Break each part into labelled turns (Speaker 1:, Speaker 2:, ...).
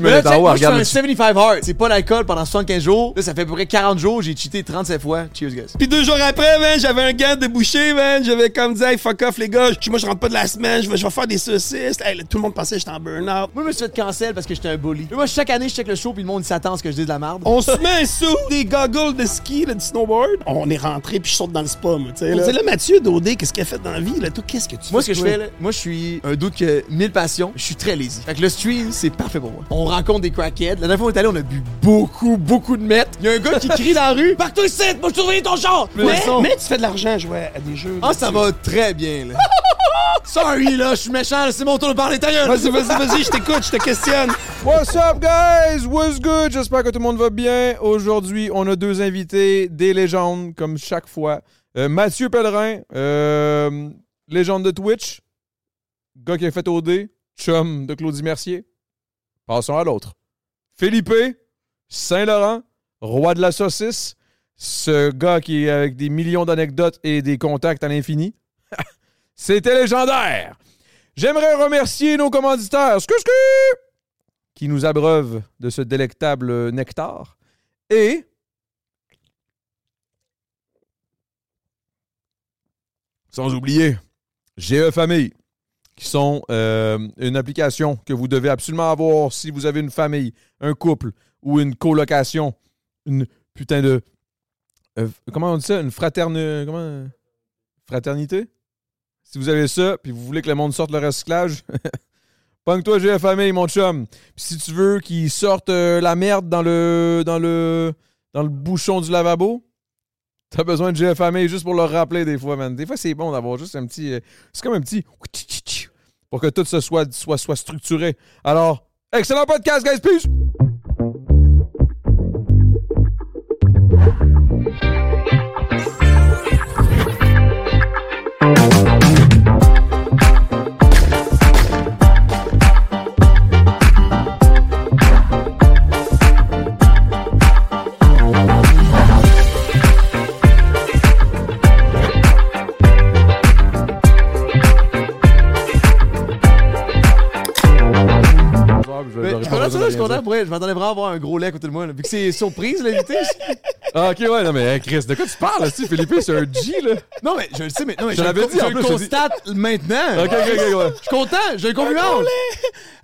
Speaker 1: Mais
Speaker 2: là,
Speaker 1: là,
Speaker 2: t'es en haut,
Speaker 1: moi, je suis
Speaker 2: regarde
Speaker 1: un
Speaker 2: là-dessus.
Speaker 1: 75 hard. C'est pas d'alcool pendant 75 jours. Là, ça fait à peu près 40 jours. J'ai cheaté 37 fois. Cheers, guys.
Speaker 3: Puis deux jours après, man, j'avais un gars débouché, man. J'avais comme dit, hey, fuck off, les gars. Je- Moi, je rentre pas de la semaine. Je vais, je vais faire des saucisses. Hey, là, tout le monde pensait que j'étais en burn-out.
Speaker 1: Moi, je me suis fait cancel parce que j'étais un bully. Oh, Mais moi, chaque année, je check le show puis le monde il s'attend à ce que je dise de la merde.
Speaker 3: On se met sous des goggles de ski, là, du snowboard. On est rentré, puis je saute dans le spa, moi, tu sais. là. On dit, là, Mathieu, Dodé, qu'est-ce qu'il a fait dans la vie, là? Toi, qu'est-ce que tu
Speaker 1: Moi, ce que je
Speaker 3: toi?
Speaker 1: fais, là, moi, je suis un doute que mille passions. Je suis très lazy. Fait que le stream, c'est parfait pour moi. On rencontre des crackheads. La dernière fois, on est allé, on a bu beaucoup, beaucoup de mètres. Il y a un gars qui crie dans la rue. Partout ici, moi, je surveille ton genre.
Speaker 3: Mais, mais tu fais de l'argent à jouer à des jeux.
Speaker 1: Ah, ça
Speaker 3: là-dessus.
Speaker 1: va très bien, là. Sorry, là, je suis méchant, là, c'est mon tour de parler ta gueule.
Speaker 3: Vas-y, vas-y, vas-y, je t'écoute, je te questionne.
Speaker 2: What's up, guys? What's good? J'espère que tout le monde va bien. Aujourd'hui, on a deux invités, des légendes, comme chaque fois. Euh, Mathieu Pellerin, euh, légende de Twitch, gars qui a fait OD, chum de Claudie Mercier. Passons à l'autre. Philippe Saint-Laurent, roi de la saucisse, ce gars qui est avec des millions d'anecdotes et des contacts à l'infini. C'était légendaire! J'aimerais remercier nos commanditaires. Scu, scu! qui nous abreuve de ce délectable euh, nectar. Et. Sans oublier, GE Famille, qui sont euh, une application que vous devez absolument avoir si vous avez une famille, un couple ou une colocation, une putain de. euh, comment on dit ça Une fraterne. Comment Fraternité Si vous avez ça, puis vous voulez que le monde sorte le recyclage, pogne-toi GE Famille, mon chum. Puis si tu veux qu'ils sortent euh, la merde dans le dans le dans le bouchon du lavabo, t'as besoin de GFAME juste pour leur rappeler des fois, man. Des fois, c'est bon d'avoir juste un petit. euh, c'est comme un petit pour que tout ce soit soit soit structuré. Alors, excellent podcast, guys, peace.
Speaker 1: Mais je suis content, je suis content, pour elle. Je m'attendais vraiment à avoir un gros lait à côté de moi, là. Vu que c'est surprise, l'invité. je-
Speaker 2: Ah, ok, ouais, non, mais hein, Chris, de quoi tu parles, là, tu sais, Philippe, c'est un G, là.
Speaker 1: Non, mais je le sais, mais, non, mais
Speaker 2: Je l'avais
Speaker 1: le-
Speaker 2: dit, en
Speaker 1: le
Speaker 2: plus, je dis-
Speaker 1: constate maintenant.
Speaker 2: Ok, ok, ok, ouais.
Speaker 1: Je suis content, j'ai un compliment.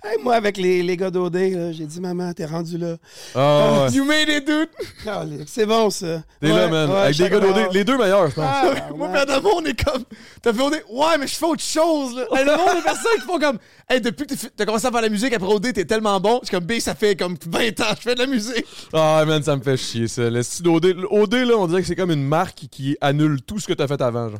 Speaker 3: Hey, moi, avec les, les gars d'OD, là, j'ai dit, maman, t'es rendu là.
Speaker 2: Ah, ouais.
Speaker 1: You made it, dude.
Speaker 3: Calique, C'est bon, ça.
Speaker 2: T'es là,
Speaker 3: Ouais,
Speaker 2: man.
Speaker 3: ouais,
Speaker 2: Avec des
Speaker 3: chaque-
Speaker 2: gars d'OD, les deux meilleurs, je pense.
Speaker 3: Ah,
Speaker 1: Moi,
Speaker 3: ouais.
Speaker 1: pis Adamo, on est comme. T'as fait, on est. Ouais, mais je fais autre chose, là. Hey, le monde de personnes qui font comme. Hey, depuis que t'es fait- t'as commencé à faire de la musique après OD, t'es tellement bon. Je suis comme, B, ça fait comme 20 ans, je fais de la musique.
Speaker 2: Ah, man, ça me fait chier, ça. Le style OD, le OD, là, on dirait que c'est comme une marque qui annule tout ce que t'as fait avant, genre.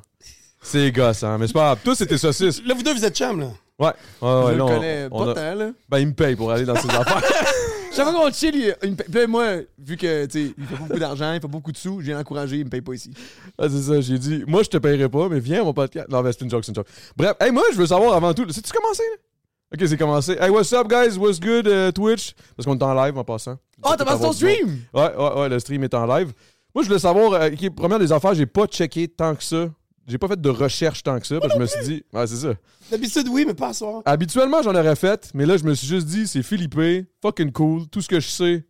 Speaker 2: C'est gossant, mais c'est pas grave. Tous, c'était saucisses.
Speaker 3: Là, vous deux, vous êtes chums, là.
Speaker 2: Ouais. Ouais, ouais,
Speaker 1: je
Speaker 2: là,
Speaker 1: le
Speaker 2: on-
Speaker 1: connais
Speaker 2: on
Speaker 1: pas
Speaker 2: a-
Speaker 1: tant, là.
Speaker 2: Ben, il me paye pour aller dans ses affaires.
Speaker 1: Chaque fois qu'on chill, il, il me paye. Puis là, moi, vu que, tu sais, il fait pas beaucoup d'argent, il fait pas beaucoup de sous, je viens l'encourager, il me paye pas ici.
Speaker 2: Ah, c'est ça, j'ai dit, moi, je te paierai pas, mais viens à mon podcast. Non, mais c'est une joke, c'est une joke. Bref, hey, moi, je veux savoir avant tout, c'est-tu commencé, là? Ok, c'est commencé. Hey, what's up, guys? What's good, euh, Twitch? Parce qu'on est en live en passant.
Speaker 1: Oh, t'as passé ton stream!
Speaker 2: Ouais, ouais, ouais, le stream est en live. Moi, je voulais savoir, euh, ok, première des affaires, j'ai pas checké tant que ça. J'ai pas fait de recherche tant que ça, parce que je me suis dit, ouais, c'est ça.
Speaker 3: D'habitude, oui, mais pas à soir.
Speaker 2: Habituellement, j'en aurais fait, mais là, je me suis juste dit, c'est Philippe, fucking cool, tout ce que je sais.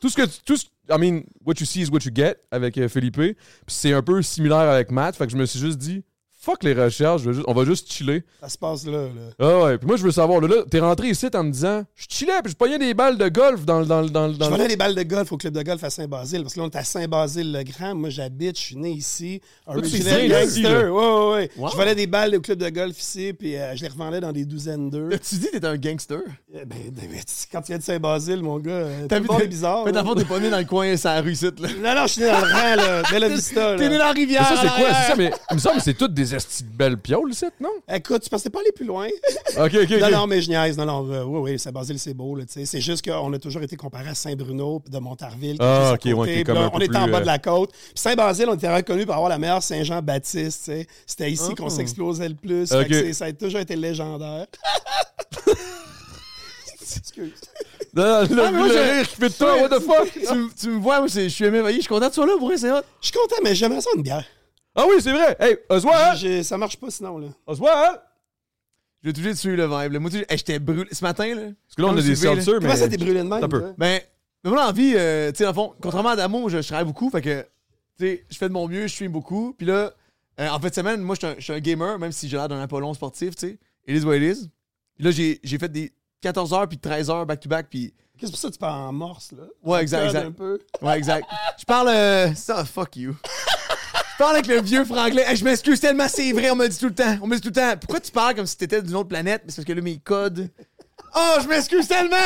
Speaker 2: Tout ce que. tu- Tout ce, I mean, what you see is what you get avec euh, Philippe. Puis c'est un peu similaire avec Matt, fait que je me suis juste dit, fuck les recherches, je vais juste- on va juste chiller.
Speaker 3: Ça se passe là, là.
Speaker 2: Ah ouais, puis moi, je veux savoir, là, là, t'es rentré ici en me disant, je chillais, puis je pognais des balles de golf dans le. Dans, le- dans, le- dans
Speaker 3: Je
Speaker 2: le-
Speaker 3: prenais des balles de golf au club de golf à Saint-Basile, parce que là, on est à Saint-Basile-le-Grand. Moi, j'habite, je suis né ici.
Speaker 2: tu es
Speaker 3: Original
Speaker 2: né ici,
Speaker 3: gangster. Ouais, ouais, ouais.
Speaker 1: Wow.
Speaker 3: Je volais des balles au club de golf ici, puis euh, je les revendais dans des douzaines d'eux.
Speaker 1: Là, tu dis que t'es un gangster.
Speaker 3: Eh ben, ben, ben, tu- quand tu viens de Saint-Basile, mon gars, euh, tout
Speaker 1: T'as
Speaker 3: le
Speaker 1: vu
Speaker 3: monde
Speaker 1: des-
Speaker 3: est bizarre.
Speaker 1: Mais
Speaker 3: là.
Speaker 1: dans le fond, t'es pas né dans le coin, c'est la rue, site, là.
Speaker 3: Non, non, je suis né dans le rang, là. Bella Vista,
Speaker 1: T'es né
Speaker 3: là.
Speaker 1: dans la rivière.
Speaker 2: Mais ça, c'est
Speaker 1: à
Speaker 2: quoi?
Speaker 1: l'arrière.
Speaker 2: C'est ça, mais il me semble que c'est toutes des estis de belles pioles, ici, non?
Speaker 3: Écoute, tu pensais pas aller plus loin?
Speaker 2: Ah, Ok, ok, ok.
Speaker 3: Non, non, mais je niaise. Non, non, euh, oui, oui, Saint-Basile, c'est beau, là, tu sais. C'est juste qu'on a toujours été comparé à Saint-Bruno puis de Montarville. qui
Speaker 2: Ah,
Speaker 3: est juste à
Speaker 2: ok, ouais,
Speaker 3: côté.
Speaker 2: qui est
Speaker 3: Puis
Speaker 2: comme
Speaker 3: là,
Speaker 2: un
Speaker 3: On
Speaker 2: peu
Speaker 3: était en
Speaker 2: plus,
Speaker 3: bas
Speaker 2: euh,
Speaker 3: de la côte. Puis Saint-Basile, on était reconnu pour avoir la meilleure Saint-Jean-Baptiste, tu sais. C'était ici qu'on s'explosait le plus. Fait que
Speaker 2: Ah. Ok.
Speaker 3: c'est- ça a toujours été légendaire. Excuse.
Speaker 2: Non, non,
Speaker 1: Ah, mais moi,
Speaker 2: le
Speaker 1: j'ai-
Speaker 2: rire qui fait de toi, what the fuck?
Speaker 1: Tu, me- tu me vois, moi, c'est- je suis émerveillé, je suis content de toi là, pour vrai, c'est hot.
Speaker 3: Je suis content, mais j'aimerais ça une bière.
Speaker 2: Ah oui, c'est vrai! Hey, Oswald!
Speaker 3: J'ai- Ça marche pas sinon, là.
Speaker 2: On se voit, hein?
Speaker 1: Je vais toujours suivre le vibe. là. Moi, tu sais, hey, j'étais brûlé. Ce matin, là.
Speaker 2: Parce que là, on
Speaker 1: Comme
Speaker 2: a des
Speaker 1: Sylvain, là.
Speaker 2: seltzers, mais.
Speaker 3: Comment ça t'es brûlé de même?
Speaker 2: Attends un peu.
Speaker 3: toi?
Speaker 1: Ben, mais moi, dans la vie, euh, tu sais, dans le fond, contrairement à Damo, je, je travaille beaucoup, fait que, tu sais, je fais de mon mieux, je stream beaucoup. Puis là, euh, en fait, semaine, moi, je suis un- je suis un, gamer, même si j'ai l'air d'un Apollon sportif, tu sais. It is what it is. Puis là, j'ai j'ai fait des 14 heures puis 13 heures back-to-back, puis...
Speaker 3: Qu'est-ce que c'est pour ça que tu parles en morse, là?
Speaker 1: Ouais, exact,
Speaker 3: Corde
Speaker 1: exact.
Speaker 3: un peu.
Speaker 1: Ouais, exact. Je parle... euh, Ça, fuck you. Je parle avec le vieux franglais. Hey, je m'excuse tellement, c'est vrai, on me le dit tout le temps. On me le dit tout le temps. Pourquoi tu parles comme si t'étais d'une autre planète? Mais C'est parce que là, mes codes... Oh, je m'excuse tellement!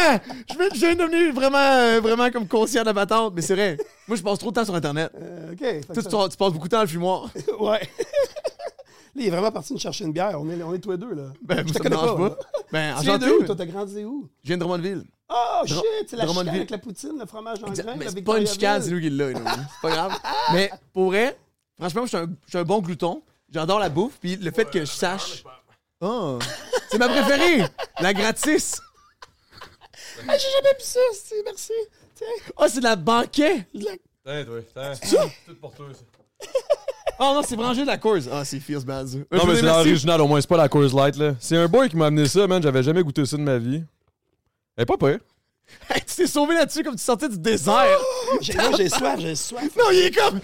Speaker 1: Je viens- je viens de devenir vraiment, euh, vraiment comme conscient de la patente, mais c'est vrai. Moi, je passe trop de temps sur Internet.
Speaker 3: Euh, OK. fait que
Speaker 1: Toi, tu, tu passes beaucoup de temps à le fumoir.
Speaker 3: ça- Ouais. Là, il est vraiment parti nous chercher une bière. On est, on est tous les deux, là.
Speaker 1: Ben,
Speaker 3: je
Speaker 1: ça
Speaker 3: te
Speaker 1: me
Speaker 3: connais pas.
Speaker 1: dérange
Speaker 3: là.
Speaker 1: pas. Ben,
Speaker 3: Tu viens de où?
Speaker 1: enchanté.
Speaker 3: Toi, t'as grandi où?
Speaker 1: Je viens de Drummondville.
Speaker 3: Oh, shit! C'est la chicane
Speaker 1: Drummondville.
Speaker 3: avec la poutine, le fromage en grain,
Speaker 1: Mais
Speaker 3: la
Speaker 1: c'est pas une
Speaker 3: Victoriaville.
Speaker 1: chicane, c'est nous qui l'a. là. C'est pas grave. Mais pour vrai, franchement, moi, je suis un, je suis un bon glouton. J'adore la bouffe. Puis le fait que je sache. Oh! C'est ma préférée! La gratis!
Speaker 3: Ah, j'ai jamais bu ça, c'est- merci. Tiens,
Speaker 1: Oh, c'est de la banquet!
Speaker 3: je la-
Speaker 2: Tiens, toi, tiens. C'est tout pour toi, ça.
Speaker 1: Oh non, c'est branché de la course! Ah, c'est feels bad. ça. Je
Speaker 2: Non,
Speaker 1: vous
Speaker 2: mais c'est
Speaker 1: remercie.
Speaker 2: l'original, au moins, c'est pas la Coors Light, là. C'est un boy qui m'a amené ça, man. J'avais jamais goûté ça de ma vie. Elle est pas pire.
Speaker 1: Hey, tu t'es sauvé là-dessus comme tu sortais du désert!
Speaker 3: Oh, J'ai là, j'ai soif, j'ai soif.
Speaker 1: non, il est comme.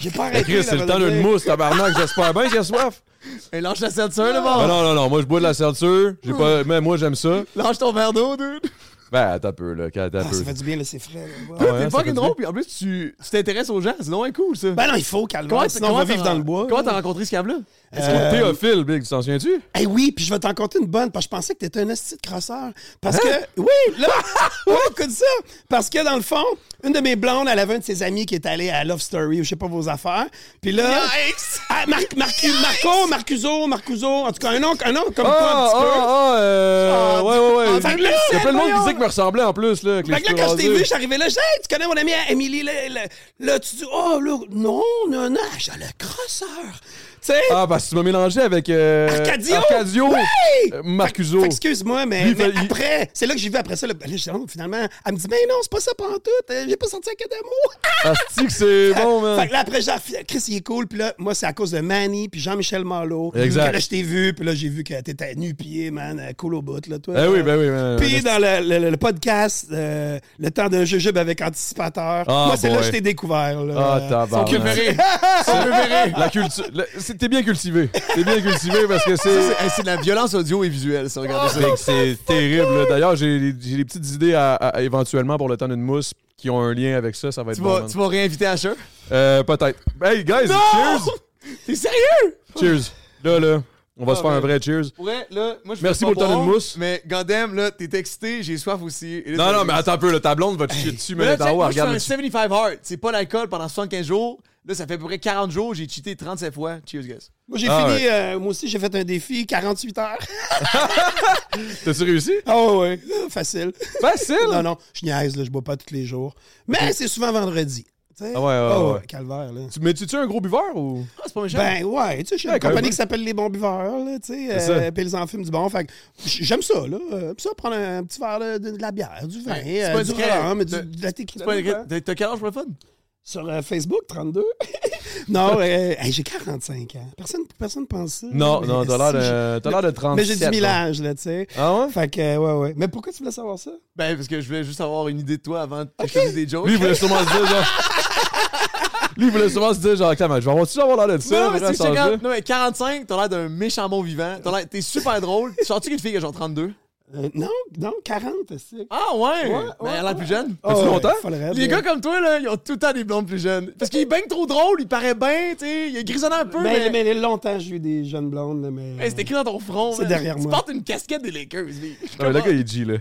Speaker 3: J'ai pas
Speaker 2: Hey,
Speaker 3: arrêté.
Speaker 2: Chris,
Speaker 3: là,
Speaker 2: c'est le
Speaker 3: avant
Speaker 2: temps
Speaker 3: de
Speaker 2: d'une
Speaker 3: venir.
Speaker 2: mousse, tabarnak. J'espère bien qu'il a soif.
Speaker 3: Oh.
Speaker 1: Hey, lâche la ceinture, là,
Speaker 2: Ben
Speaker 1: bas
Speaker 2: non, non, non. Moi, je bois de la seltzer. J'ai
Speaker 3: Oh.
Speaker 2: pas... Mais moi, j'aime ça.
Speaker 1: Lâche ton verre d'eau, dude!
Speaker 2: Ben, attends un peu, là. Attends un
Speaker 3: Ah, ça
Speaker 2: peu.
Speaker 3: fait du bien, là, c'est frais. là. Wow.
Speaker 2: Ah ouais, ça
Speaker 1: T'es fucking
Speaker 2: fait du
Speaker 1: drôle,
Speaker 2: bien.
Speaker 1: puis en plus, tu tu t'intéresses aux gens, c'est donc cool, ça.
Speaker 3: Ben non, il faut calmer.
Speaker 1: Comment-
Speaker 3: sinon
Speaker 1: comment
Speaker 3: on va
Speaker 1: t'as-
Speaker 3: vivre dans le bois.
Speaker 1: Comment t'as rencontré ce câble-là?
Speaker 2: Est-ce qu'on est Euh, théophile, Big? Tu t'en souviens-tu?
Speaker 3: Eh oui, puis je vais t'en compter une bonne, parce que je pensais que t'étais un esti de crosseur. Parce que, oui, là, ouais, écoute ça. Parce que, dans le fond, une de mes blondes, elle avait un de ses amis qui est allé à Love Story, ou je sais pas vos affaires. Puis là... Ah, Marc, Marc- Marco, Marcuso, Marcuso, en tout cas, un nom, un nom comme toi, un
Speaker 2: Ah,
Speaker 3: petit peu.
Speaker 2: ah, ah, euh,
Speaker 1: Ah,
Speaker 2: ouais, ouais, ouais.
Speaker 1: ah, fait que
Speaker 2: Il
Speaker 1: là,
Speaker 2: y a plein de monde qui
Speaker 1: voyons.
Speaker 2: disait que me ressemblait en plus, là. avec les
Speaker 3: Fait que là, quand je t'ai
Speaker 2: cheveux
Speaker 3: vu,
Speaker 2: rasés.
Speaker 3: je suis arrivé là, je dis, hey, tu connais mon amie Emily, là, là, là, tu dis, oh, là, non, non, non, j'ai le crosseur. Tu sais,
Speaker 2: Ah, parce que tu m'as mélangé avec. euh,
Speaker 3: Arcadio!
Speaker 2: Arcadio!
Speaker 3: Ouais!
Speaker 2: euh, Marcuso.
Speaker 3: Fait que excuse-moi, mais,
Speaker 2: Lui,
Speaker 3: mais
Speaker 2: il-
Speaker 3: après, c'est là que j'ai vu après ça, le, là, j'ai dit, oh, finalement, elle me dit, mais non, c'est pas ça pendant tout, j'ai pas senti un cas d'amour.
Speaker 2: Asti que c'est bon,
Speaker 3: Fait
Speaker 2: Oh, man.
Speaker 3: que là, après, j'ai fait, Chris, il est cool. Puis là, moi, c'est à cause de Manny, puis Jean-Michel Marleau.
Speaker 2: Exact.
Speaker 3: Que Là, je t'ai vu, puis là, j'ai vu que t'étais nu-pied, man, euh, cool au bout, là, toi.
Speaker 2: Ben oui, ben oui, man.
Speaker 3: Puis dans le, le- le- le podcast, euh, le temps d'un jujube avec anticipateur.
Speaker 2: Ah,
Speaker 3: moi, c'est là que
Speaker 2: boy.
Speaker 3: je t'ai découvert. là.
Speaker 2: Ah,
Speaker 3: Euh,
Speaker 2: tabarnak.
Speaker 1: Son préféré. Son préféré.
Speaker 2: La culture. la- c'est- T'es bien cultivé. T'es bien cultivé parce que c'est.
Speaker 1: Hey, C'est de la violence audio et visuelle, ça, regardez ça.
Speaker 2: Fait que C'est terrible. là. D'ailleurs, j'ai j'ai des petites idées à, à- à éventuellement pour le temps d'une mousse qui ont un lien avec ça. Ça va être
Speaker 1: Tu
Speaker 2: bon.
Speaker 1: vas,
Speaker 2: man.
Speaker 1: tu vas réinviter Asher?
Speaker 2: Euh, Peut-être. Hey, guys, cheers!
Speaker 1: T'es sérieux?
Speaker 2: Cheers. Là, là, on va
Speaker 1: Ah,
Speaker 2: se faire
Speaker 1: ben.
Speaker 2: un vrai cheers.
Speaker 1: Pour vrai, là, moi, je
Speaker 2: Merci
Speaker 1: peux pas
Speaker 2: pour le temps
Speaker 1: boire,
Speaker 2: d'une mousse.
Speaker 1: Mais goddamn, là, t'es excité, j'ai soif aussi. Et là,
Speaker 2: Non,
Speaker 1: ça-
Speaker 2: non, mais attends un peu, le ta blonde va te chier dessus, mais
Speaker 1: Mais
Speaker 2: elle
Speaker 1: là,
Speaker 2: est en haut,
Speaker 1: moi, je fais
Speaker 2: regarde.
Speaker 1: un
Speaker 2: là-dessus.
Speaker 1: 75 hard. C'est pas l'alcool pendant 75 jours. Là, ça fait à peu près 40 jours, j'ai cheaté 37 fois. Cheers, guys.
Speaker 3: Moi, j'ai
Speaker 2: Ah,
Speaker 3: fini, euh, moi aussi, j'ai fait un défi, 48 heures.
Speaker 2: T'as-tu réussi?
Speaker 3: Ah ouais, ouais, facile.
Speaker 2: Facile!
Speaker 3: non, non, je niaise, là, je bois pas tous les jours. Mais c'est souvent vendredi. tu sais.
Speaker 2: Ah ouais, ouais,
Speaker 3: Ah
Speaker 2: ouais, ouais.
Speaker 3: Calvaire, là.
Speaker 2: Tu- Mais tu es un gros buveur ou?
Speaker 1: Ah, c'est pas méchant.
Speaker 3: Ben ouais, tu sais, j'ai une
Speaker 2: Ouais, quand
Speaker 3: compagnie
Speaker 2: même.
Speaker 3: qui s'appelle Les Bons Buveurs, là, tu sais,
Speaker 2: C'est
Speaker 3: euh,
Speaker 2: ça.
Speaker 3: puis ils en fument du bon. Fait que j- j'aime ça, là. euh, ça, prendre un petit verre là, de, de la bière, du vin,
Speaker 1: Ouais, c'est
Speaker 3: euh,
Speaker 1: pas
Speaker 3: du
Speaker 1: une crème.
Speaker 3: rhum, du-
Speaker 1: C'est-
Speaker 3: de la
Speaker 1: C'est
Speaker 3: tequila.
Speaker 1: pas-
Speaker 3: ouais.
Speaker 1: T'as t'as quel âge pour le fun?
Speaker 3: Sur euh, Facebook, 32. non, euh, hey, j'ai 45 ans. Personne personne pense ça.
Speaker 2: Non,
Speaker 3: Mais
Speaker 2: non, t'as l'air
Speaker 3: si,
Speaker 2: de, t'as l'air de 37.
Speaker 3: Mais j'ai dit
Speaker 2: hein.
Speaker 3: millage, là, tu sais.
Speaker 2: Ah ouais?
Speaker 3: Fait que, euh, ouais, ouais. Mais pourquoi tu voulais savoir ça?
Speaker 1: Ben, parce que je voulais juste avoir une idée de toi avant de te donner des jokes.
Speaker 2: Lui, il voulait sûrement se dire, genre. Lui, il voulait sûrement se dire, genre, Clément, je vais avoir-tu avoir l'air de ça?
Speaker 1: Non, mais
Speaker 2: vraiment,
Speaker 1: c'est
Speaker 2: sans
Speaker 1: quand-
Speaker 2: dire?
Speaker 1: non, mais 45, t'as l'air d'un méchant bon vivant. T'as l'air- T'es super drôle. Tu Sors-tu qu'une fille qui a genre 32?
Speaker 3: Euh, non, non, 40, c'est.
Speaker 1: Ah ouais?
Speaker 3: Ouais,
Speaker 1: mais
Speaker 3: ouais,
Speaker 1: elle a l'air
Speaker 3: ouais.
Speaker 1: plus jeune.
Speaker 2: As-tu
Speaker 3: Oh,
Speaker 2: longtemps?
Speaker 1: Les gars comme toi, là, ils ont tout le temps des blondes plus jeunes. Parce qu'il est bien que trop drôle, il paraît bien, tu sais. Il est grisonnant un peu,
Speaker 3: Mais,
Speaker 1: mais.
Speaker 3: mais, mais longtemps, j'ai eu des jeunes blondes, là, mais.
Speaker 1: Hey, c'est écrit dans ton front.
Speaker 3: C'est
Speaker 1: man.
Speaker 3: derrière
Speaker 1: tu
Speaker 3: moi.
Speaker 1: portes une casquette des Lakers, lui.
Speaker 2: Non, mais le gars, il est G, là.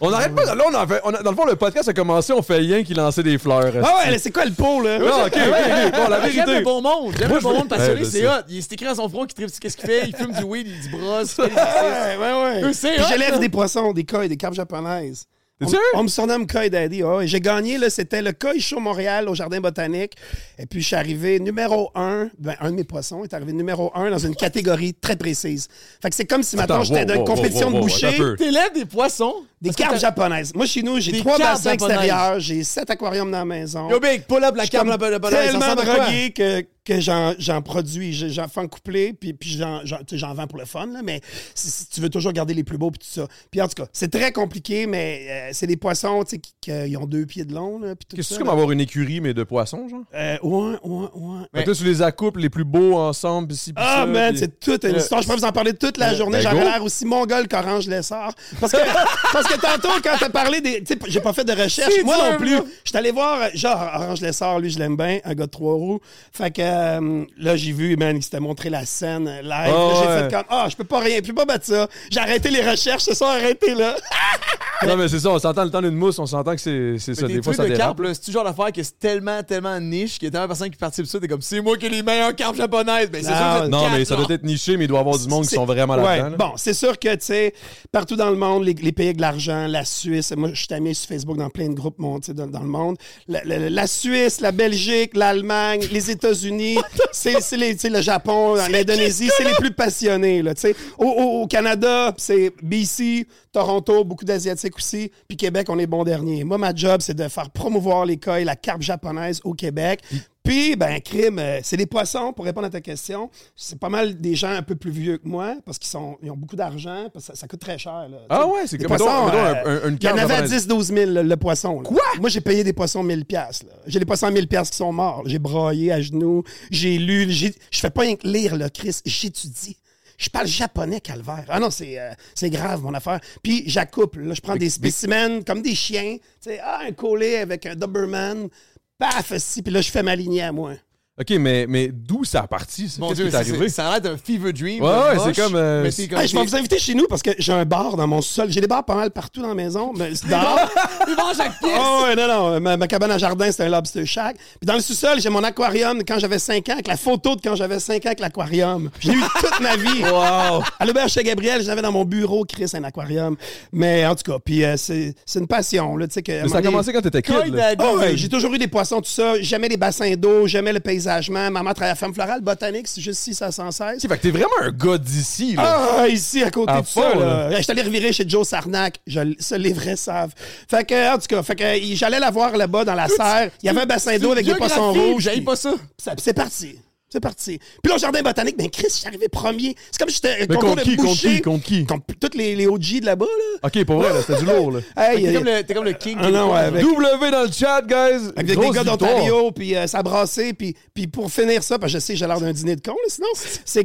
Speaker 2: On arrête pas, de- là, on en fait, on a- dans le fond, le podcast a commencé, on fait rien qui lançait des fleurs.
Speaker 3: Ah ouais, là, c'est quoi le pot, là?
Speaker 2: Non, ok, ok, ok. Bon, la
Speaker 1: J'aime le
Speaker 2: vérité.
Speaker 1: bon monde. J'aime
Speaker 2: Moi,
Speaker 1: le
Speaker 2: je
Speaker 1: bon
Speaker 2: veux-
Speaker 1: monde passionné,
Speaker 2: Ouais, je
Speaker 1: c'est
Speaker 2: sais.
Speaker 1: hot. Il c'est écrit dans son front qu'il tripe qu'est-ce qu'il fait. Il fume du weed, il dit brosse. il fait des exercices.
Speaker 3: Ouais, ouais, ouais.
Speaker 1: Eux, c'est
Speaker 3: Puis
Speaker 1: hot,
Speaker 3: J'élève
Speaker 1: là.
Speaker 3: des poissons, des koi, des carpes japonaises.
Speaker 2: T'es
Speaker 3: On-
Speaker 2: sérieux?
Speaker 3: On me surnomme Koi Daddy. Ah ouais. J'ai gagné, là, c'était le Koi Show Montréal au Jardin botanique. Et puis, je suis arrivé numéro un. Ben, un de mes poissons est arrivé numéro un dans une catégorie très précise. Fait que c'est comme si, maintenant,
Speaker 2: Attends,
Speaker 3: j'étais
Speaker 2: wow,
Speaker 3: dans une
Speaker 2: wow,
Speaker 3: compétition
Speaker 2: wow, wow,
Speaker 3: de
Speaker 2: wow,
Speaker 3: boucher.
Speaker 2: attends un peu.
Speaker 1: T'élèves des poissons.
Speaker 3: Des
Speaker 1: Parce que
Speaker 3: carpes
Speaker 1: t'as-
Speaker 3: japonaises. Moi, chez nous, j'ai
Speaker 1: Des
Speaker 3: trois
Speaker 1: carpes
Speaker 3: bassins
Speaker 1: japonaises.
Speaker 3: extérieurs, j'ai sept aquariums dans la maison.
Speaker 1: Yo, big, pull up la
Speaker 3: Je suis
Speaker 1: cam
Speaker 3: comme
Speaker 1: là-bas, là-bas. là, ça
Speaker 3: tellement
Speaker 1: ressemble à quoi?
Speaker 3: drogué que que j'en j'en produis. Je- J'en fais en couplet, puis, puis j'en j'en- tu sais, j'en vends pour le fun, là, mais si, si tu veux toujours garder les plus beaux, puis tout ça. Puis en tout cas, c'est très compliqué, mais euh, c'est des poissons, tu sais, qui, qui, euh, ils ont deux pieds de long, là, puis
Speaker 2: Qu'est-ce
Speaker 3: tout
Speaker 2: que
Speaker 3: ça.
Speaker 2: c'est comme
Speaker 3: là.
Speaker 2: avoir une écurie, mais de poissons, genre?
Speaker 3: Euh, ouais, ouais, ouais.
Speaker 2: Fait que là, tu les accouples les plus beaux ensemble, ici, puis
Speaker 3: Ah,
Speaker 2: ça,
Speaker 3: man,
Speaker 2: puis-
Speaker 3: c'est toute une
Speaker 2: Euh,
Speaker 3: histoire. Je peux vous en parler toute la journée.
Speaker 2: ben,
Speaker 3: J'avais
Speaker 2: go.
Speaker 3: l'air aussi mongol qu'Orange Lessard. Parce que, parce que tantôt, quand t'as parlé des. Tu sais, j'ai pas fait de recherche.
Speaker 1: C'est
Speaker 3: Moi
Speaker 1: dur,
Speaker 3: non plus.
Speaker 1: là.
Speaker 3: Je suis allé voir, euh, genre, Orange Lessard, lui, je l'aime bien, un gars de trois roues. Fait que euh, là, j'ai vu, man, il s'était montré la scène euh, live. Là, j'ai
Speaker 2: ouais.
Speaker 3: fait comme, ah, je peux pas rien, je peux pas battre ça. J'ai arrêté les recherches, c'est ça, arrêté, là.
Speaker 2: Non, mais c'est ça, on s'entend le temps d'une mousse, on s'entend que c'est c'est ça.
Speaker 1: Mais
Speaker 2: Des
Speaker 1: des
Speaker 2: fois,
Speaker 1: trucs
Speaker 2: ça
Speaker 1: de
Speaker 2: dérape.
Speaker 1: carpe, là, c'est toujours l'affaire que c'est tellement, tellement niche qu'il y a tellement de personnes qui participent ça. T'es comme, c'est moi qui ai les meilleurs carpes japonaises. Ben, c'est
Speaker 3: Non,
Speaker 1: sûr que vous êtes
Speaker 2: Non,
Speaker 1: quatre,
Speaker 2: mais ça
Speaker 1: là.
Speaker 2: doit être niché, mais il doit y avoir du monde qui sont vraiment
Speaker 3: Ouais.
Speaker 2: là-dedans. là.
Speaker 3: Bon, c'est sûr que, tu sais, partout dans le monde, les, les pays avec de l'argent, la Suisse, moi, je suis ami sur Facebook dans plein de groupes mon- tu sais, dans, dans le monde. La, la- la Suisse, la Belgique, l'Allemagne, les États-Unis, c'est c'est les- tu sais, le Japon, l'Indonésie, c'est les plus passionnés, là, tu sais. Au, au- au Canada, c'est BC, Toronto, beaucoup d'Asiatiques aussi, puis Québec, on est bon dernier. Moi, ma job, c'est de faire promouvoir l'école, la carpe japonaise au Québec. Puis, ben, crime, euh, c'est des poissons, pour répondre à ta question. C'est pas mal des gens un peu plus vieux que moi, parce qu'ils sont, ils ont beaucoup d'argent, parce que ça, ça coûte très cher. Là.
Speaker 2: Ah
Speaker 3: Tu sais,
Speaker 2: ouais, c'est
Speaker 3: des
Speaker 2: que- mettons-
Speaker 3: poissons,
Speaker 2: mettons un-
Speaker 3: euh,
Speaker 2: un- une
Speaker 3: Il y en
Speaker 2: carte
Speaker 3: avait à
Speaker 2: japonaise.
Speaker 3: 10-12 000, le, le poisson. Quoi? Moi, j'ai payé des poissons 1000 piastres, là. J'ai des poissons à 1000 piastres qui sont morts. J'ai broyé à genoux, j'ai lu, j'ai- je fais pas rien que lire, le Chris, j'étudie. Je parle japonais, calvaire. Ah non, c'est euh, c'est grave, mon affaire. Puis, j'accouple. là. Je prends des spécimens comme des chiens. Tu sais, ah, un collet avec un Doberman. Paf, si. Puis là, je fais ma lignée à moi.
Speaker 2: OK, mais, mais d'où ça a parti? ça?
Speaker 1: Mon
Speaker 2: Qu'est-ce
Speaker 1: Dieu,
Speaker 2: qui est
Speaker 1: c'est-
Speaker 2: arrivé?
Speaker 1: c'est- ça a l'air d'un fever dream.
Speaker 2: Ouais,
Speaker 1: là,
Speaker 2: ouais, c'est
Speaker 1: moche,
Speaker 2: comme, euh,
Speaker 1: mais c'est comme
Speaker 3: Hey, je vais
Speaker 1: des-
Speaker 3: vous inviter chez nous parce que j'ai un bar dans mon sol. J'ai des bars pas mal partout dans la maison. Mais dehors.
Speaker 1: Ils mangent à pied.
Speaker 3: Oh, ouais, non, non. Ma, ma cabane à jardin, c'est un lobster shack. Puis dans le sous-sol, j'ai mon aquarium de quand j'avais 5 ans, avec la photo de quand j'avais 5 ans avec l'aquarium. J'ai eu toute ma vie.
Speaker 1: Ah,
Speaker 2: Wow!
Speaker 3: À l'auberge chez Gabriel, j'avais dans mon bureau, Chris, un aquarium. Mais en tout cas, puis euh, c'est c'est une passion. Là, tu sais que, à un
Speaker 2: Mais ça
Speaker 3: moment
Speaker 2: a
Speaker 3: donné-
Speaker 2: commencé quand t'étais
Speaker 1: Coin
Speaker 2: kid. là.
Speaker 1: d'ado.
Speaker 3: Ah ouais, j'ai toujours eu des poissons, tout ça. J'aimais les bassins d'eau, j'aimais le paysagement. Maman travaillait à Ferme Florale, botanique, c'est juste 6 à 116.
Speaker 2: OK, fait que t'es vraiment un gars d'ici, là.
Speaker 3: Ah, ici, à côté
Speaker 2: À
Speaker 3: de ça.
Speaker 2: fond,
Speaker 3: Là. J'étais allé revirer chez Joe Sarnac. Je, ça, les vrais savent. Fait que, en tout cas, fait que, il- j'allais la voir là-bas dans la serre. Il y avait un bassin d'eau avec des poissons rouges.
Speaker 1: J'aille
Speaker 3: puis-
Speaker 1: pas ça.
Speaker 3: ça- C'est parti. C'est parti. Puis là, au jardin botanique, ben Chris, je suis arrivé premier. C'est comme si j'étais euh,
Speaker 2: Mais
Speaker 3: concours
Speaker 2: contre qui,
Speaker 3: de
Speaker 2: contre
Speaker 3: boucher.
Speaker 2: qui, contre qui? Ah,
Speaker 3: Contre toutes les, les OG de là-bas,
Speaker 1: Ah!
Speaker 3: là.
Speaker 2: OK, pour vrai, là, c'était du lourd, là.
Speaker 3: Hey,
Speaker 1: T'es
Speaker 3: euh,
Speaker 1: comme le- t'es comme le king.
Speaker 3: Ah
Speaker 1: québécois,
Speaker 3: non, ouais,
Speaker 1: genre.
Speaker 3: avec-
Speaker 2: W dans le chat, guys!
Speaker 3: Avec
Speaker 2: Grosse
Speaker 3: des gars
Speaker 2: victoire.
Speaker 3: d'Ontario, puis euh, ça brassait, puis, puis pour finir ça, parce que je sais, j'ai l'air d'un dîner de con, là, sinon, c'est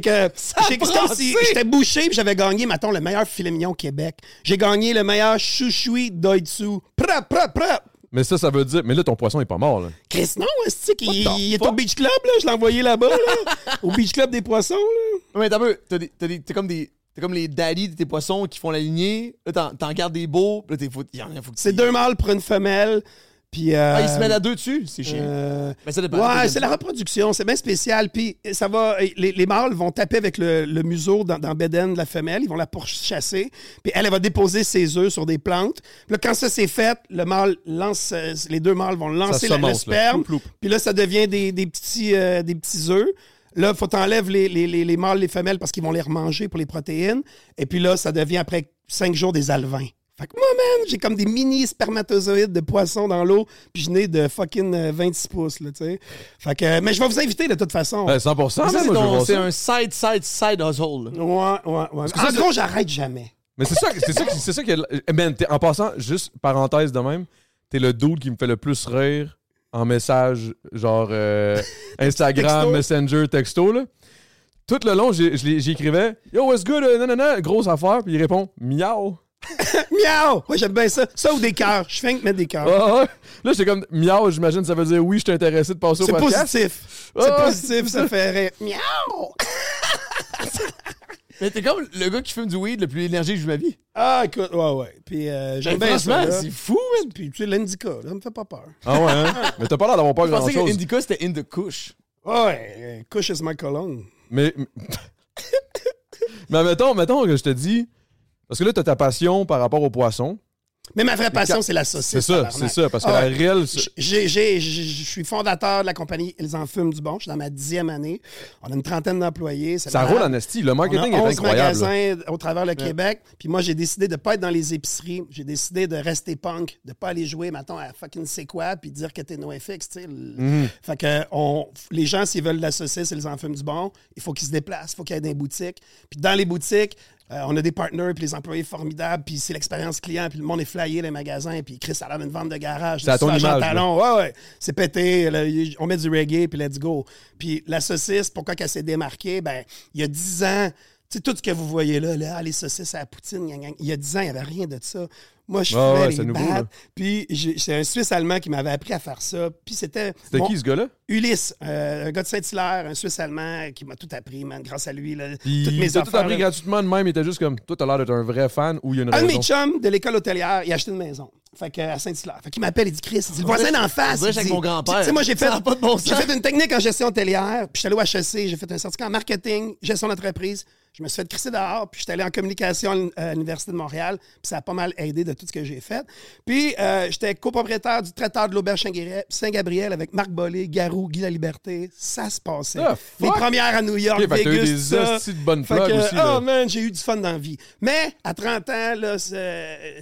Speaker 3: que j'ai- c'est comme si
Speaker 1: brassait!
Speaker 3: j'étais bouché, puis j'avais gagné, mettons, le meilleur filet mignon au Québec. J'ai gagné le meilleur chouchoui d'Oitsu. Pra, pra, pra!
Speaker 2: Mais ça, ça veut dire... Mais là, ton poisson est pas mort, là.
Speaker 3: Chris, non, est il, il est au Beach Club, là, je l'ai envoyé là-bas, là, au Beach Club des poissons, là.
Speaker 1: Ouais, Mais t'as peu, t'as des- t'as des- t'es comme des. T'es comme les daddies de tes poissons qui font la lignée. Là, t'en- t'en gardes des beaux. Là, t'es faut, y en- y en- faut que
Speaker 3: C'est
Speaker 1: tu-
Speaker 3: deux mâles pour une femelle, puis... euh,
Speaker 1: Ah, ils se mettent à deux dessus. C'est chiant.
Speaker 3: euh,
Speaker 1: Mais ça dépend.
Speaker 3: Ouais,
Speaker 1: Deuxième
Speaker 3: c'est la reproduction, c'est bien spécial. Puis ça va, les, les mâles vont taper avec le, le museau dans, dans Beden de la femelle, ils vont la pourchasser. Puis elle, elle va déposer ses œufs sur des plantes. Puis là, quand ça c'est fait, le mâle lance, euh, les deux mâles vont lancer la- le
Speaker 2: semence, là.
Speaker 3: sperme.
Speaker 2: Ploup, ploup.
Speaker 3: Puis là, ça devient des, des petits, euh, des petits œufs. Là, faut t'enlèves les, les, les, les mâles, les femelles parce qu'ils vont les remanger pour les protéines. Et puis là, ça devient après cinq jours des alevins. Fait que moi, man, j'ai comme des mini spermatozoïdes de poissons dans l'eau, puis je n'ai de fucking euh, 26 pouces, là, tu sais. Fait que, euh, mais je vais vous inviter de toute façon.
Speaker 2: Ben, 100
Speaker 1: Mais ça,
Speaker 2: même,
Speaker 1: c'est
Speaker 2: moi, je veux
Speaker 1: ton-
Speaker 2: voir
Speaker 1: c'est
Speaker 2: ça.
Speaker 1: un side, side, side hustle. là.
Speaker 3: Ouais, ouais, ouais. En gros, j'arrête jamais.
Speaker 2: Mais c'est ça, c'est ça, qui- c'est ça qui. est- Man, t'es- en passant, juste parenthèse de même, t'es le dude qui me fait le plus rire en message, genre euh, Instagram,
Speaker 3: Texto.
Speaker 2: Messenger, texto, là. Tout le long, j'ai- je l'ai- j'écrivais Yo, what's good? euh, nanana, grosse affaire. Puis il répond Miaou.
Speaker 3: Miaou! Ouais, j'aime bien ça. Ça ou des cœurs. Je fais que mettre des cœurs.
Speaker 2: Ah, ouais. Là, j'étais comme Miaou, j'imagine, ça veut dire oui, je suis intéressé de passer au
Speaker 3: C'est
Speaker 2: podcast.
Speaker 3: positif.
Speaker 2: Ouais,
Speaker 3: C'est
Speaker 2: ouais.
Speaker 3: positif, ça fait rire. Miaou!
Speaker 1: Mais t'es comme le gars qui fume du weed le plus énergique de ma vie.
Speaker 3: Ah, écoute, ouais, ouais. Puis euh, j'aime
Speaker 1: Mais
Speaker 3: bien ça.
Speaker 1: Ben, franchement,
Speaker 3: là.
Speaker 1: c'est fou, man.
Speaker 3: Puis tu sais, l'indica, là, me fait pas peur.
Speaker 2: Ah ouais, hein? Mais t'as pas l'air d'avoir peur
Speaker 1: Je
Speaker 2: grand
Speaker 1: pensais que
Speaker 2: chose.
Speaker 1: Indica, c'était in the couche.
Speaker 3: Ouais, couche is my cologne.
Speaker 2: Mais. Mais mettons, mettons que je te dis. Parce que là, t'as ta passion par rapport aux poissons.
Speaker 3: Mais ma vraie passion,
Speaker 2: ca-
Speaker 3: c'est la saucisse.
Speaker 2: C'est ça,
Speaker 3: tabarnak.
Speaker 2: c'est ça. Parce que
Speaker 3: Ah
Speaker 2: la
Speaker 3: ouais.
Speaker 2: réelle.
Speaker 3: J- j'ai- j'ai- j- Je suis fondateur de la compagnie Ils en fument du bon. Je suis dans ma dixième année. On a une trentaine d'employés. C'est
Speaker 2: Ça
Speaker 3: malade.
Speaker 2: roule en esti. Le
Speaker 3: On a
Speaker 2: marketing est
Speaker 3: 11
Speaker 2: incroyable. là.
Speaker 3: magasins au travers le Québec. Puis moi, j'ai décidé de pas être dans les épiceries. J'ai décidé de rester punk, de pas aller jouer, maintenant à fucking c'est quoi, puis dire que t'es NoFX. tu sais.
Speaker 2: Mhm.
Speaker 3: Fait que on, les gens, s'ils veulent de la saucisse et les enfants du bon, il faut qu'ils se déplacent, il faut qu'ils aillent dans les boutiques. Puis dans les boutiques, euh, on a des partners, puis les employés formidables, puis c'est l'expérience client, puis le monde est flyé, les magasins, puis Chris, ça a l'air d'une vente de garage.
Speaker 2: C'est à ton
Speaker 3: Jean
Speaker 2: image,
Speaker 3: Talon,
Speaker 2: là.
Speaker 3: non, ouais, ouais. C'est pété. là, y- on met du reggae, puis let's go. Puis la saucisse, pourquoi qu'elle s'est démarquée? Ben, il y a 10 ans, tu sais, tout ce que vous voyez là, là, les saucisses à la poutine, gna, gna, il y a 10 ans, il n'y avait rien de ça. Moi, je
Speaker 2: Ouais,
Speaker 3: fumais
Speaker 2: ouais,
Speaker 3: les
Speaker 2: c'est nouveau,
Speaker 3: battes,
Speaker 2: là.
Speaker 3: Puis j'ai- c'est un Suisse-Allemand qui m'avait appris à faire ça. Puis c'était...
Speaker 2: C'était
Speaker 3: mon-
Speaker 2: qui ce gars-là?
Speaker 3: Ulysse, euh, un gars de Saint-Hilaire, un Suisse-Allemand qui m'a tout appris, man. Grâce à lui, là,
Speaker 2: Puis
Speaker 3: toutes mes
Speaker 2: il t'a tout
Speaker 3: affaires,
Speaker 2: appris
Speaker 3: là.
Speaker 2: gratuitement de même. Il était juste comme, toi, t'as l'air d'être un vrai fan ou il y a une
Speaker 3: Un de
Speaker 2: raison.
Speaker 3: mes chums de l'école hôtelière, il a acheté une maison. Fait que, à Saint-Hilaire. Fait qu'il m'appelle, il dit Chris, il dit le voisin d'en face.
Speaker 1: dirait
Speaker 3: il
Speaker 1: avec
Speaker 3: dit-
Speaker 1: mon grand-père.
Speaker 3: Tu sais, moi, j'ai fait,
Speaker 1: Ça a pas de bon
Speaker 3: j'ai
Speaker 1: sens.
Speaker 3: fait une technique en gestion hôtelière, puis j'étais allé au HEC, j'ai fait un certificat en marketing, gestion d'entreprise. Je me suis fait crisser dehors, puis j'étais allé en communication à l'Uni- à l'Université de Montréal, puis ça a pas mal aidé de tout ce que j'ai fait. Puis euh, j'étais copropriétaire du traiteur de l'Auberge Saint-Guéret- Saint-Gabriel avec Marc Bollé, Garou, Guy Laliberté. Ça se passait.
Speaker 2: Ah, fuck!
Speaker 3: Les premières à New York,
Speaker 2: Ok, fait que t'as eu
Speaker 3: Vegas,
Speaker 2: des
Speaker 3: ça.
Speaker 2: hosties de bonnes
Speaker 3: Fait
Speaker 2: plugs
Speaker 3: que,
Speaker 2: aussi,
Speaker 3: oh,
Speaker 2: là.
Speaker 3: man, j'ai eu du fun dans la vie. Mais à 30 ans, là,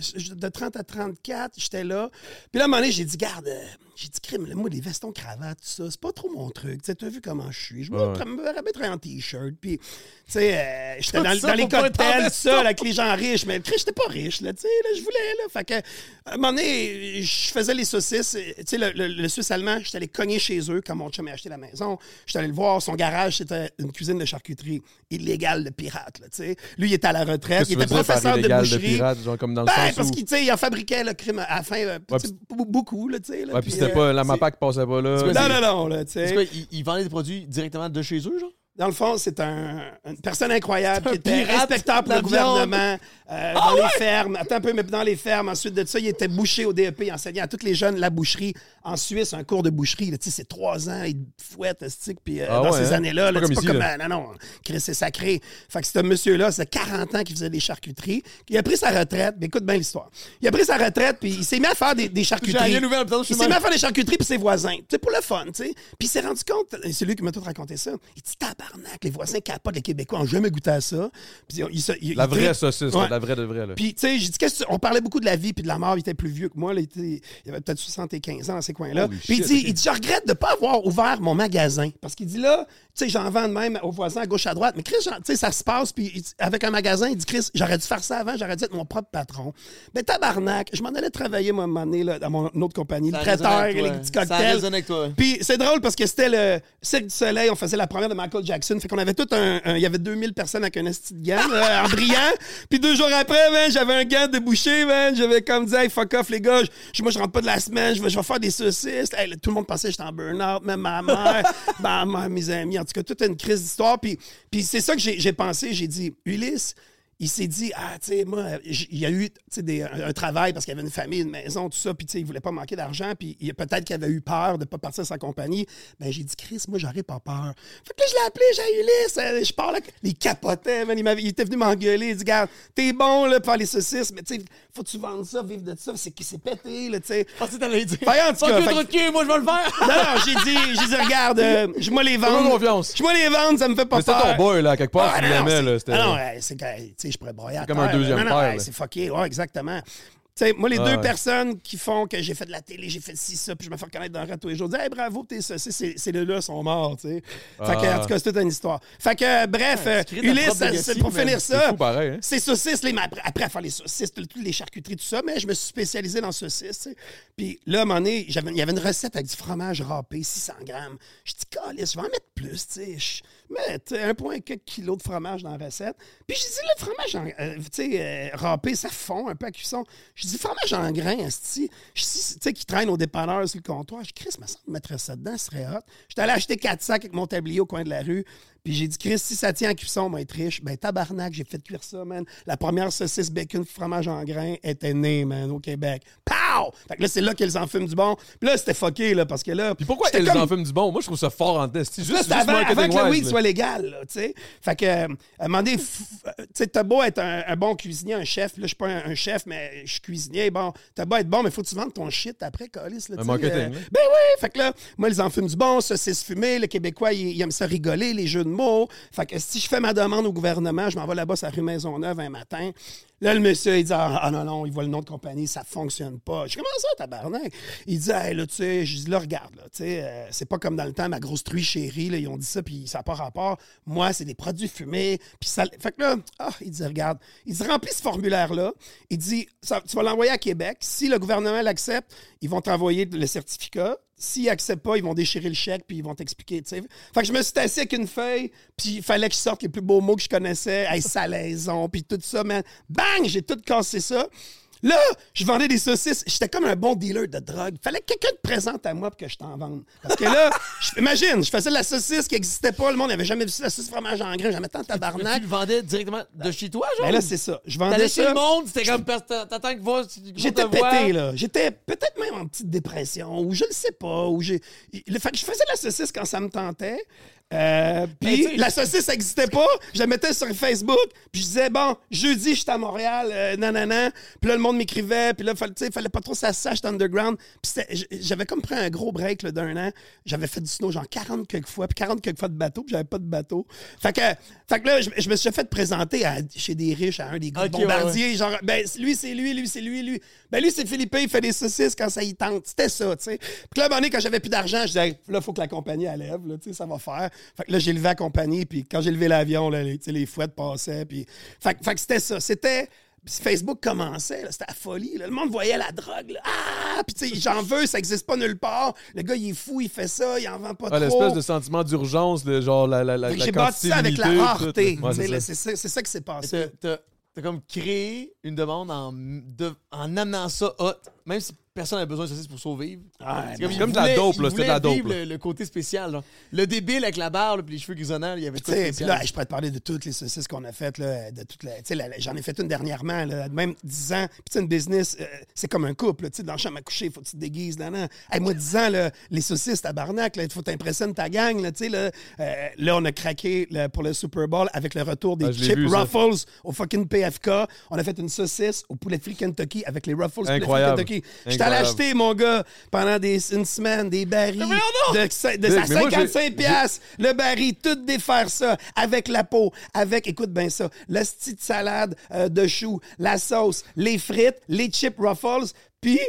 Speaker 3: c'est- je- de 30 à 34, j'étais là. Puis là, à un moment donné, j'ai dit, garde, euh, j'ai dit, crime, le moi, les vestons, cravates, tout ça, c'est pas trop mon truc. Tu sais, t'as vu comment je suis. Je me
Speaker 2: Ouais.
Speaker 3: me remettrais en t-shirt. Puis, tu sais, euh, j'étais
Speaker 1: Tout
Speaker 3: dans,
Speaker 1: ça
Speaker 3: dans les
Speaker 1: pour pas être en
Speaker 3: cocktails, tout
Speaker 1: veston.
Speaker 3: ça, là, avec les gens riches. Mais Chris, j'étais pas riche, là, tu sais, là, je voulais, là. Fait que, à un moment donné, je faisais les saucisses. et, Tu sais, le, le- le Suisse allemand, j'étais allé cogner chez eux quand mon chum a acheté la maison. J'étais allé le voir. Son garage, c'était une cuisine de charcuterie illégale de pirate, là, tu sais. Lui, il était à la retraite.
Speaker 2: Qu'est-ce que
Speaker 3: Il
Speaker 2: tu veux
Speaker 3: était
Speaker 2: dire par
Speaker 3: professeur de
Speaker 2: illégal de
Speaker 3: boucherie.
Speaker 2: pirate, genre comme dans le
Speaker 3: Ben,
Speaker 2: sens
Speaker 3: parce
Speaker 2: où-
Speaker 3: qu'il tu sais, il en fabriquait le crime à la fin, euh, tu sais, b- beaucoup, là, tu sais. là,
Speaker 2: Ouais, puis
Speaker 3: euh,
Speaker 2: c'était pas. La
Speaker 3: c'est-
Speaker 2: MAPAC passait pas là.
Speaker 1: quoi,
Speaker 3: Non, non, non, là, tu
Speaker 1: C'est
Speaker 3: sais.
Speaker 1: quoi, ils, ils vendaient des produits directement de chez eux, genre?
Speaker 3: Dans le fond, c'est un, une personne incroyable
Speaker 1: C'est un
Speaker 3: qui était
Speaker 1: pirate
Speaker 3: inspecteur
Speaker 1: de
Speaker 3: pour le
Speaker 1: la viande.
Speaker 3: gouvernement euh, dans les fermes. Attends un peu, mais dans les fermes. Ensuite de ça, il était boucher au DEP. Il enseignait à tous les jeunes la boucherie. En Suisse, un cours de boucherie, là, tu sais, c'est trois ans, il fouette, stick, puis euh,
Speaker 2: Ah
Speaker 3: dans
Speaker 2: ouais,
Speaker 3: ces
Speaker 2: hein?
Speaker 3: années-là,
Speaker 2: C'est
Speaker 3: là,
Speaker 2: pas
Speaker 3: c'est pas
Speaker 2: comme
Speaker 3: comme...
Speaker 2: ici,
Speaker 3: euh, Non, non, Chris, c'est sacré. Fait que ce monsieur-là, c'est 40 ans qu'il faisait des charcuteries. Il a pris sa retraite, mais écoute bien l'histoire. Il a pris sa retraite, puis il s'est mis à faire des, des charcuteries.
Speaker 1: rien ouvert, putain, je suis
Speaker 3: Il s'est
Speaker 1: mal.
Speaker 3: mis à faire des charcuteries pour ses voisins. Tu sais, pour le fun, tu sais. Puis il s'est rendu compte, et c'est lui qui m'a tout raconté ça. Il dit tabarnak, les voisins capotent, les Québécois ont jamais goûté à ça. Puis il se- il-
Speaker 2: La
Speaker 3: il
Speaker 2: vraie
Speaker 3: tripe.
Speaker 2: saucisse,
Speaker 3: Ouais.
Speaker 2: là, la vraie de vraie. Là.
Speaker 3: Puis, tu sais, j'ai dit, qu'est-ce que tu- on parlait beaucoup de la vie puis de la mort. Il était plus vieux que moi. là, il, était- il avait peut-être 75 ans dans ces coins-là.
Speaker 2: Holy
Speaker 3: Puis, il
Speaker 2: shit,
Speaker 3: dit,
Speaker 2: ok.
Speaker 3: il dit, je regrette de ne pas avoir ouvert mon magasin. Parce qu'il dit, là, tu sais, j'en vends de même aux voisins à gauche, à droite. Mais Chris, j'en- tu sais, ça se passe. Puis, il dit- avec un magasin, il dit, Chris, j'aurais dû faire ça avant. J'aurais dû être mon propre patron. Mais tabarnak, je m'en allais travailler, moi, à un moment donné, là, dans mon autre compagnie.
Speaker 1: Ça
Speaker 3: le
Speaker 1: résonne
Speaker 3: traiteur,
Speaker 1: avec
Speaker 3: et
Speaker 1: toi.
Speaker 3: les petits
Speaker 1: Ça
Speaker 3: cocktails.
Speaker 1: résonne avec toi.
Speaker 3: Puis c'est drôle parce que c'était le Cirque du Soleil, on faisait la première de Michael Jackson. Fait qu'on avait tout un. un- Il y avait 2000 personnes avec un esti de gang, là, en brillant. Puis deux jours après, man, j'avais un gant débouché, man. J'avais comme dit, hey, fuck off, les gars. Je- moi, je rentre pas de la semaine. Je vais, je vais faire des saucisses. Hey, là, tout le monde pensait que j'étais en burn-out, même ma mère, ma mère, mes amis. En tout cas, toute une crise d'histoire. Puis, puis c'est ça que j'ai j'ai pensé. J'ai dit, Ulysse, il s'est dit, ah, tu sais, moi, j- il y a eu tu sais, des- un, un travail parce qu'il y avait une famille, une maison, tout ça, puis tu sais, il voulait pas manquer d'argent, puis il- peut-être qu'il avait eu peur de pas partir de sa compagnie. Ben, j'ai dit, Chris, moi, j'aurais pas peur. Fait que là, je l'ai appelé, j'ai Ulysse, euh, je parle, avec- il capotait, man, il, m'avait- il était venu m'engueuler, il dit, garde, t'es bon, là, pour faire les saucisses, mais tu sais, faut que tu vendes ça, vivre de ça, c'est qui s'est pété, là, tu sais.
Speaker 1: Parce que t'allais dire.
Speaker 3: Ben, en tout
Speaker 1: Fuck
Speaker 3: cas,
Speaker 1: you,
Speaker 3: fait
Speaker 1: trou de cul, moi, je vais le faire!
Speaker 3: Non, non, j'ai dit, j'ai dit, regarde, euh, je moi les
Speaker 2: Fais-moi
Speaker 3: vendre.
Speaker 2: confiance.
Speaker 3: Je moi les vendre, ça me fait pas
Speaker 2: Mais c'était ton
Speaker 3: peur.
Speaker 2: boy, là, quelque part,
Speaker 3: Ah,
Speaker 2: tu
Speaker 3: non, non,
Speaker 2: l'aimais,
Speaker 3: c'est-
Speaker 2: là. c'était-
Speaker 3: Ah non, ouais, c'est que, tu sais, je pourrais broyer à
Speaker 2: comme un
Speaker 3: terre, là.
Speaker 2: deuxième
Speaker 3: Non, non,
Speaker 2: père,
Speaker 3: ouais,
Speaker 2: là.
Speaker 3: C'est fucké, ouais, exactement. Tu sais, moi, les
Speaker 2: Ah,
Speaker 3: deux
Speaker 2: ouais.
Speaker 3: personnes qui font que j'ai fait de la télé, j'ai fait ci, ça, puis je me fais reconnaître dans le rap tous les jours, je dis, hey, bravo, tes saucisses, ces ces deux-là sont morts, tu sais. Fait que,
Speaker 2: Ah.
Speaker 3: en tout cas, c'est toute une histoire. Fait que, euh, bref, euh,
Speaker 1: tu crées ta
Speaker 3: Ulysse,
Speaker 1: propre
Speaker 3: ça-
Speaker 1: legacy,
Speaker 3: c'est- pour
Speaker 1: man.
Speaker 3: finir
Speaker 2: C'est
Speaker 3: ça,
Speaker 2: fou pareil, hein?
Speaker 3: ces saucisses, les, mais après, après à faire les saucisses, tout- toutes les charcuteries, tout ça, mais je me suis spécialisé dans saucisses. tu sais. Puis là, à un moment donné, j'avais- il y avait une recette avec du fromage râpé, 600 grammes. Je dis, calisse, je vais en mettre plus, tu sais. Je mets tu sais, 1,4 kg de fromage dans la recette. Puis je dis, le fromage en- euh, tu sais, euh, râpé, ça fond un peu à cuisson. Je dis, fromage en grains, esti. Je dis, tu sais, qui traîne au dépanneur sur le comptoir. Je dis, Chris, ma semble mettrait ça dedans, ce serait hot. J'étais allé acheter 4 sacs avec mon tablier au coin de la rue. Puis Puis j'ai dit, Chris, si ça tient à cuisson, on va être riche. Ben, tabarnak, j'ai fait cuire ça, man. La première saucisse bacon fromage en grain était née, man, au Québec. Pow! Fait que là, c'est là qu'elles en fument du bon. Puis là, c'était fucké, là, parce que là.
Speaker 2: Puis pourquoi
Speaker 3: c'était
Speaker 2: elles
Speaker 3: comme-
Speaker 2: en fument du bon? Moi, je trouve ça fort en test. C'est Juste,
Speaker 3: Là,
Speaker 2: juste
Speaker 3: c'est avant, avant que le
Speaker 2: marketing-wise,
Speaker 3: weed
Speaker 2: là.
Speaker 3: soit légal, là, tu sais. Fait que, euh, à un moment donné, f- euh, tu sais, t'as beau être un, un bon cuisinier, un chef, là, je suis pas un, un chef, mais je suis cuisinier, bon, t'as beau être bon, mais faut que tu vendes ton shit après, Colis, là, tu sais,
Speaker 2: marketing,
Speaker 3: euh,
Speaker 2: là.
Speaker 3: Ben oui, fait que là, moi, ils en fument du bon, saucisse fumée, le Québécois, il, il aime ça rigoler, les jeux de mots. Fait que si je fais ma demande au gouvernement, je m'en vais là-bas sur la rue Maisonneuve un matin. Là, le monsieur, il dit Ah ah, non, non, il voit le nom de compagnie, ça fonctionne pas. Je dis Comment ça, tabarnak Il dit Hey, là, tu sais, je dis Là, regarde, là, tu sais, euh, c'est pas comme dans le temps, ma grosse truie chérie, là, ils ont dit ça, puis ça n'a pas rapport. Moi, c'est des produits fumés, puis ça. Fait que là, ah, il dit Regarde, il dit Remplis ce formulaire-là. Il dit Ça- Tu vas l'envoyer à Québec. Si le gouvernement l'accepte, ils vont t'envoyer le certificat. S'ils n'acceptent pas, ils vont déchirer le chèque puis ils vont t'expliquer. tu sais. Fait que je me suis assis avec une feuille, puis il fallait que je sorte les plus beaux mots que je connaissais, hey, salaison, puis tout ça, man. Bang! J'ai tout cassé ça. Là, je vendais des saucisses. J'étais comme un bon dealer de drogue. Fallait que quelqu'un te présente à moi pour que je t'en vende. Parce que là, je- imagine, je faisais de la saucisse qui n'existait pas. Le monde n'avait jamais vu ça, la saucisse fromage en grain. Jamais tant de
Speaker 1: Tu
Speaker 3: tabarnak.
Speaker 1: le vendais directement de chez toi, genre?
Speaker 3: Mais là, c'est ça. Je vendais
Speaker 1: T'allais chez
Speaker 3: ça.
Speaker 1: le monde, c'était comme... parce que T'attends que voir si qu'on
Speaker 3: J'étais
Speaker 1: te voit.
Speaker 3: pété, là. J'étais peut-être même en petite dépression, ou je ne sais pas. Ou j'ai... Le fait que je faisais de la saucisse quand ça me tentait. Euh,
Speaker 1: Ben,
Speaker 3: puis
Speaker 1: tu sais,
Speaker 3: la saucisse n'existait pas. Je la mettais sur Facebook. Puis je disais, bon, jeudi, je suis à Montréal, euh, nanana. Puis là, le monde m'écrivait. Puis là, fallait- tu sais, fallait pas trop que ça se sache, j'étais underground. Puis c'était- j- j'avais comme pris un gros break là, d'un an. J'avais fait du snow, genre 40 quelques fois. Puis 40 quelques fois de bateau. Puis j'avais pas de bateau. Fait que, fait que là, je, je me suis fait présenter à- chez des riches, à un des gars de
Speaker 1: Ok, ouais, ouais.
Speaker 3: Bombardier sais, genre, ben, lui, c'est lui, lui, c'est lui, lui. Ben, lui, c'est Philippe, il fait des saucisses quand ça y tente. C'était ça, tu sais. Puis là, à un moment donné, quand j'avais plus d'argent, je disais, Hey, là, faut que la compagnie elle lève, là, tu sais, ça va faire. Fait que là, j'ai levé la compagnie, puis quand j'ai levé l'avion, là, les, tu sais, les fouettes passaient, puis. Fait, que- fait que c'était ça. C'était. puis Facebook commençait, là, c'était la folie. là. Le monde voyait la drogue. là. Ah! Puis, tu sais, j'en veux, ça n'existe pas nulle part. Le gars, il est fou, il fait ça, il en vend pas
Speaker 2: Ah,
Speaker 3: trop.
Speaker 2: l'espèce de sentiment d'urgence, de genre la, la, la,
Speaker 3: Fait que
Speaker 2: la
Speaker 3: j'ai bâti
Speaker 2: quantité
Speaker 3: ça avec la
Speaker 2: limitée,
Speaker 3: rareté.
Speaker 2: tout. Ouais,
Speaker 3: tu sais,
Speaker 2: c'est
Speaker 3: là,
Speaker 2: ça.
Speaker 3: c'est ça, c'est ça qui s'est
Speaker 1: Mais
Speaker 3: passé.
Speaker 1: t'as- T'as t'as comme créé une demande en, de- en amenant ça hot, même si personne n'a besoin de saucisse pour survivre.
Speaker 3: Ah,
Speaker 1: C'est
Speaker 3: mais-
Speaker 1: il
Speaker 2: Comme de la
Speaker 1: voulait-
Speaker 2: dope,
Speaker 1: il
Speaker 2: là, c'était de
Speaker 1: voulait
Speaker 2: la dope,
Speaker 1: vivre
Speaker 2: là.
Speaker 1: Le, le côté spécial, genre. Le débile avec la barbe puis les cheveux grisonnants, il y avait tout
Speaker 3: Tu sais, puis
Speaker 1: spécial.
Speaker 3: là, je pourrais te parler de toutes les saucisses qu'on a faites, là, de toutes les- tu sais, la- la- j'en ai fait une dernièrement, là, même 10 ans. Puis tu sais, une business, euh, c'est comme un couple, là, tu sais, dans la chambre à coucher, faut que tu te déguises, nan, nan. Hey, moi, 10 ans, là, les saucisses, tabarnak, il faut t'impressionner ta gang, là, tu sais, là, Euh, là, on a craqué là, pour le Super Bowl avec le retour des
Speaker 2: Ah, je l'ai
Speaker 3: chips
Speaker 2: vu, ça.
Speaker 3: Ruffles au fucking PFK. On a fait une saucisse au poulet frit Kentucky avec les Ruffles poulet frit
Speaker 2: Incroyable.
Speaker 3: Kentucky. J'étais allé
Speaker 2: Incroyable.
Speaker 3: acheter, mon gars, pendant des, une semaine, des barils
Speaker 1: Mais voyons
Speaker 3: de, cin- de
Speaker 2: Dick,
Speaker 3: à
Speaker 2: mais moi, j'ai-
Speaker 3: 55 piastres, le baril, tout défaire ça, avec la peau, avec, écoute bien ça, le style de salade euh, de choux, la sauce, les frites, les chips ruffles, puis...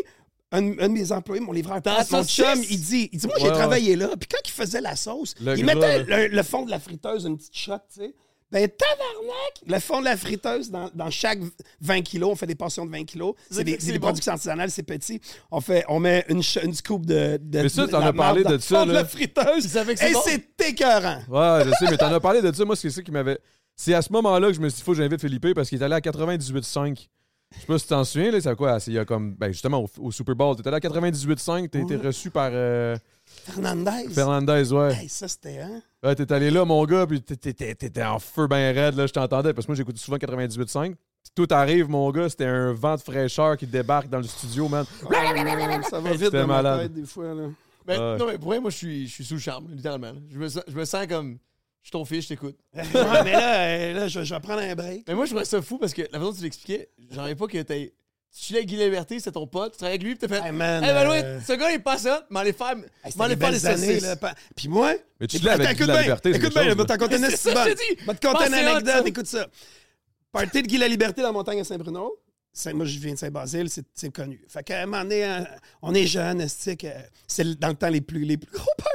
Speaker 3: Un, un de mes employés, mon livreur,
Speaker 1: Dans
Speaker 3: Pat, mon
Speaker 1: saucisse?
Speaker 3: chum, il dit, il dit, moi, j'ai
Speaker 2: Ouais, ouais.
Speaker 3: travaillé là. Puis quand il faisait la sauce,
Speaker 2: Le
Speaker 3: il
Speaker 2: gras,
Speaker 3: mettait le, le fond de la friteuse, une petite shot, tu sais. Ben, tabarnak! Le fond de la friteuse, dans, dans chaque 20 kilos, on fait des portions de 20 kilos. C'est des,
Speaker 1: c'est
Speaker 3: c'est des
Speaker 1: bon.
Speaker 3: productions artisanales, c'est petit. On, fait, on met une, ch- une scoop de, de
Speaker 2: Mais ça,
Speaker 3: de
Speaker 2: t'en
Speaker 3: la
Speaker 2: as parlé
Speaker 3: marde
Speaker 2: de
Speaker 3: dans
Speaker 2: ça,
Speaker 3: le fond de
Speaker 2: là.
Speaker 3: la friteuse.
Speaker 1: Tu savais que c'est
Speaker 3: Et
Speaker 1: bon?
Speaker 3: c'est écœurant.
Speaker 2: Ouais, je sais, mais t'en as parlé de ça. Moi, c'est ça qui m'avait. C'est à ce moment-là que je me suis dit, faut que j'invite Philippe parce qu'il est allé à 98,5. Je sais pas si tu t'en souviens, là, c'est à quoi? C'est il y a comme. Ben, justement, au, au Super Bowl, t'es allé à 98,5, t'as été reçu par euh,
Speaker 3: Fernandez.
Speaker 2: Fernandez, ouais.
Speaker 3: Hey, ça, c'était, hein?
Speaker 2: Ouais, t'es allé là, mon gars, puis t'é- t'étais t'étais en feu ben raide, là, je t'entendais, parce que moi, j'écoute souvent 98.5. Puis Tout arrive, mon gars, c'était un vent de fraîcheur qui débarque dans le studio, man.
Speaker 3: ça va vite
Speaker 2: C'était
Speaker 3: dans ma
Speaker 2: malade.
Speaker 3: tête, des fois, là.
Speaker 1: Ben,
Speaker 2: Ouais.
Speaker 1: Non, mais pour vrai, moi, je suis, je suis sous le charme, littéralement. là. Je me, sens- je me sens comme. Je suis ton fils, je t'écoute.
Speaker 3: Ouais, mais là, euh, là, je, je vais prendre un break.
Speaker 1: Mais moi, je trouvais ça fou parce que la façon dont tu l'expliquais, j'en avais pas que t'aies. Tu suis avec Guy Liberté, c'est ton pote, tu travailles avec lui, pis t'as fait.
Speaker 3: Hey, man,
Speaker 1: Hey, Malouette,
Speaker 3: euh,
Speaker 1: ce gars, il est pas ça, mais allez faire.
Speaker 3: Hey, c'était
Speaker 1: m'en
Speaker 3: des
Speaker 1: aller faire les
Speaker 3: belles années,
Speaker 1: saucisses.
Speaker 3: là. pa- Puis moi...
Speaker 2: Mais tu
Speaker 3: écoute-
Speaker 2: l'as avec
Speaker 3: attends,
Speaker 2: Guy
Speaker 3: écoute bien,
Speaker 2: Liberté, c'est quelque
Speaker 3: Écoute bien,
Speaker 2: chose,
Speaker 3: je vais
Speaker 2: là.
Speaker 3: t'en conter une
Speaker 1: Mais c'est ça que je
Speaker 3: bonne.
Speaker 1: dis.
Speaker 3: Je vais te conter une
Speaker 1: Pensez hot,
Speaker 3: anecdote,
Speaker 1: ça.
Speaker 3: écoute ça. Party de Guy la Liberté dans la montagne à Saint-Bruno. Saint- moi, je viens de Saint-Basile, c'est- c'est connu. Fait qu'à un moment donné, hein, on est jeunes, esti, que c'est le- dans le temps les plus, les plus gros parties.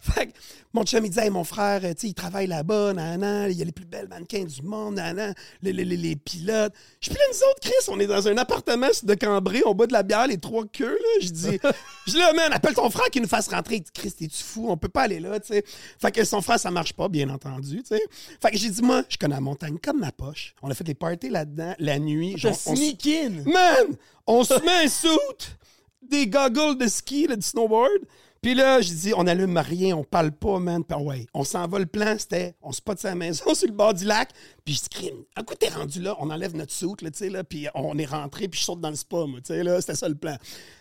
Speaker 3: Fait que mon chum, il dit Hey, mon frère, euh, tu sais, il travaille là-bas, nanan, il y a les plus belles mannequins du monde, nanan, les, les, les- les pilotes. Je suis là, nous autres, Chris, on est dans un appartement de Cambrai, on boit de la bière, les trois queues, là. Je dis, je dis, là, man, appelle ton frère qu'il nous fasse rentrer. Il dit, Chris, t'es-tu fou? On peut pas aller là, tu sais. Fait que son frère, ça marche pas, bien entendu, tu sais. Fait que j'ai dit, moi, je connais la montagne comme ma poche. On a fait des parties là-dedans, la nuit.
Speaker 1: T'as
Speaker 3: genre, on s-
Speaker 1: sneak in.
Speaker 3: Man, on se met un suit, des goggles de ski, là, du snowboard, Puis là, j'ai dit, on allume rien, on parle pas, man. Puis ah ouais, on s'en va. Le plan, c'était, on se de sa maison sur le bord du lac. Puis je scream. Un coup, t'es rendu là, on enlève notre soute, là, tu sais, là. Puis on est rentré, puis je saute dans le spa, moi, tu sais, là. C'était ça le plan.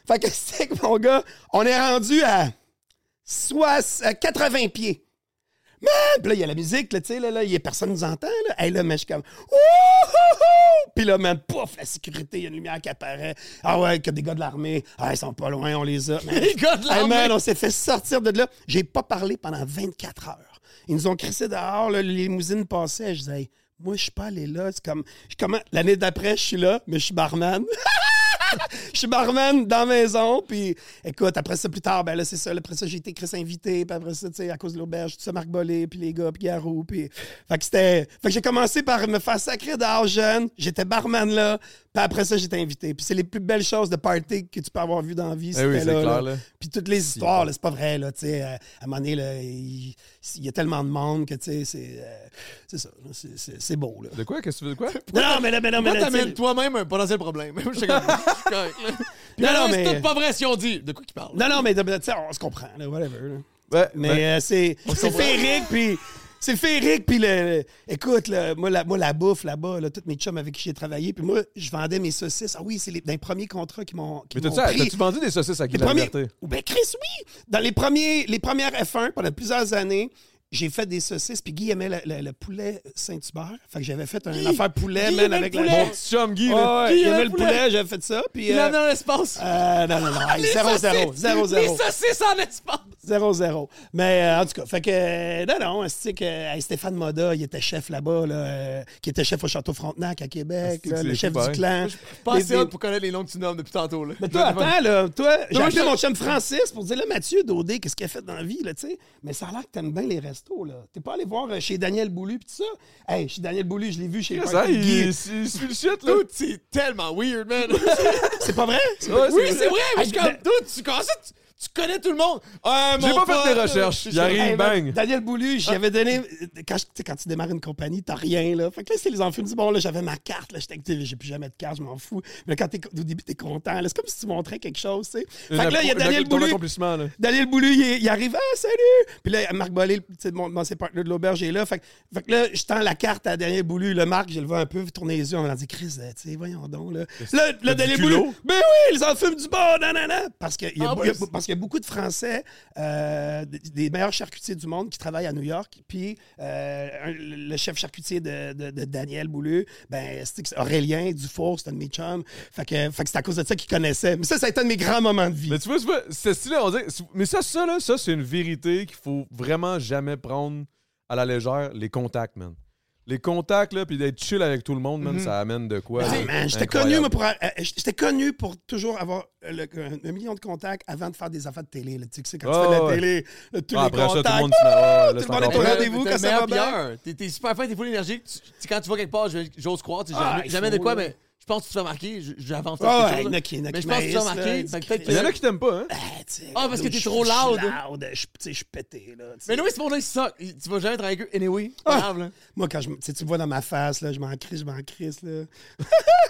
Speaker 3: Fait que c'est que, mon gars, on est rendu à soit à 80 pieds. Man! Puis là, il y a la musique, là, tu sais, là, là, il y a personne nous entend, là. Hey, là, mais je suis comme, Wouhouhou! Puis là, man, pouf, la sécurité, il y a une lumière qui apparaît. Ah ouais, que des gars de l'armée. Ah, ils sont pas loin, on les a. Man,
Speaker 1: Les gars de
Speaker 3: Hey,
Speaker 1: l'armée!
Speaker 3: man, on s'est fait sortir de là. J'ai pas parlé pendant 24 heures. Ils nous ont crissé dehors, là, les limousines passaient. Je disais, Hey, moi, je suis pas allé là. C'est comme, je commence- l'année d'après, je suis là, mais je suis barman. Je suis barman dans la maison, puis écoute, après ça, plus tard, ben là, c'est ça. là, Après ça, j'ai été Chris invité, puis après ça, tu sais, à cause de l'auberge, tout ça, Marc Bollet, puis les gars, puis Garou, puis... Fait que c'était... Fait que j'ai commencé par me faire sacrer dehors jeune, j'étais barman là, puis après ça, j'étais invité. Puis c'est les plus belles choses de party que tu peux avoir vu dans la vie,
Speaker 2: Eh oui,
Speaker 3: c'était
Speaker 2: c'est
Speaker 3: là,
Speaker 2: clair,
Speaker 3: là.
Speaker 2: là.
Speaker 3: Puis toutes les histoires, là, c'est pas vrai, là, tu sais, euh, à un moment donné, là, il il y a tellement de monde que, tu sais, c'est... euh, c'est ça, là, c'est- c'est c'est beau, là.
Speaker 2: De quoi? Qu'est-ce que tu veux de quoi?
Speaker 3: Non, mais là, mais non, mais
Speaker 1: Là,
Speaker 3: là, tu sais-
Speaker 1: t'amènes toi-même un potentiel problème. Je suis comme, je suis correct, là.
Speaker 3: Non, non,
Speaker 1: Là,
Speaker 3: mais- euh,
Speaker 1: C'est tout pas vrai si on dit. De quoi qu'il parle?
Speaker 3: Non, non, mais tu sais, on se comprend, là, whatever, là.
Speaker 2: Ouais,
Speaker 3: Mais
Speaker 2: ouais.
Speaker 3: euh, c'est c'est féerique, puis... C'est féerique, puis le, le- écoute, là, moi, la, moi, la bouffe là-bas, là, tous mes chums avec qui j'ai travaillé, puis moi, je vendais mes saucisses. Ah oui, c'est les, dans les premiers contrats qui m'ont qui
Speaker 2: Mais
Speaker 3: m'ont
Speaker 2: t'as-tu-
Speaker 3: pris.
Speaker 2: t'as-tu vendu des saucisses à Guy
Speaker 3: Les premiers-
Speaker 2: Liberté?
Speaker 3: Ou ben Chris, oui! Dans les, premiers, les premières F1, pendant plusieurs années, j'ai fait des saucisses, puis Guy aimait le, le- le poulet Saint-Hubert. Fait que j'avais fait un affaire poulet,
Speaker 1: Guy
Speaker 3: man,
Speaker 1: aimait
Speaker 3: avec
Speaker 1: le
Speaker 3: la...
Speaker 1: poulet!
Speaker 2: Mon petit chum Guy,
Speaker 3: Ouais,
Speaker 2: là.
Speaker 3: ouais,
Speaker 1: Guy
Speaker 3: il
Speaker 1: aimait
Speaker 3: aimait
Speaker 1: le
Speaker 3: le
Speaker 1: poulet.
Speaker 3: poulet, j'avais fait ça, puis...
Speaker 1: Il
Speaker 3: euh,
Speaker 1: l'a amené dans l'espace.
Speaker 3: euh, non, non, non, hey,
Speaker 1: Les
Speaker 3: 0-0,
Speaker 1: saucisses! Les
Speaker 3: 0-0.
Speaker 1: saucisses en espace!
Speaker 3: 0-0. Mais euh, en tout cas, fait que, euh, non, non, c'est que euh, Stéphane Moda, il était chef là-bas, là, euh, qui était chef au Château Frontenac à Québec,
Speaker 2: Ah, c'est que
Speaker 3: là,
Speaker 2: c'est
Speaker 3: le
Speaker 2: fou,
Speaker 3: chef du
Speaker 2: pareil.
Speaker 3: clan.
Speaker 1: Pas
Speaker 3: Les-
Speaker 1: assez
Speaker 3: les-
Speaker 1: hot pour connaître les noms que tu nommes depuis tantôt. Là.
Speaker 3: toi, attends, là, toi, j'ai
Speaker 1: moi,
Speaker 3: appelé
Speaker 1: je-
Speaker 3: mon chum Francis pour dire, là, Mathieu Daudé, qu'est-ce qu'il a fait dans la vie, là, tu sais? Mais ça a l'air que t'aimes bien les restos, là. T'es pas allé voir euh, chez Daniel Boulu, pis tout ça? Hey, chez Daniel Boulu, je l'ai vu chez
Speaker 2: Chris, hein,
Speaker 3: Party
Speaker 2: il,
Speaker 3: Guy.
Speaker 2: il suit le shit, là.
Speaker 1: Dude, c'est tellement weird, man.
Speaker 3: C'est pas vrai?
Speaker 1: oui, c'est vrai, mais je
Speaker 3: Hey,
Speaker 1: suis comme,
Speaker 3: da-
Speaker 1: dude, tu, comment ça, tu, tu connais tout le monde.
Speaker 2: Ah,
Speaker 1: Euh,
Speaker 2: J'ai pas fait mes recherches. Il arrive,
Speaker 3: Hey, man,
Speaker 2: bang.
Speaker 3: Daniel Boulu, j'avais donné. Quand, je- tu sais, quand tu démarres une compagnie, t'as rien, là. Fait que là, c'est les enfants me disent, bon, là, j'avais ma carte, là, j'étais actif, j'ai plus jamais de carte, je m'en fous. Mais là, quand t'es, au début, t'es content, là. C'est comme si tu montrais quelque chose, tu sais. Fait que là, il y a
Speaker 2: Une-
Speaker 3: Daniel
Speaker 2: ton
Speaker 3: Boulu.
Speaker 2: accomplissement, là.
Speaker 3: Daniel Boulu, il, est- il arrive, ah, salut! Puis là, Marc Bollet, tu sais, mon, mon- ses partenaires de l'auberge est là. Fait, que- fait que là, je tends la carte à Daniel Boulu. Le Marc, je le vois un peu, tourner les yeux, on me dit, Chris, euh, tu sais, voyons donc, là. Là, là, Daniel
Speaker 2: du
Speaker 3: Boulu,
Speaker 2: culot?
Speaker 3: ben oui, ils en fument du bon, nanana! Parce qu'il y, a
Speaker 1: Ah,
Speaker 3: bou-
Speaker 1: ouais,
Speaker 3: il y a
Speaker 1: c'est-
Speaker 3: bou- parce qu'il y a beaucoup de Français, euh, des, des meilleurs charcutiers du monde qui travaillent à New York. Puis euh, un- le chef charcutier de, de- de Daniel Boulu, ben, c'est que c'est Aurélien Dufour, c'est un de mes chums. Fait que, fait que c'est à cause de ça qu'il connaissait. Mais ça, ça a été un de mes grands moments de vie.
Speaker 2: Mais tu vois, tu vois, ce style-là, on dirait. Mais ça, ça, là, ça, c'est une vérité qu'il faut vraiment jamais prendre à la légère. Les contacts, man. Les contacts, là, puis d'être chill avec tout le monde, man, ça amène de quoi.
Speaker 3: Ah,
Speaker 2: là,
Speaker 3: man, j'étais
Speaker 2: incroyable.
Speaker 3: connu, moi, pour, euh, j'étais connu pour toujours avoir euh, le- un million de contacts avant de faire des affaires de télé. là. Tu sais, que c'est quand tu
Speaker 2: Ah,
Speaker 3: fais de la
Speaker 2: ouais.
Speaker 3: télé, là, tous
Speaker 2: Ah,
Speaker 3: les
Speaker 2: après ça, tout le
Speaker 3: contacts.
Speaker 2: monde se met- ah,
Speaker 3: ah,
Speaker 2: là,
Speaker 3: tout
Speaker 2: c'est
Speaker 3: le monde est
Speaker 2: encore
Speaker 3: au
Speaker 2: pire.
Speaker 3: rendez-vous
Speaker 1: T'es
Speaker 3: quand
Speaker 1: le
Speaker 3: ça
Speaker 1: meilleur
Speaker 3: va bien.
Speaker 1: pilleur. T'es t'es super fin, t'es full énergique. Tu- tu- Quand tu vas quelque part, je- j'ose croire, tu sais,
Speaker 3: Ah,
Speaker 1: jamais,
Speaker 3: il
Speaker 1: jamais de
Speaker 3: faut,
Speaker 1: quoi,
Speaker 3: là.
Speaker 1: mais je pense que tu t'es remarqué. je- J'avance
Speaker 3: Ah,
Speaker 1: sur quelque
Speaker 3: ouais,
Speaker 1: chose, là.
Speaker 3: knock, knock,
Speaker 1: Mais je pense que tu
Speaker 3: knock,
Speaker 1: t'as remarqué.
Speaker 3: knock,
Speaker 1: fait que peut-être
Speaker 2: Mais il y en a
Speaker 1: que-
Speaker 2: qui t'aiment pas, hein?
Speaker 3: Ah, tu sais,
Speaker 1: Ah, parce que
Speaker 3: je-
Speaker 1: t'es trop
Speaker 3: je suis
Speaker 1: loud.
Speaker 3: Je suis- tu sais, je suis pété, là. tu sais.
Speaker 1: Mais oui, ce monde-là, il suck. Il- Tu vas jamais travailler avec eux. Anyway, c'est pas
Speaker 3: Ah.
Speaker 1: grave, là.
Speaker 3: Moi, quand je, me- tu sais, tu me vois dans ma face, là, je m'en crie, je m'en crisse. Là.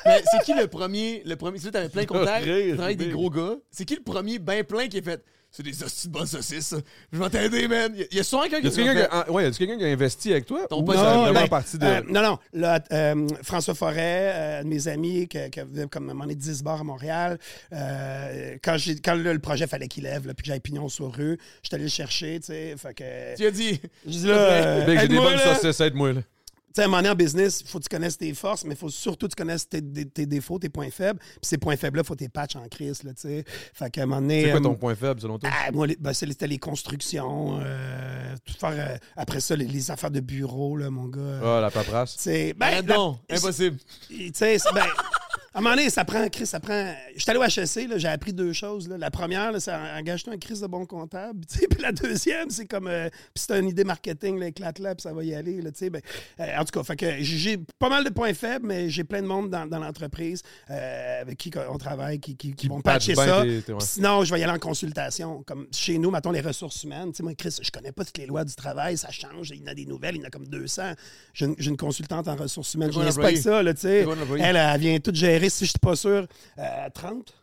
Speaker 1: Mais c'est qui le premier, le premier, tu sais, t'avais plein de contacts,
Speaker 2: Rire,
Speaker 1: tu travailles avec des
Speaker 2: rire.
Speaker 1: gros gars. C'est qui le premier, ben plein, qui a fait C'est des hosties de bonnes saucisses, ça. je vais t'aider, man. Il y a- il y a souvent quelqu'un
Speaker 2: Y a-tu
Speaker 1: qui
Speaker 2: quelqu'un
Speaker 1: fait,
Speaker 2: qui a- ah, ouais, y a-tu quelqu'un qui a investi avec toi?
Speaker 1: Ton
Speaker 2: ou
Speaker 1: pote,
Speaker 2: ça a
Speaker 1: non,
Speaker 2: vraiment
Speaker 3: ben,
Speaker 2: parti de.
Speaker 3: euh, non, non. Là, euh, François Forêt, euh, un de mes amis, qui qui avait comme m'en est 10 bars à Montréal, euh, quand, j'ai- quand là, le projet fallait qu'il lève, là, puis que j'avais pignon sur rue, je suis allé le chercher, tu sais. Fait que.
Speaker 1: Tu as dit
Speaker 3: Je dis là, euh,
Speaker 2: Big, Eh j'ai des
Speaker 3: aide-moi,
Speaker 2: bonnes
Speaker 3: là.
Speaker 2: saucisses, aide-moi, là.
Speaker 3: Tu sais, à un moment donné, en business, il faut que tu connaisses tes forces, mais il faut surtout que tu connaisses tes, tes- tes défauts, tes points faibles. Puis ces points faibles-là, il faut tes patchs en crise, là, tu sais. Fait qu'à un moment donné.
Speaker 2: C'est quoi
Speaker 3: euh,
Speaker 2: ton point faible, selon toi?
Speaker 3: ah, moi, les- ben, c'est- c'était les constructions, euh, tout faire, euh, après ça, les, les affaires de bureau, là, mon gars. euh,
Speaker 2: Ah, la paperasse.
Speaker 3: tu sais, ben,
Speaker 1: Ben
Speaker 3: la-
Speaker 1: non, impossible.
Speaker 3: Tu sais, c'est- ben, à un moment donné, ça prend, Chris, ça prend. J'étais allé au HSC, là, j'ai appris deux choses. là. La première, là, c'est engage-toi un Chris de bon comptable. tu sais. Puis la deuxième, c'est comme. euh, puis c'est une idée marketing, là, éclate-la, puis ça va y aller. Là, tu sais. ben, euh, en tout cas, fait que j'ai pas mal de points faibles, mais j'ai plein de monde dans, dans l'entreprise euh, avec qui on travaille, qui, qui, qui vont
Speaker 2: patchent
Speaker 3: patcher
Speaker 2: bien
Speaker 3: ça.
Speaker 2: tes- tes- ouais.
Speaker 3: Puis Sinon, je vais y aller en consultation. Comme chez nous, mettons les ressources humaines. Tu sais, moi, Chris, je connais pas toutes les lois du travail, ça change. Il y en a des nouvelles, il y en a comme 200. J'ai une, j'ai une consultante en ressources humaines. Je
Speaker 1: quoi
Speaker 3: n'espère
Speaker 1: l'employé?
Speaker 3: ça, là, tu sais.
Speaker 1: C'est quoi l'employé?
Speaker 3: Elle, elle vient tout gérer, si je suis pas sûr, euh, 30.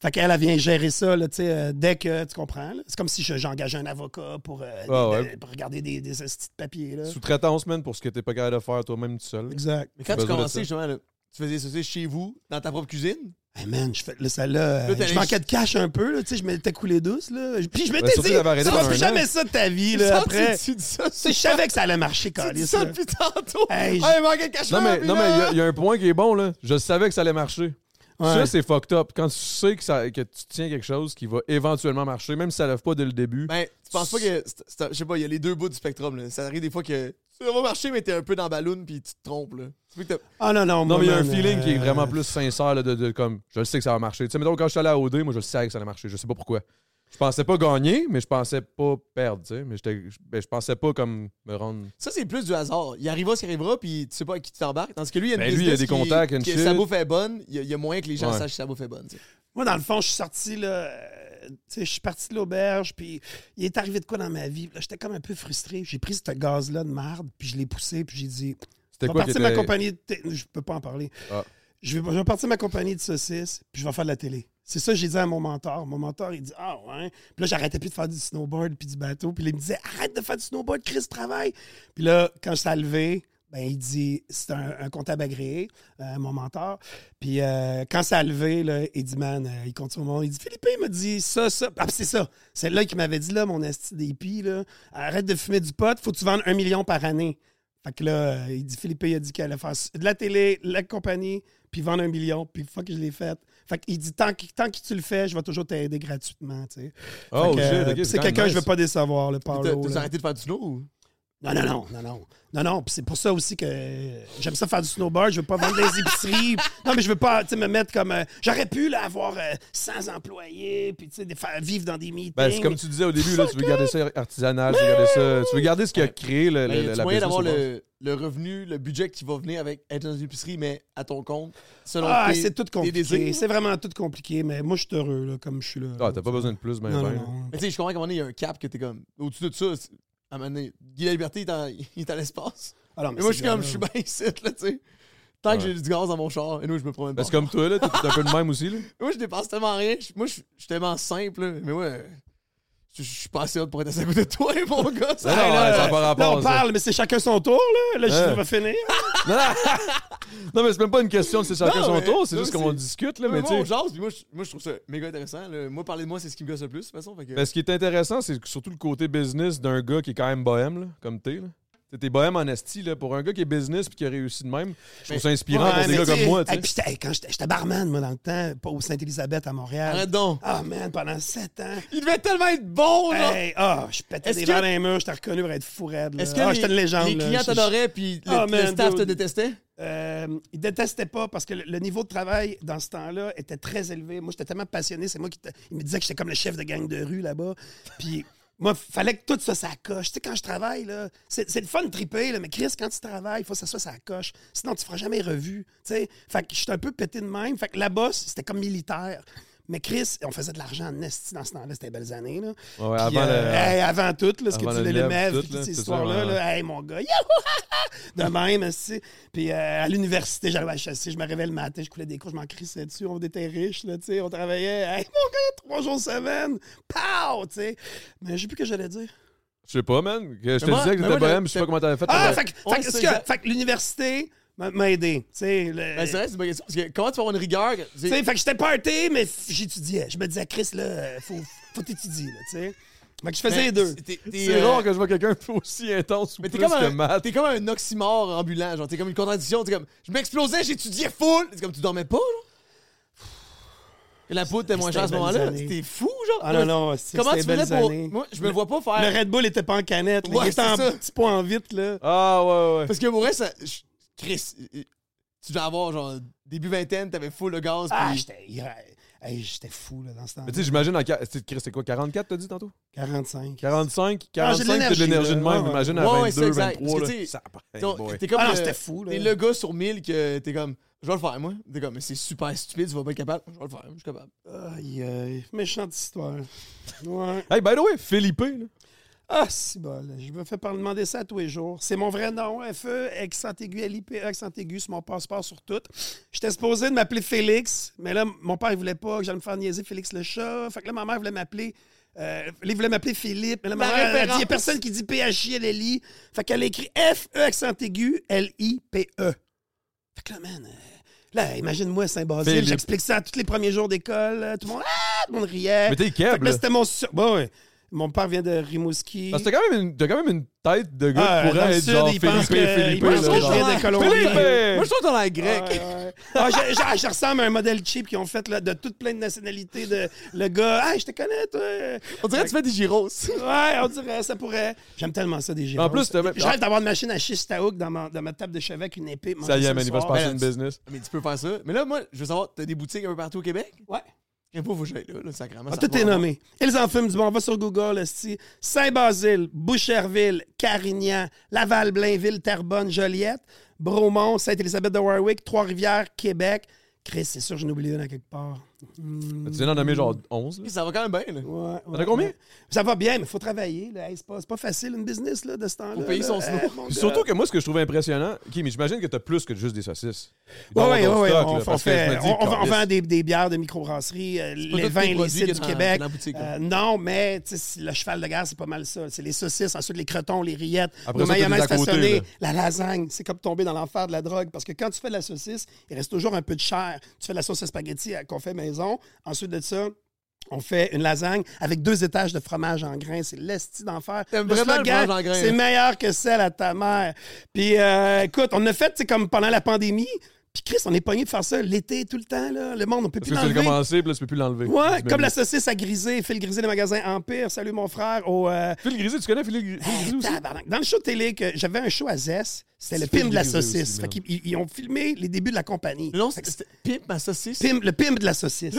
Speaker 3: Fait qu'elle, elle vient gérer ça, là, tu sais, euh, dès que, tu comprends, là. C'est comme si je- j'engageais un avocat pour, euh,
Speaker 2: Ah ouais.
Speaker 3: des- pour regarder des, des hosties de papier, là.
Speaker 2: Sous-traitant, semaine pour ce que t'es pas capable de faire toi-même tout seul.
Speaker 3: Exact.
Speaker 1: Mais quand
Speaker 2: Besoin
Speaker 1: tu
Speaker 2: de
Speaker 1: commençais,
Speaker 2: ça.
Speaker 1: justement, là, tu faisais ça chez vous, dans ta propre cuisine?
Speaker 3: Hey man, je fais là, ça là,
Speaker 1: Là, t'allais
Speaker 3: je manquais de cash un peu là, tu sais, je m'étais coulé douce là. Puis je m'étais
Speaker 2: surtout
Speaker 3: dit, tu
Speaker 2: d'avoir arrêté
Speaker 3: feras
Speaker 2: pendant
Speaker 3: plus
Speaker 2: un an.
Speaker 3: jamais ça de ta vie là après. Tu
Speaker 1: Tu dis ça,
Speaker 3: sais, je savais que ça allait marcher
Speaker 1: Tu dis
Speaker 3: calice.
Speaker 1: ça
Speaker 3: là.
Speaker 1: depuis tantôt.
Speaker 3: Hey, j-
Speaker 1: Ah, il manquait de
Speaker 2: Non, mais il non, mais il y a- il y, a un point qui est bon, là. Je savais que ça allait marcher. Ça,
Speaker 3: Ouais.
Speaker 2: c'est fucked up. Quand tu sais que, ça- que tu tiens quelque chose qui va éventuellement marcher, même si ça lève pas dès le début.
Speaker 1: Ben, tu penses pas que. c'est- c'est un- Je sais pas, il y a les deux bouts du spectrum. Là. Ça arrive des fois que ça va marcher, mais t'es un peu dans la balloune puis tu te trompes. Là. Tu veux que t'as-
Speaker 3: Ah non non,
Speaker 2: non,
Speaker 3: moi,
Speaker 2: mais il y a un
Speaker 3: man,
Speaker 2: feeling qui est
Speaker 3: euh,
Speaker 2: vraiment plus sincère, là, de, de comme je le sais que ça va marcher. Tu sais, mettons, quand je suis allé à OD, moi, je le savais que ça allait marcher. Je sais pas pourquoi. Je pensais pas gagner, mais je pensais pas perdre, tu sais. Mais j'étais- je- ben, je pensais pas comme me rendre.
Speaker 1: Ça, c'est plus du hasard. Il arrivera ce qui arrivera, puis tu sais pas à qui tu t'embarques. Tandis que lui, il y a une
Speaker 2: Ben, lui, il y a
Speaker 1: business
Speaker 2: des
Speaker 1: qui-
Speaker 2: contacts, une
Speaker 1: que
Speaker 2: shit.
Speaker 1: sa bouffe est bonne. Il y a, il y a moyen que les gens
Speaker 2: Ouais.
Speaker 1: sachent que sa bouffe est bonne. tu sais.
Speaker 3: Moi dans le fond, je suis sorti là, euh, tu sais, je suis parti de l'auberge puis il est arrivé de quoi dans ma vie Là, j'étais comme un peu frustré. J'ai pris ce gaz là de marde, puis je l'ai poussé, puis j'ai dit
Speaker 2: C'était
Speaker 3: Je vais
Speaker 2: quoi qui
Speaker 3: partir ma
Speaker 2: était-
Speaker 3: compagnie de thé- Je peux pas en parler.
Speaker 2: Ah.
Speaker 3: Je, vais, je vais partir ma compagnie de saucisses, puis je vais faire de la télé. C'est ça que j'ai dit à mon mentor. Mon mentor, il dit Ah ouais. Puis là, j'arrêtais plus de faire du snowboard puis du bateau. Puis là, il me disait Arrête de faire du snowboard, Chris, travaille. Puis là, quand je suis levé, ben, il dit C'est un, un comptable agréé, euh, mon mentor. Puis euh, quand ça a levé, là, il dit Man, euh, il compte sur moi. Il dit Philippe, il m'a dit ça, ça. Ah, puis c'est ça. C'est là qu'il m'avait dit là, mon esti d'épi, là, arrête de fumer du pot, faut que tu vendes un million par année. Fait que là, euh, il dit Philippe, il a dit qu'elle allait faire de la télé, la compagnie, puis vendre un million, puis fuck, je l'ai fait. Fait qu'il dit tant que, tant que tu le fais, je vais toujours t'aider gratuitement, tu sais.
Speaker 2: Oh,
Speaker 3: Fait que,
Speaker 2: shit,
Speaker 3: euh,
Speaker 2: ok,
Speaker 3: puis c'est
Speaker 2: quand
Speaker 3: quelqu'un que
Speaker 2: même
Speaker 3: je veux
Speaker 2: nice.
Speaker 3: pas décevoir, le Paolo.
Speaker 1: T'as- T'as
Speaker 3: là.
Speaker 1: arrêté de faire du snow ou?
Speaker 3: Non, non, non, non, non. Non, non, puis c'est pour ça aussi que euh, j'aime ça faire du snowboard. Je veux pas vendre des épiceries. Non, mais je veux pas, tu sais, me mettre comme... euh, J'aurais pu, là, avoir euh, 100 employés, puis, tu sais, des- faire vivre dans des meetings.
Speaker 2: Ben, c'est comme tu disais au début, là, tu veux garder ça artisanal, tu veux garder ça. Tu veux garder ce qui a créé le,
Speaker 1: Ben,
Speaker 2: le-
Speaker 1: y a-tu
Speaker 2: la
Speaker 1: moyen
Speaker 2: business
Speaker 1: d'avoir
Speaker 2: au base.
Speaker 1: le, le revenu, le budget qui va venir avec être dans une épicerie, mais à ton compte, selon
Speaker 3: Ah,
Speaker 1: tes-
Speaker 3: c'est tout
Speaker 1: tes
Speaker 3: compliqué.
Speaker 1: désirs?
Speaker 3: C'est vraiment tout compliqué, mais moi, je suis heureux, là, comme je suis là.
Speaker 2: Ah, t'as pas besoin de plus, ben,
Speaker 3: non,
Speaker 2: ben.
Speaker 3: non, non.
Speaker 1: Mais tu sais, je comprends qu'à un moment donné, il y a un cap que t'es comme. Au-dessus de ça, c'est- à un moment donné, Guy Liberté, il est en- il est à l'espace.
Speaker 3: Ah non, mais
Speaker 1: Mais moi,
Speaker 3: c'est
Speaker 1: je suis comme,
Speaker 3: grave.
Speaker 1: je suis bien ici, là, tu sais. Tant que j'ai du gaz dans mon char, et nous, je me promène pas.
Speaker 2: Parce que comme toi, là, t'es t'es un peu le même aussi, là.
Speaker 1: Moi, je dépense tellement rien. Je- Moi, je je suis tellement simple, là. mais ouais. Je je suis pas assez hot pour être assis à côté de toi, mon gars.
Speaker 2: Non, non,
Speaker 1: Hey, là,
Speaker 2: ouais, ça a pas
Speaker 3: Là,
Speaker 2: rapport,
Speaker 3: on
Speaker 2: ça.
Speaker 3: parle, mais c'est chacun son tour, là. Là,
Speaker 2: Hein.
Speaker 3: je vais finir.
Speaker 2: Non, non. Non, mais c'est même pas une question de c'est chacun
Speaker 1: Non,
Speaker 2: son
Speaker 1: mais-
Speaker 2: tour, c'est
Speaker 1: non,
Speaker 2: juste
Speaker 1: mais
Speaker 2: qu'on
Speaker 1: c'est-
Speaker 2: discute, là,
Speaker 1: mais
Speaker 2: mais
Speaker 1: moi, on
Speaker 2: tu sais.
Speaker 1: jase, puis moi, je, moi, je trouve ça méga intéressant. là. Moi, parler de moi, c'est ce qui me gosse le plus, de toute façon. Fait que...
Speaker 2: Mais ce qui est intéressant, c'est surtout le côté business d'un gars qui est quand même bohème, là, comme t'es, là. T'sais, T'es bohème en esti, là. Pour un gars qui est business puis qui a réussi de même, je trouve ça inspirant
Speaker 3: Ouais,
Speaker 2: pour des
Speaker 3: mais
Speaker 2: gars
Speaker 3: tu sais,
Speaker 2: comme moi, tu
Speaker 3: hey,
Speaker 2: sais.
Speaker 3: puis j'étais- hey, quand j'étais j'étais barman, moi, dans le temps, pas au Sainte-Élisabeth à Montréal.
Speaker 1: Arrête donc.
Speaker 3: Ah, man, pendant sept ans.
Speaker 1: Il devait tellement être bon, là.
Speaker 3: Hey, ah, je pétais
Speaker 1: Est-ce
Speaker 3: des
Speaker 1: que-
Speaker 3: verres dans les murs, j'étais reconnu pour être fourrette. là.
Speaker 1: Est-ce que
Speaker 3: ah,
Speaker 1: les,
Speaker 3: j'étais une légende.
Speaker 1: les
Speaker 3: là.
Speaker 1: clients
Speaker 3: Je-
Speaker 1: t'adoraient, puis le,
Speaker 3: Ah,
Speaker 1: le
Speaker 3: man,
Speaker 1: staff te
Speaker 3: dude.
Speaker 1: détestait?
Speaker 3: Euh, ils détestaient pas parce que le, le niveau de travail dans ce temps-là était très élevé. Moi, j'étais tellement passionné. C'est moi qui. t- Ils me disaient que j'étais comme le chef de gang de rue là-bas. Puis. Moi, fallait que tout ça, ça coche. Tu sais, quand je travaille, là, c'est c'est le fun de triper, là, mais Chris, quand tu travailles, il faut que ça soit ça coche. Sinon, tu feras jamais revue. Tu sais, fait que je suis un peu pété de même. Fait que là-bas, c'était comme militaire. Mais Chris, on faisait de l'argent en esti dans ce temps-là. C'était des belles années, là.
Speaker 2: Ouais, ouais,
Speaker 3: Puis,
Speaker 2: avant
Speaker 3: euh,
Speaker 2: le-
Speaker 3: hey, avant tout, là, ce
Speaker 2: avant
Speaker 3: que tu
Speaker 2: le
Speaker 3: voulais, les
Speaker 2: lève,
Speaker 3: meufs,
Speaker 2: tout,
Speaker 3: puis
Speaker 2: là,
Speaker 3: toutes ces
Speaker 2: c'est ça,
Speaker 3: histoires-là,
Speaker 2: ouais,
Speaker 3: là, hey, mon gars, yahoo! De même, aussi. Puis euh, à l'université, j'allais à chasser, je me réveillais le matin, je coulais des cours, je m'en crissais dessus, on était riches, là, tu sais, on travaillait. Hey, mon gars, trois jours semaine! Pow! Tu sais. Mais j'ai plus que j'allais dire.
Speaker 2: Je sais pas, man. que Je te
Speaker 1: Mais moi-
Speaker 2: disais que
Speaker 1: mais
Speaker 2: t'étais
Speaker 1: moi, je-
Speaker 2: bohème, je sais pas comment t'avais fait.
Speaker 3: Ah,
Speaker 2: t'avais-
Speaker 3: fait, que-
Speaker 1: on
Speaker 3: fait que-
Speaker 1: sait
Speaker 3: ce
Speaker 1: exact-
Speaker 3: que- fait que l'université m'a- m'a aidé. Tu sais, le-
Speaker 1: Ben, c'est vrai, c'est une bonne question. Parce que comment tu vas avoir une rigueur? tu sais,
Speaker 3: Tu sais, fait que j'étais party, mais f- j'étudiais. Je me disais, Chris, là, euh, faut, faut t'étudier, là, tu sais. Fait que je faisais
Speaker 1: ben,
Speaker 3: les deux.
Speaker 1: t'es- t'es,
Speaker 2: C'est
Speaker 1: euh,
Speaker 2: rare que je vois quelqu'un aussi intense ou
Speaker 1: Mais
Speaker 2: plus
Speaker 1: t'es comme,
Speaker 2: que
Speaker 1: un,
Speaker 2: Matt.
Speaker 1: t'es comme un oxymore ambulant, genre t'es comme une contradiction, t'es comme je m'explosais, j'étudiais full, c'est comme tu dormais pas, genre. Et la poudre était moins chère à ce
Speaker 3: C'était les
Speaker 1: moment-là,
Speaker 3: belles années.
Speaker 1: c'était fou, genre.
Speaker 3: Ah non, non, c'est-
Speaker 1: Comment
Speaker 3: c'était
Speaker 1: tu
Speaker 3: les
Speaker 1: faisais
Speaker 3: belles
Speaker 1: pour.
Speaker 3: années.
Speaker 1: Moi, je me vois pas faire.
Speaker 3: Le Red Bull était pas en canette. là.
Speaker 1: Ouais,
Speaker 3: il était
Speaker 1: c'est
Speaker 3: en
Speaker 1: ça.
Speaker 3: petit pot en vite, là.
Speaker 2: Ah, ouais, ouais.
Speaker 1: Parce que pour vrai, ça. je- Chris, euh, tu devais avoir genre début vingtaine, t'avais full le gaz,
Speaker 3: Ah,
Speaker 1: puis
Speaker 3: j'étais hey, j'étais fou, là, dans ce temps
Speaker 2: Mais tu sais, j'imagine en. ca- c'est- Chris, C'est quoi, 44, t'as dit tantôt?
Speaker 3: 45.
Speaker 2: 45,
Speaker 3: Ah,
Speaker 2: 45, c'est
Speaker 3: j'ai de
Speaker 2: de l'énergie de
Speaker 3: l'énergie, là.
Speaker 2: même. Imagine
Speaker 1: Ouais,
Speaker 2: à
Speaker 1: ouais, c'est
Speaker 2: 22,
Speaker 1: exact. Parce
Speaker 2: 23.
Speaker 1: que,
Speaker 2: là.
Speaker 1: tu sais,
Speaker 2: Ça- hey,
Speaker 1: t'on-
Speaker 2: boy.
Speaker 1: t'es comme.
Speaker 3: Ah non,
Speaker 1: le-
Speaker 3: c'était fou, là.
Speaker 1: T'es le gars sur mille que t'es comme je vais le faire, moi. T'es comme mais c'est super stupide, tu vas pas être capable. Je vais le faire, je suis capable.
Speaker 3: Aïe, aïe. Méchante histoire. Ouais.
Speaker 2: Hey, by the way, Philippe, là,
Speaker 3: Ah, si bol. Je me fais par demander ça tous les jours. C'est mon vrai nom, E, FE, accent aigu, LIPE, accent aigu, E, c'est mon passeport sur tout. J'étais supposé de m'appeler Félix, mais là, mon père, il voulait pas que j'aille me faire niaiser Félix le chat. Fait que là, ma mère voulait m'appeler. euh, il voulait m'appeler Philippe. Mais là, ma
Speaker 1: La
Speaker 3: mère, elle a dit, il n'y a
Speaker 1: référence.
Speaker 3: personne qui dit P-H-I-L-L-I. Fait qu'elle a écrit E, F-E, accent aigu, L-I-P-E. E. Fait que là, man, euh, là, imagine-moi Saint-Basile,
Speaker 2: Philippe.
Speaker 3: j'explique ça tous les premiers jours d'école. euh, Tout le monde, ah, tout le monde riait.
Speaker 2: Mais t'es
Speaker 3: Fait que
Speaker 2: keb,
Speaker 3: là,
Speaker 2: là.
Speaker 3: c'était mon... sur- Bon, Bah ouais. Mon père vient de Rimouski.
Speaker 2: Parce que t'as quand, même une- t'as quand même une tête de
Speaker 3: Ah,
Speaker 2: gars qui
Speaker 3: dans
Speaker 2: pourrait
Speaker 3: le
Speaker 2: être
Speaker 3: sud,
Speaker 2: genre
Speaker 3: ils pensent
Speaker 2: Philippe,
Speaker 3: que- ils
Speaker 2: Philippe.
Speaker 3: pensent
Speaker 2: là,
Speaker 1: que je
Speaker 2: genre.
Speaker 1: viens de
Speaker 3: Colombie.
Speaker 2: Philippe!
Speaker 1: Moi, je trouve dans la
Speaker 3: Ouais,
Speaker 1: grecque.
Speaker 3: ouais. Ah, je, je- je ressemble à un modèle cheap qui ont fait là, de toutes plein de nationalités. De, le gars, ah, je te connais, toi.
Speaker 1: On dirait que tu fais des gyros.
Speaker 3: Ouais, on dirait, ça pourrait. J'aime tellement ça, des gyros.
Speaker 2: En plus, t'as même-
Speaker 3: J'ai hâte d'avoir une machine à schiste à hook dans ma, dans ma table de chevet avec une épée.
Speaker 2: Ça y est,
Speaker 3: manger
Speaker 2: man, il
Speaker 3: le
Speaker 2: va se
Speaker 3: soir.
Speaker 2: passer
Speaker 1: Ben,
Speaker 2: une
Speaker 1: tu-
Speaker 2: business.
Speaker 1: Mais tu peux faire ça. Mais là, moi, je veux savoir, t'as des boutiques un peu partout au Québec?
Speaker 3: Ouais.
Speaker 1: Je sais pas, faut que j'aille là, là, sacrément.
Speaker 3: Ah,
Speaker 1: ça
Speaker 3: tout
Speaker 1: va.
Speaker 3: est nommé. Ils en fument du bon. On va sur Google, esti. Saint-Basile, Boucherville, Carignan, Laval, Blainville, Terrebonne, Joliette, Bromont, Sainte-Élisabeth-de-Warwick, Trois-Rivières, Québec. Chris, c'est sûr, j'en ai oublié une à quelque part. Hmm.
Speaker 2: Tu viens d'en nommer genre 11. là.
Speaker 1: Ça va quand même bien, là.
Speaker 3: Ouais,
Speaker 2: as
Speaker 3: ouais,
Speaker 2: combien?
Speaker 3: ouais. Ça va bien, mais il faut travailler. là. Hey, c'est, pas, c'est pas facile, une business là, de ce temps-là.
Speaker 1: Faut payer
Speaker 3: là.
Speaker 1: son
Speaker 3: Hey,
Speaker 1: snow.
Speaker 3: mon
Speaker 2: Puis
Speaker 3: gars.
Speaker 2: Surtout que moi, ce que je trouvais impressionnant, OK, mais j'imagine que t'as plus que juste des saucisses.
Speaker 3: Ouais,
Speaker 2: Dans
Speaker 3: ouais,
Speaker 2: ton
Speaker 3: ouais,
Speaker 2: stock,
Speaker 3: on,
Speaker 2: là,
Speaker 3: on,
Speaker 2: parce que je
Speaker 3: fait,
Speaker 2: me dis,
Speaker 3: on, on- on
Speaker 2: câlisse.
Speaker 3: vend des, des bières de microbrasserie, euh,
Speaker 1: pas
Speaker 3: les
Speaker 1: tous
Speaker 3: vins,
Speaker 1: les
Speaker 3: les
Speaker 1: produits
Speaker 3: sites
Speaker 1: que
Speaker 3: du
Speaker 1: t'as dans-
Speaker 3: Québec.
Speaker 1: dans la boutique,
Speaker 3: Euh, non, mais tu sais, si le cheval de gare, c'est pas mal ça. C'est les saucisses, ensuite les cretons, les rillettes,
Speaker 2: Après
Speaker 3: le
Speaker 2: ça, t'as
Speaker 3: mayonnaise
Speaker 2: des à côté,
Speaker 3: stationnée,
Speaker 2: là.
Speaker 3: la lasagne. C'est comme tomber dans l'enfer de la drogue. Parce que quand tu fais de la saucisse, il reste toujours un peu de chair. Tu fais de la sauce à spaghetti euh, qu'on fait maison. Ensuite de ça, on fait une lasagne avec deux étages de fromage en grains. C'est l'esti d'enfer.
Speaker 1: T'aimes vraiment le
Speaker 3: slogan,
Speaker 1: fromage en grains,
Speaker 3: C'est
Speaker 1: hein?
Speaker 3: meilleur que celle à ta mère. Puis euh, écoute, on a fait, tu sais, comme pendant la pandémie. Puis Chris, on est pogné de faire ça l'été tout le temps. Là. Le monde, on peut
Speaker 2: Parce
Speaker 3: plus
Speaker 2: que tu l'as
Speaker 3: l'enlever.
Speaker 2: commencé, puis là, tu peux plus l'enlever.
Speaker 3: Ouais,
Speaker 2: Tu
Speaker 3: comme la
Speaker 2: m'aimes.
Speaker 3: saucisse à griser, fil grisé des magasins Empire. Salut mon frère. Au, euh,
Speaker 2: Phil Grisé, tu connais Phil Grisé
Speaker 3: Hey,
Speaker 2: aussi?
Speaker 3: tabarnak. Dans le show de télé, que j'avais un show à Zest, c'était le
Speaker 2: C'est
Speaker 3: pim de la
Speaker 2: Phil Grisé
Speaker 3: saucisse.
Speaker 2: aussi,
Speaker 3: fait
Speaker 2: man.
Speaker 3: qu'ils ils ont filmé les débuts de la compagnie.
Speaker 1: Non,
Speaker 3: Fait que
Speaker 1: c'était pimp ma saucisse.
Speaker 3: Pim- le pimp de la saucisse.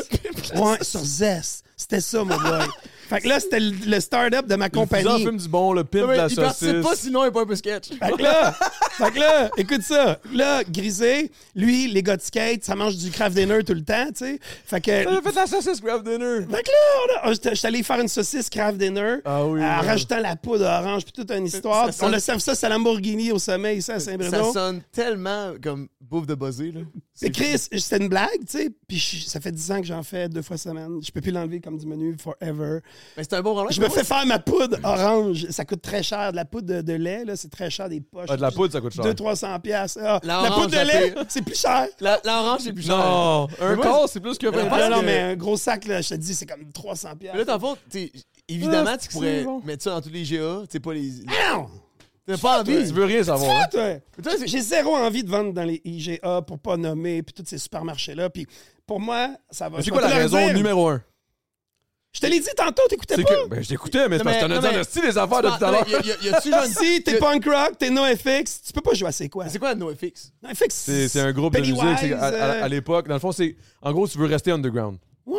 Speaker 3: Ouais, sur Zest. C'était ça, mon boy. fait que là, c'était le, le start-up de
Speaker 2: Ils
Speaker 3: ma
Speaker 2: en
Speaker 3: compagnie.
Speaker 2: fument du bon, le pimp de
Speaker 1: Non, mais
Speaker 2: la
Speaker 1: Il participe pas,
Speaker 2: saucisse.
Speaker 1: sinon il est pas un peu sketch.
Speaker 3: Fait que là, fait que là, écoute ça. Là, Grisé, lui, les gars de skate, ça mange du craft dinner tout le temps, tu sais. Fait que.
Speaker 2: J'ai fait de la saucisse Grab Dinner.
Speaker 3: Fait que là, on a- oh, j'étais j'étais allé faire une saucisse craft dinner
Speaker 2: Ah oui,
Speaker 3: en
Speaker 2: ouais.
Speaker 3: rajoutant la peau d'orange puis toute une histoire.
Speaker 1: Ça sonne-
Speaker 3: On le serve ça, c'est Lamborghini au sommet ici à
Speaker 1: Ça
Speaker 3: Saint-Brédon.
Speaker 1: sonne tellement comme bouffe de buzzé, là.
Speaker 3: C'est Chris, c'était une blague, tu sais. Puis je- ça fait 10 ans que j'en fais deux fois semaine. Je peux plus l'enlever comme du menu forever.
Speaker 1: Mais c'est un bon problème.
Speaker 3: Je me fais faire ma poudre orange. Ça coûte très cher. De la poudre de, de lait, là, c'est très cher des poches.
Speaker 2: Ah, de la poudre, ça coûte cher.
Speaker 3: 200-300$. piastres. Ah,
Speaker 1: La
Speaker 3: la
Speaker 1: orange,
Speaker 3: poudre
Speaker 1: la
Speaker 3: de lait,
Speaker 1: pire.
Speaker 3: c'est plus cher.
Speaker 1: La- L'orange, c'est plus cher.
Speaker 2: Non,
Speaker 1: Mais
Speaker 2: un
Speaker 1: moi,
Speaker 2: corps, c'est plus que
Speaker 1: Mais
Speaker 2: 20
Speaker 3: Non,
Speaker 1: parce
Speaker 3: non,
Speaker 1: que-
Speaker 3: mais un gros sac, là, je te dis, c'est comme 300$.
Speaker 1: Mais là,
Speaker 3: piastres.
Speaker 1: dans le fond, t'es- évidemment,
Speaker 2: Ah,
Speaker 1: tu
Speaker 2: c'est
Speaker 1: pourrais
Speaker 2: bon.
Speaker 1: mettre ça dans tous les GA. Tu sais, pas les.
Speaker 3: Non!
Speaker 1: T'as pas envie.
Speaker 2: Tu veux rien savoir. hein?
Speaker 3: Ah, toi!
Speaker 1: Mais toi, c'est-
Speaker 3: J'ai zéro envie de vendre dans les IGA pour pas nommer, puis tous ces supermarchés-là. Puis pour moi, ça va.
Speaker 2: Mais C'est
Speaker 3: je
Speaker 2: quoi
Speaker 3: vais
Speaker 2: la
Speaker 3: te leur
Speaker 2: raison
Speaker 3: dire.
Speaker 2: numéro un?
Speaker 3: Je te l'ai dit tantôt, t'écoutais
Speaker 2: C'est
Speaker 3: pas.
Speaker 2: que. Ben, je t'écoutais, mais c'est
Speaker 1: Non,
Speaker 2: parce que
Speaker 1: mais-
Speaker 2: t'en as
Speaker 1: non,
Speaker 2: dit en
Speaker 1: mais-
Speaker 2: esti des affaires depuis tout à
Speaker 1: Non,
Speaker 2: l'heure.
Speaker 1: mais y a- y a- Y a-tu genre. une-
Speaker 3: Si t'es punk rock, t'es NoFX, tu peux pas jouer à C'est quoi?
Speaker 1: C'est quoi NoFX?
Speaker 3: NoFX,
Speaker 2: C'est c'est un groupe de
Speaker 3: Pennywise,
Speaker 2: musique c'est à, à-
Speaker 3: euh,
Speaker 2: à l'époque. Dans le fond, c'est. En gros, tu veux rester underground.
Speaker 3: ouais.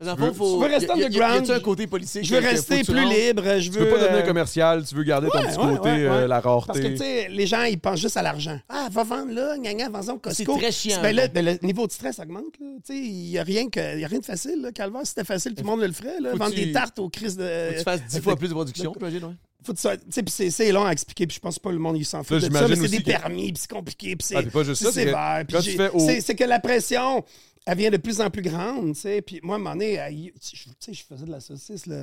Speaker 1: Dans le fond,
Speaker 2: veux-
Speaker 1: faut.
Speaker 3: tu veux rester
Speaker 1: y a- y a-
Speaker 3: underground,
Speaker 1: Y a-tu un côté politique?
Speaker 3: Je veux
Speaker 1: que- que faut
Speaker 3: rester
Speaker 1: que tu
Speaker 3: plus
Speaker 1: rentres?
Speaker 3: libre. Je
Speaker 2: Tu
Speaker 3: veux,
Speaker 2: veux pas devenir
Speaker 3: euh,
Speaker 2: commercial, tu veux garder ton
Speaker 3: ouais,
Speaker 2: petit
Speaker 3: ouais,
Speaker 2: côté,
Speaker 3: ouais,
Speaker 2: euh,
Speaker 3: ouais.
Speaker 2: la
Speaker 3: Parce que, tu
Speaker 2: rareté.
Speaker 3: sais, les gens, ils pensent juste à l'argent. Ah, va vendre là, gna gna, vends-en au Costco.
Speaker 1: C'est très chiant,
Speaker 3: Ben là,
Speaker 1: hein.
Speaker 3: ben, le niveau de stress augmente, là. Tu sais, il n'y a, rien que- y a rien de facile, là. Calvaire, si c'était facile, tout le monde le ferait, là.
Speaker 1: Faut que
Speaker 3: Vendre
Speaker 1: tu-
Speaker 3: des tartes aux crises de.
Speaker 1: Faut que tu fasses 10 fois plus de production, j'imagine, ouais.
Speaker 3: faut que tu sois- tu sais, puis c'est- c'est long à expliquer, puis je pense pas le monde il s'en fout
Speaker 2: Là,
Speaker 3: de ça,
Speaker 2: j'imagine
Speaker 3: mais c'est
Speaker 2: aussi
Speaker 3: des
Speaker 2: que-
Speaker 3: permis, puis c'est compliqué, puis c'est
Speaker 2: Ah, puis pas juste
Speaker 3: c'est
Speaker 2: ça, c'est que
Speaker 3: sévère, puis
Speaker 2: quand tu
Speaker 3: j'ai-
Speaker 2: fais au-
Speaker 3: c'est c'est que la pression elle vient de plus en plus grande, tu sais, puis moi à un moment donné, à- tu sais, je faisais de la saucisse là,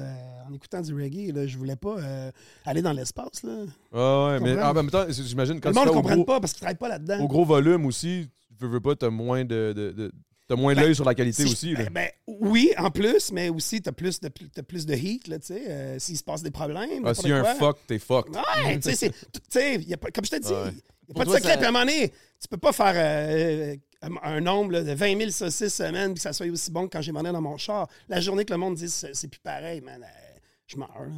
Speaker 3: en écoutant du reggae, là, je voulais pas euh, aller dans l'espace là.
Speaker 2: Ouais, ouais, mais
Speaker 3: comprends.
Speaker 2: en même temps, c'est- j'imagine quand
Speaker 3: le
Speaker 2: tu
Speaker 3: monde
Speaker 2: fais
Speaker 3: ne
Speaker 2: au
Speaker 3: comprend
Speaker 2: gros,
Speaker 3: pas hein. parce qu'ils travaillent pas là-dedans.
Speaker 2: au gros volume aussi, tu veux, veux pas, t'as moins de. de, de T'as moins
Speaker 3: Ben,
Speaker 2: l'œil sur la qualité
Speaker 3: Si-
Speaker 2: aussi. là.
Speaker 3: ben, ben, oui, en plus, mais aussi t'as plus de t'as plus de heat là, tu sais, euh, s'il se passe des problèmes.
Speaker 2: Ah,
Speaker 3: n'importe
Speaker 2: S'il y a un
Speaker 3: quoi.
Speaker 2: fuck, t'es fuck.
Speaker 3: Ouais, tu sais, c'est- tu sais, y a pas- comme je te dis, il
Speaker 2: Ouais.
Speaker 3: n'y a
Speaker 1: Pour
Speaker 3: pas de
Speaker 1: toi,
Speaker 3: secret.
Speaker 1: ça-
Speaker 3: Puis à un moment donné, tu peux pas faire euh, un, un nombre là, de 20 000 saucisses semaine puis que ça soit aussi bon que quand j'ai mangé dans mon char. La journée que le monde dit c'est c'est plus pareil, man, euh, je meurs. là.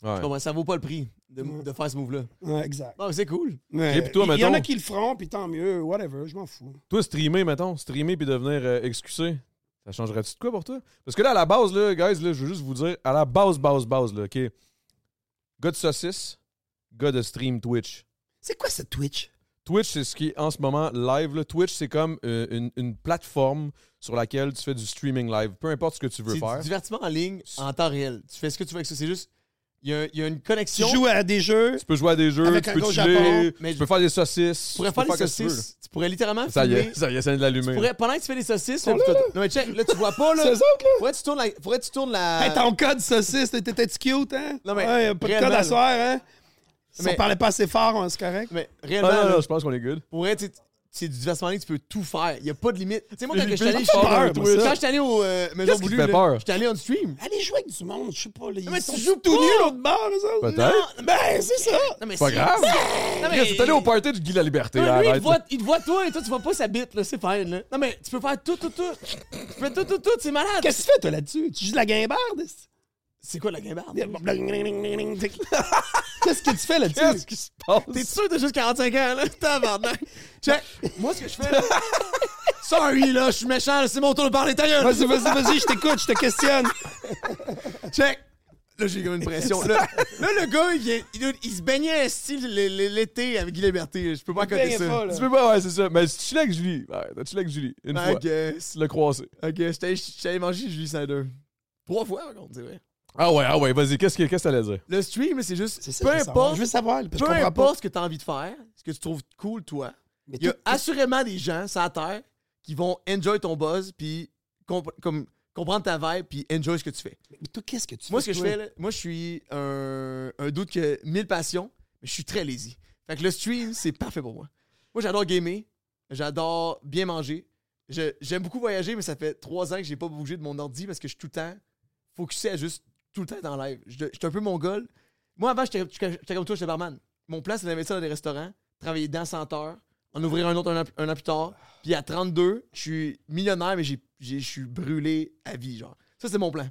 Speaker 2: Ouais.
Speaker 1: Bon, ben, ça vaut pas le prix de,
Speaker 3: Mm.
Speaker 1: de faire ce move-là.
Speaker 3: Ouais, exact.
Speaker 1: Bon, c'est cool.
Speaker 3: Mais
Speaker 2: puis toi,
Speaker 3: il y, en a
Speaker 2: mettons-
Speaker 3: qui le feront, puis tant mieux, whatever, je m'en fous.
Speaker 2: Toi, streamer, mettons, streamer puis devenir euh, excusé, ça changerait-tu de quoi pour toi? Parce que là, à la base, là, guys, là, je veux juste vous dire, à la base, base, base, là, OK? Gars de saucisse, gars de stream Twitch.
Speaker 3: C'est quoi ce Twitch?
Speaker 2: Twitch, c'est ce qui est en ce moment live. là. Twitch, c'est comme euh, une, une plateforme sur laquelle tu fais du streaming live. Peu importe ce que tu veux
Speaker 1: C'est du
Speaker 2: faire.
Speaker 1: divertissement en ligne en temps réel. Tu fais ce que tu veux avec ça. C'est juste Il y a, il y a une
Speaker 3: Tu
Speaker 1: connexion.
Speaker 3: joues à des jeux.
Speaker 2: Tu peux jouer à des jeux,
Speaker 3: Avec
Speaker 2: tu
Speaker 3: un
Speaker 2: peux
Speaker 3: gros
Speaker 2: chiller,
Speaker 1: Japon, mais
Speaker 2: tu peux faire des saucisses.
Speaker 1: tu pourrais
Speaker 2: tu
Speaker 1: faire
Speaker 2: peux
Speaker 1: les
Speaker 2: ce que tu
Speaker 1: saucisses. Tu, pourrais littéralement
Speaker 2: veux. Ça y
Speaker 1: filmer-
Speaker 2: est, ça y est, ça vient de
Speaker 1: Tu
Speaker 2: l'allumer.
Speaker 1: pourrais, pendant que tu fais les saucisses, là, puis t'as- non mais check, là tu vois pas là.
Speaker 3: C'est autres, là.
Speaker 1: Faudrait que tu tournes la. Faudrait que tu tournes la.
Speaker 3: Hey, ton code saucisse, t'étais t'étais-tu cute, hein?
Speaker 1: Non, mais
Speaker 3: Ouais, y a pas de code
Speaker 1: réellement,
Speaker 3: à soir, hein? Si
Speaker 1: Mais-
Speaker 3: on parlait pas assez fort, hein, c'est correct.
Speaker 1: Mais
Speaker 2: Ah
Speaker 1: réellement,
Speaker 2: non,
Speaker 1: là,
Speaker 2: non, je pense qu'on est good.
Speaker 1: pour vrai, tu sais, c'est du divertissement en ligne, tu peux tout faire. Il n'y a pas de limite. Tu sais, moi, quand
Speaker 2: J'ai
Speaker 1: je suis allé,
Speaker 2: plus
Speaker 1: je
Speaker 2: peur,
Speaker 1: quand
Speaker 3: moi, ça.
Speaker 1: j'étais allé au euh, Maison
Speaker 2: Qu'est-ce qui te
Speaker 1: Boulue,
Speaker 2: fait
Speaker 1: là,
Speaker 2: peur?
Speaker 1: j'étais allé on stream.
Speaker 3: Allez jouer avec du monde, je sais pas. Là,
Speaker 1: mais
Speaker 3: ils
Speaker 1: tu
Speaker 3: sont
Speaker 1: joues
Speaker 3: tout
Speaker 1: pas.
Speaker 3: nus l'autre bord, les autres.
Speaker 2: Peut-être.
Speaker 3: Non, Ben, c'est ça.
Speaker 1: Non, mais
Speaker 2: Pas
Speaker 1: c'est-
Speaker 2: grave.
Speaker 1: Non, mais-
Speaker 2: Chris, t'es allé au party du Guy la Liberté.
Speaker 1: Non, mais
Speaker 2: là,
Speaker 1: lui, il te,
Speaker 2: arrête,
Speaker 1: voit,
Speaker 2: là.
Speaker 1: il te voit toi et toi, tu vois pas sa bite, là. C'est fine, là. Non, mais tu peux faire tout, tout, tout. Tu fais tout, tout, tout. C'est malade.
Speaker 3: Qu'est-ce que tu fais, toi, là-dessus? Tu joues de la guimbarde?
Speaker 1: C'est quoi la guimbarde?
Speaker 3: Qu'est-ce que tu fais là-dessus?
Speaker 2: Qu'est-ce qui se
Speaker 1: T'es
Speaker 2: passe?
Speaker 1: sûr de juste 45 ans, là? Tabarnak. Check. Moi, ce que je fais, là. Sorry, là, je suis méchant, là, c'est mon tour de parler ta gueule.
Speaker 3: Vas-y, vas-y, vas-y, je t'écoute, je te questionne.
Speaker 1: Check! Là, j'ai comme une pression. Là, là, le gars, il, est- il- il se baignait esti, l- l- l'été avec Guy Liberté. Je peux pas
Speaker 3: baignait
Speaker 1: côté ça.
Speaker 3: pas, là.
Speaker 2: Tu peux pas, ouais, c'est ça. Mais tu l'as avec Julie. Ouais, t'as chillé avec Julie. Une
Speaker 1: I
Speaker 2: fois.
Speaker 1: guess.
Speaker 2: Tu l'as croisé.
Speaker 1: Ok, j'étais allé- j'étais allé manger chez Julie Snyder. Trois fois, par contre, c'est vrai.
Speaker 2: Ah ouais, ah ouais, vas-y, qu'est-ce que qu'est-ce que t'allais dire?
Speaker 1: Le stream, c'est juste.
Speaker 3: C'est ça,
Speaker 1: peu
Speaker 3: je veux savoir.
Speaker 1: importe,
Speaker 3: Je veux savoir, parce que je
Speaker 1: peu
Speaker 3: comprends pas.
Speaker 1: importe ce que t'as envie de faire, ce que tu trouves cool, toi,
Speaker 3: Mais
Speaker 1: il y a
Speaker 3: tout-
Speaker 1: assurément des gens sur la terre qui vont enjoy ton buzz, puis comp- comme, comprendre ta vibe, puis enjoy ce que tu fais.
Speaker 3: mais toi, qu'est-ce que tu fais?
Speaker 1: Moi, ce que je
Speaker 3: toi?
Speaker 1: fais, là, moi, je suis un, un doute que mille passions, mais je suis très lazy. Fait que le stream, c'est parfait pour moi. Moi, j'adore gamer, j'adore bien manger. Je- J'aime beaucoup voyager, mais ça fait trois ans que j'ai pas bougé de mon ordi parce que je suis tout le temps focusé à juste tout le temps être en live. Je je suis un peu mongol. Moi, avant, j'étais j'étais comme toi, j'étais barman. Mon plan, c'est d'investir dans des restaurants, travailler dans 100 heures, en ouvrir un autre un an, un an plus tard. Puis à 32, je suis millionnaire, mais j'ai- j'ai- je suis brûlé à vie, genre. Ça, c'est mon plan.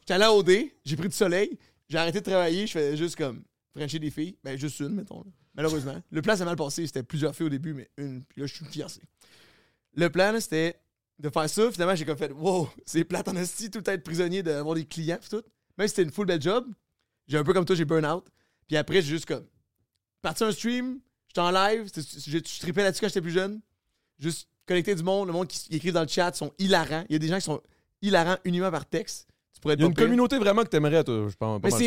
Speaker 1: J'étais allé à OD, j'ai pris du soleil, j'ai arrêté de travailler, je faisais juste comme frencher des filles. Ben, juste une, mettons. là. Malheureusement. Le plan s'est mal passé, c'était plusieurs filles au début, mais une. Puis là, je suis fiancé. Le plan, là, c'était de faire ça. Finalement, j'ai comme fait, wow, c'est plate en esti, tout le temps être prisonnier, d'avoir des clients, pis tout. Même si c'était une full belle job, j'ai un peu comme toi, j'ai burn-out. Puis après, j'ai juste comme. Parti un stream, j'étais en live, c'était- j'ai- je tripais là-dessus quand j'étais plus jeune. Juste connecter du monde, le monde qui, qui écrit dans le chat sont hilarants. Il y a des gens qui sont hilarants uniquement par texte. Tu pourrais être
Speaker 2: Il y a
Speaker 1: pas
Speaker 2: une
Speaker 1: pire.
Speaker 2: communauté vraiment que t'aimerais, toi, je pense. pas
Speaker 1: Mais
Speaker 2: mal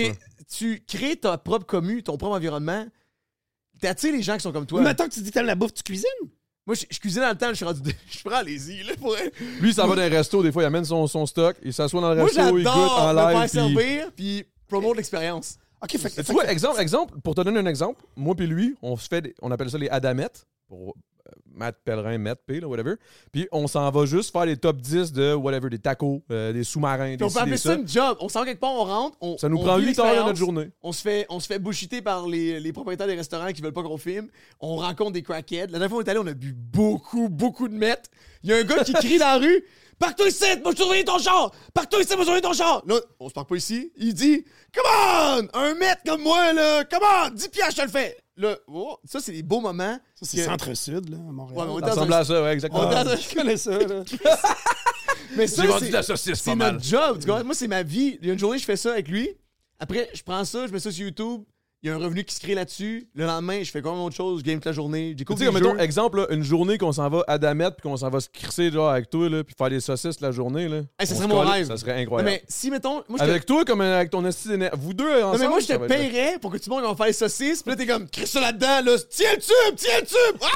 Speaker 1: c'est.
Speaker 2: sûr.
Speaker 1: Tu crées ta propre commu, ton propre environnement. T'attires les gens qui sont comme toi.
Speaker 3: Mais Maintenant que tu dis t'aimes la bouffe, tu cuisines?
Speaker 1: Moi, je, je cuisine dans le temps, je suis rendu. Je prends les là, pour vrai.
Speaker 2: Lui, ça va dans les restos, des fois, il amène son, son stock, il s'assoit dans le
Speaker 1: Moi,
Speaker 2: resto, il goûte en
Speaker 1: j'adore me faire
Speaker 2: live. puis-
Speaker 1: servir, puis promouvoir l'expérience.
Speaker 3: OK, fait que...
Speaker 2: Tu vois, exemple, exemple, pour te donner un exemple, moi puis lui, on se fait, des- on appelle ça les adamettes, pour euh, Matt Pellerin, Matt P, là, whatever. Puis on s'en va juste faire les top 10 de whatever, des tacos, euh, des sous-marins,
Speaker 1: Puis
Speaker 2: des
Speaker 1: on
Speaker 2: ci,
Speaker 1: peut
Speaker 2: des
Speaker 1: appeler ça
Speaker 2: ça.
Speaker 1: une job. On sort quelque part, on rentre. On,
Speaker 2: Ça nous
Speaker 1: on
Speaker 2: prend
Speaker 1: vit
Speaker 2: 8 heures de
Speaker 1: l'expérience.
Speaker 2: notre journée.
Speaker 1: On se fait, on se fait bullshiter par les, les propriétaires des restaurants qui veulent pas qu'on filme. On rencontre des crackheads. La dernière fois qu'on est allé, on a bu beaucoup, beaucoup de mètres. Il y a un gars qui crie dans la rue Parque-toi ici, moi je surveille ton char Parque-toi ici, moi je surveille ton char Là, on se parque pas ici. Il dit Come on Un mètre comme moi, là Come on 10 piastres, je te le fais Là, oh, ça, c'est des beaux moments.
Speaker 3: Ça, c'est
Speaker 1: que-
Speaker 3: centre-sud, là, à Montréal.
Speaker 1: Ouais, mais on est
Speaker 2: Ça
Speaker 1: dans
Speaker 2: ressemble
Speaker 1: un-
Speaker 2: à ça, ouais,
Speaker 1: on est
Speaker 2: exactement.
Speaker 1: dans un-
Speaker 3: Je connais ça, là.
Speaker 1: Mais ça,
Speaker 2: J'ai vendu
Speaker 1: Ben, c'est-
Speaker 2: de la saucisse, pas
Speaker 1: C'est
Speaker 2: mal.
Speaker 1: notre job, tu comprends? Moi, c'est ma vie. Il y a une journée, je fais ça avec lui. Après, je prends ça, je mets ça sur YouTube. Il y a un revenu qui se crée là-dessus. Le lendemain, je fais quand même autre chose. Je game toute la journée. Je
Speaker 2: Tu
Speaker 1: découvre
Speaker 2: sais,
Speaker 1: des
Speaker 2: comme mettons,
Speaker 1: jeux.
Speaker 2: exemple, là, une journée qu'on s'en va à Damette puis qu'on s'en va se crisser genre avec toi, là, puis faire des saucisses la journée, là.
Speaker 1: Hey, ça
Speaker 2: on
Speaker 1: serait
Speaker 2: se
Speaker 1: mon
Speaker 2: colle,
Speaker 1: rêve.
Speaker 2: Ça serait
Speaker 1: Non,
Speaker 2: incroyable.
Speaker 1: mais si, mettons, moi, je te-
Speaker 2: Avec toi, comme euh, avec ton esti d'énergie. Vous deux
Speaker 1: Non,
Speaker 2: ensemble.
Speaker 1: mais moi, je
Speaker 2: ça
Speaker 1: te
Speaker 2: va être-
Speaker 1: paierais pour que tout le monde va faire les saucisses. Puis là, t'es comme, crée ça là-dedans, là. Tiens le tube, tiens le tube. Ah!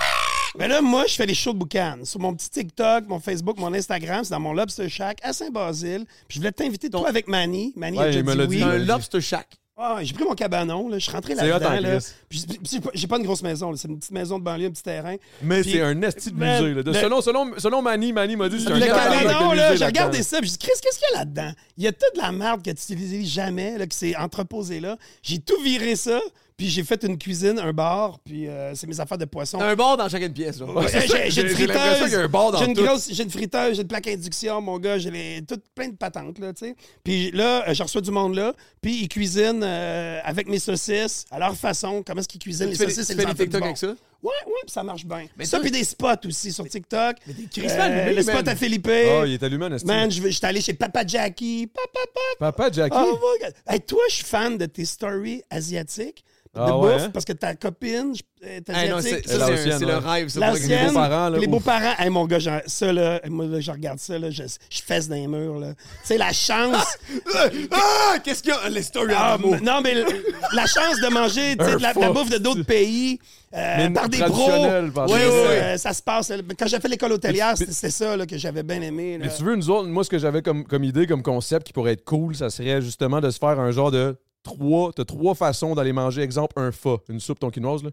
Speaker 3: Mais Ben là, moi, je fais les shows de boucan. Sur mon petit TikTok, mon Facebook, mon Instagram, c'est dans mon Lobster Shack à Saint-Basile. Puis je voulais t'inviter, toi, avec Manny. Manny
Speaker 2: Ouais,
Speaker 3: a déjà
Speaker 2: il me
Speaker 3: dit
Speaker 2: l'a
Speaker 3: oui.
Speaker 2: dit,
Speaker 1: un
Speaker 2: là.
Speaker 1: lobster shack.
Speaker 3: Ah, j'ai pris mon cabanon, là. je suis rentré
Speaker 2: C'est hot en
Speaker 3: là-dedans. Là.
Speaker 2: Chris.
Speaker 3: Puis- puis- puis J'ai pas une grosse maison, là. c'est une petite maison de banlieue, un petit terrain.
Speaker 2: Mais
Speaker 3: Puis-
Speaker 2: c'est un esti de
Speaker 3: Man,
Speaker 2: musée. Là. De-
Speaker 3: le-
Speaker 2: selon, selon, selon Manny, Manny m'a dit c'est un
Speaker 3: Le
Speaker 2: tabarnak de
Speaker 3: cabanon,
Speaker 2: musée Ah,
Speaker 3: là, j'ai
Speaker 2: là-dedans.
Speaker 3: regardé ça, puis j'ai dit, Chris, qu'est-ce qu'il y a là-dedans? Il y a toute la merde que tu n'utilises jamais, là, qui s'est entreposée là. J'ai tout viré ça, puis j'ai fait une cuisine, un bar, puis euh, c'est mes affaires de poisson.
Speaker 1: T'as un bar dans chacune pièce, genre.
Speaker 2: Ouais,
Speaker 3: J'ai-
Speaker 2: c'est ça.
Speaker 3: J'ai j'ai une
Speaker 2: J'ai l'impression
Speaker 3: friteuse.
Speaker 2: qu'il y a un bar dans
Speaker 3: J'ai une
Speaker 2: tout.
Speaker 3: grosse- j'ai une friteuse, j'ai une plaque à induction, mon gars, j'ai les- tout plein de patentes là, tu sais. Puis là, euh, je reçois du monde là, puis ils cuisinent euh, avec mes saucisses, à leur façon, comment est-ce qu'ils cuisinent les
Speaker 1: fais des-
Speaker 3: saucisses
Speaker 1: tu
Speaker 3: et
Speaker 1: fais
Speaker 3: les
Speaker 1: des TikTok avec ça?
Speaker 3: Ouais, ouais, puis ça marche bien.
Speaker 1: Mais
Speaker 3: ça
Speaker 1: toi,
Speaker 3: puis des spots aussi sur TikTok. Mais des
Speaker 1: Chris Van Lee,
Speaker 3: le
Speaker 1: man.
Speaker 3: spot à Philippe.
Speaker 2: Oh, il est allumé, un esti.
Speaker 3: Man, je vais- j'étais allé chez Papa Jackie. Papa, papa.
Speaker 2: Papa Jackie.
Speaker 3: Oh my God. Hey, toi, je suis fan de tes stories asiatiques
Speaker 2: Ah
Speaker 3: de
Speaker 2: ouais,
Speaker 3: bouffe
Speaker 2: hein?
Speaker 3: parce que ta copine je- est
Speaker 1: Eh, non,
Speaker 3: asiatique.
Speaker 1: c'est
Speaker 3: ça,
Speaker 1: ça,
Speaker 2: la
Speaker 1: c'est
Speaker 2: sienne,
Speaker 1: un- c'est le
Speaker 2: ouais.
Speaker 1: rêve. ça,
Speaker 3: La
Speaker 1: pour les
Speaker 3: sienne,
Speaker 2: beaux-parents, là,
Speaker 3: les
Speaker 2: ouf.
Speaker 3: beaux-parents, hey, mon gars, j'en- ça là, moi là, je regarde ça là, je, je fesse dans les murs là. C'est la chance.
Speaker 1: beaux- Ah! Qu'est-ce qu'il y a? Les stories
Speaker 3: Ah,
Speaker 1: en mots.
Speaker 3: m- non mais l- la chance de manger tu sais, de la, de la
Speaker 2: Un
Speaker 3: bouffe de d'autres pays euh,
Speaker 2: Mais
Speaker 3: par des pros.
Speaker 2: traditionnel, par
Speaker 3: Puis,
Speaker 1: exemple.
Speaker 3: euh,
Speaker 1: Oui,
Speaker 3: Ça se passe. là. Quand j'ai fait l'école hôtelière, c'était c'était ça là, que j'avais bien aimé. là.
Speaker 2: Mais tu veux, nous autres, moi, ce que j'avais comme, comme idée, comme concept qui pourrait être cool, ça serait justement de se faire un genre de trois, t'as trois façons d'aller manger, exemple, un pho, une soupe tonkinoise, là.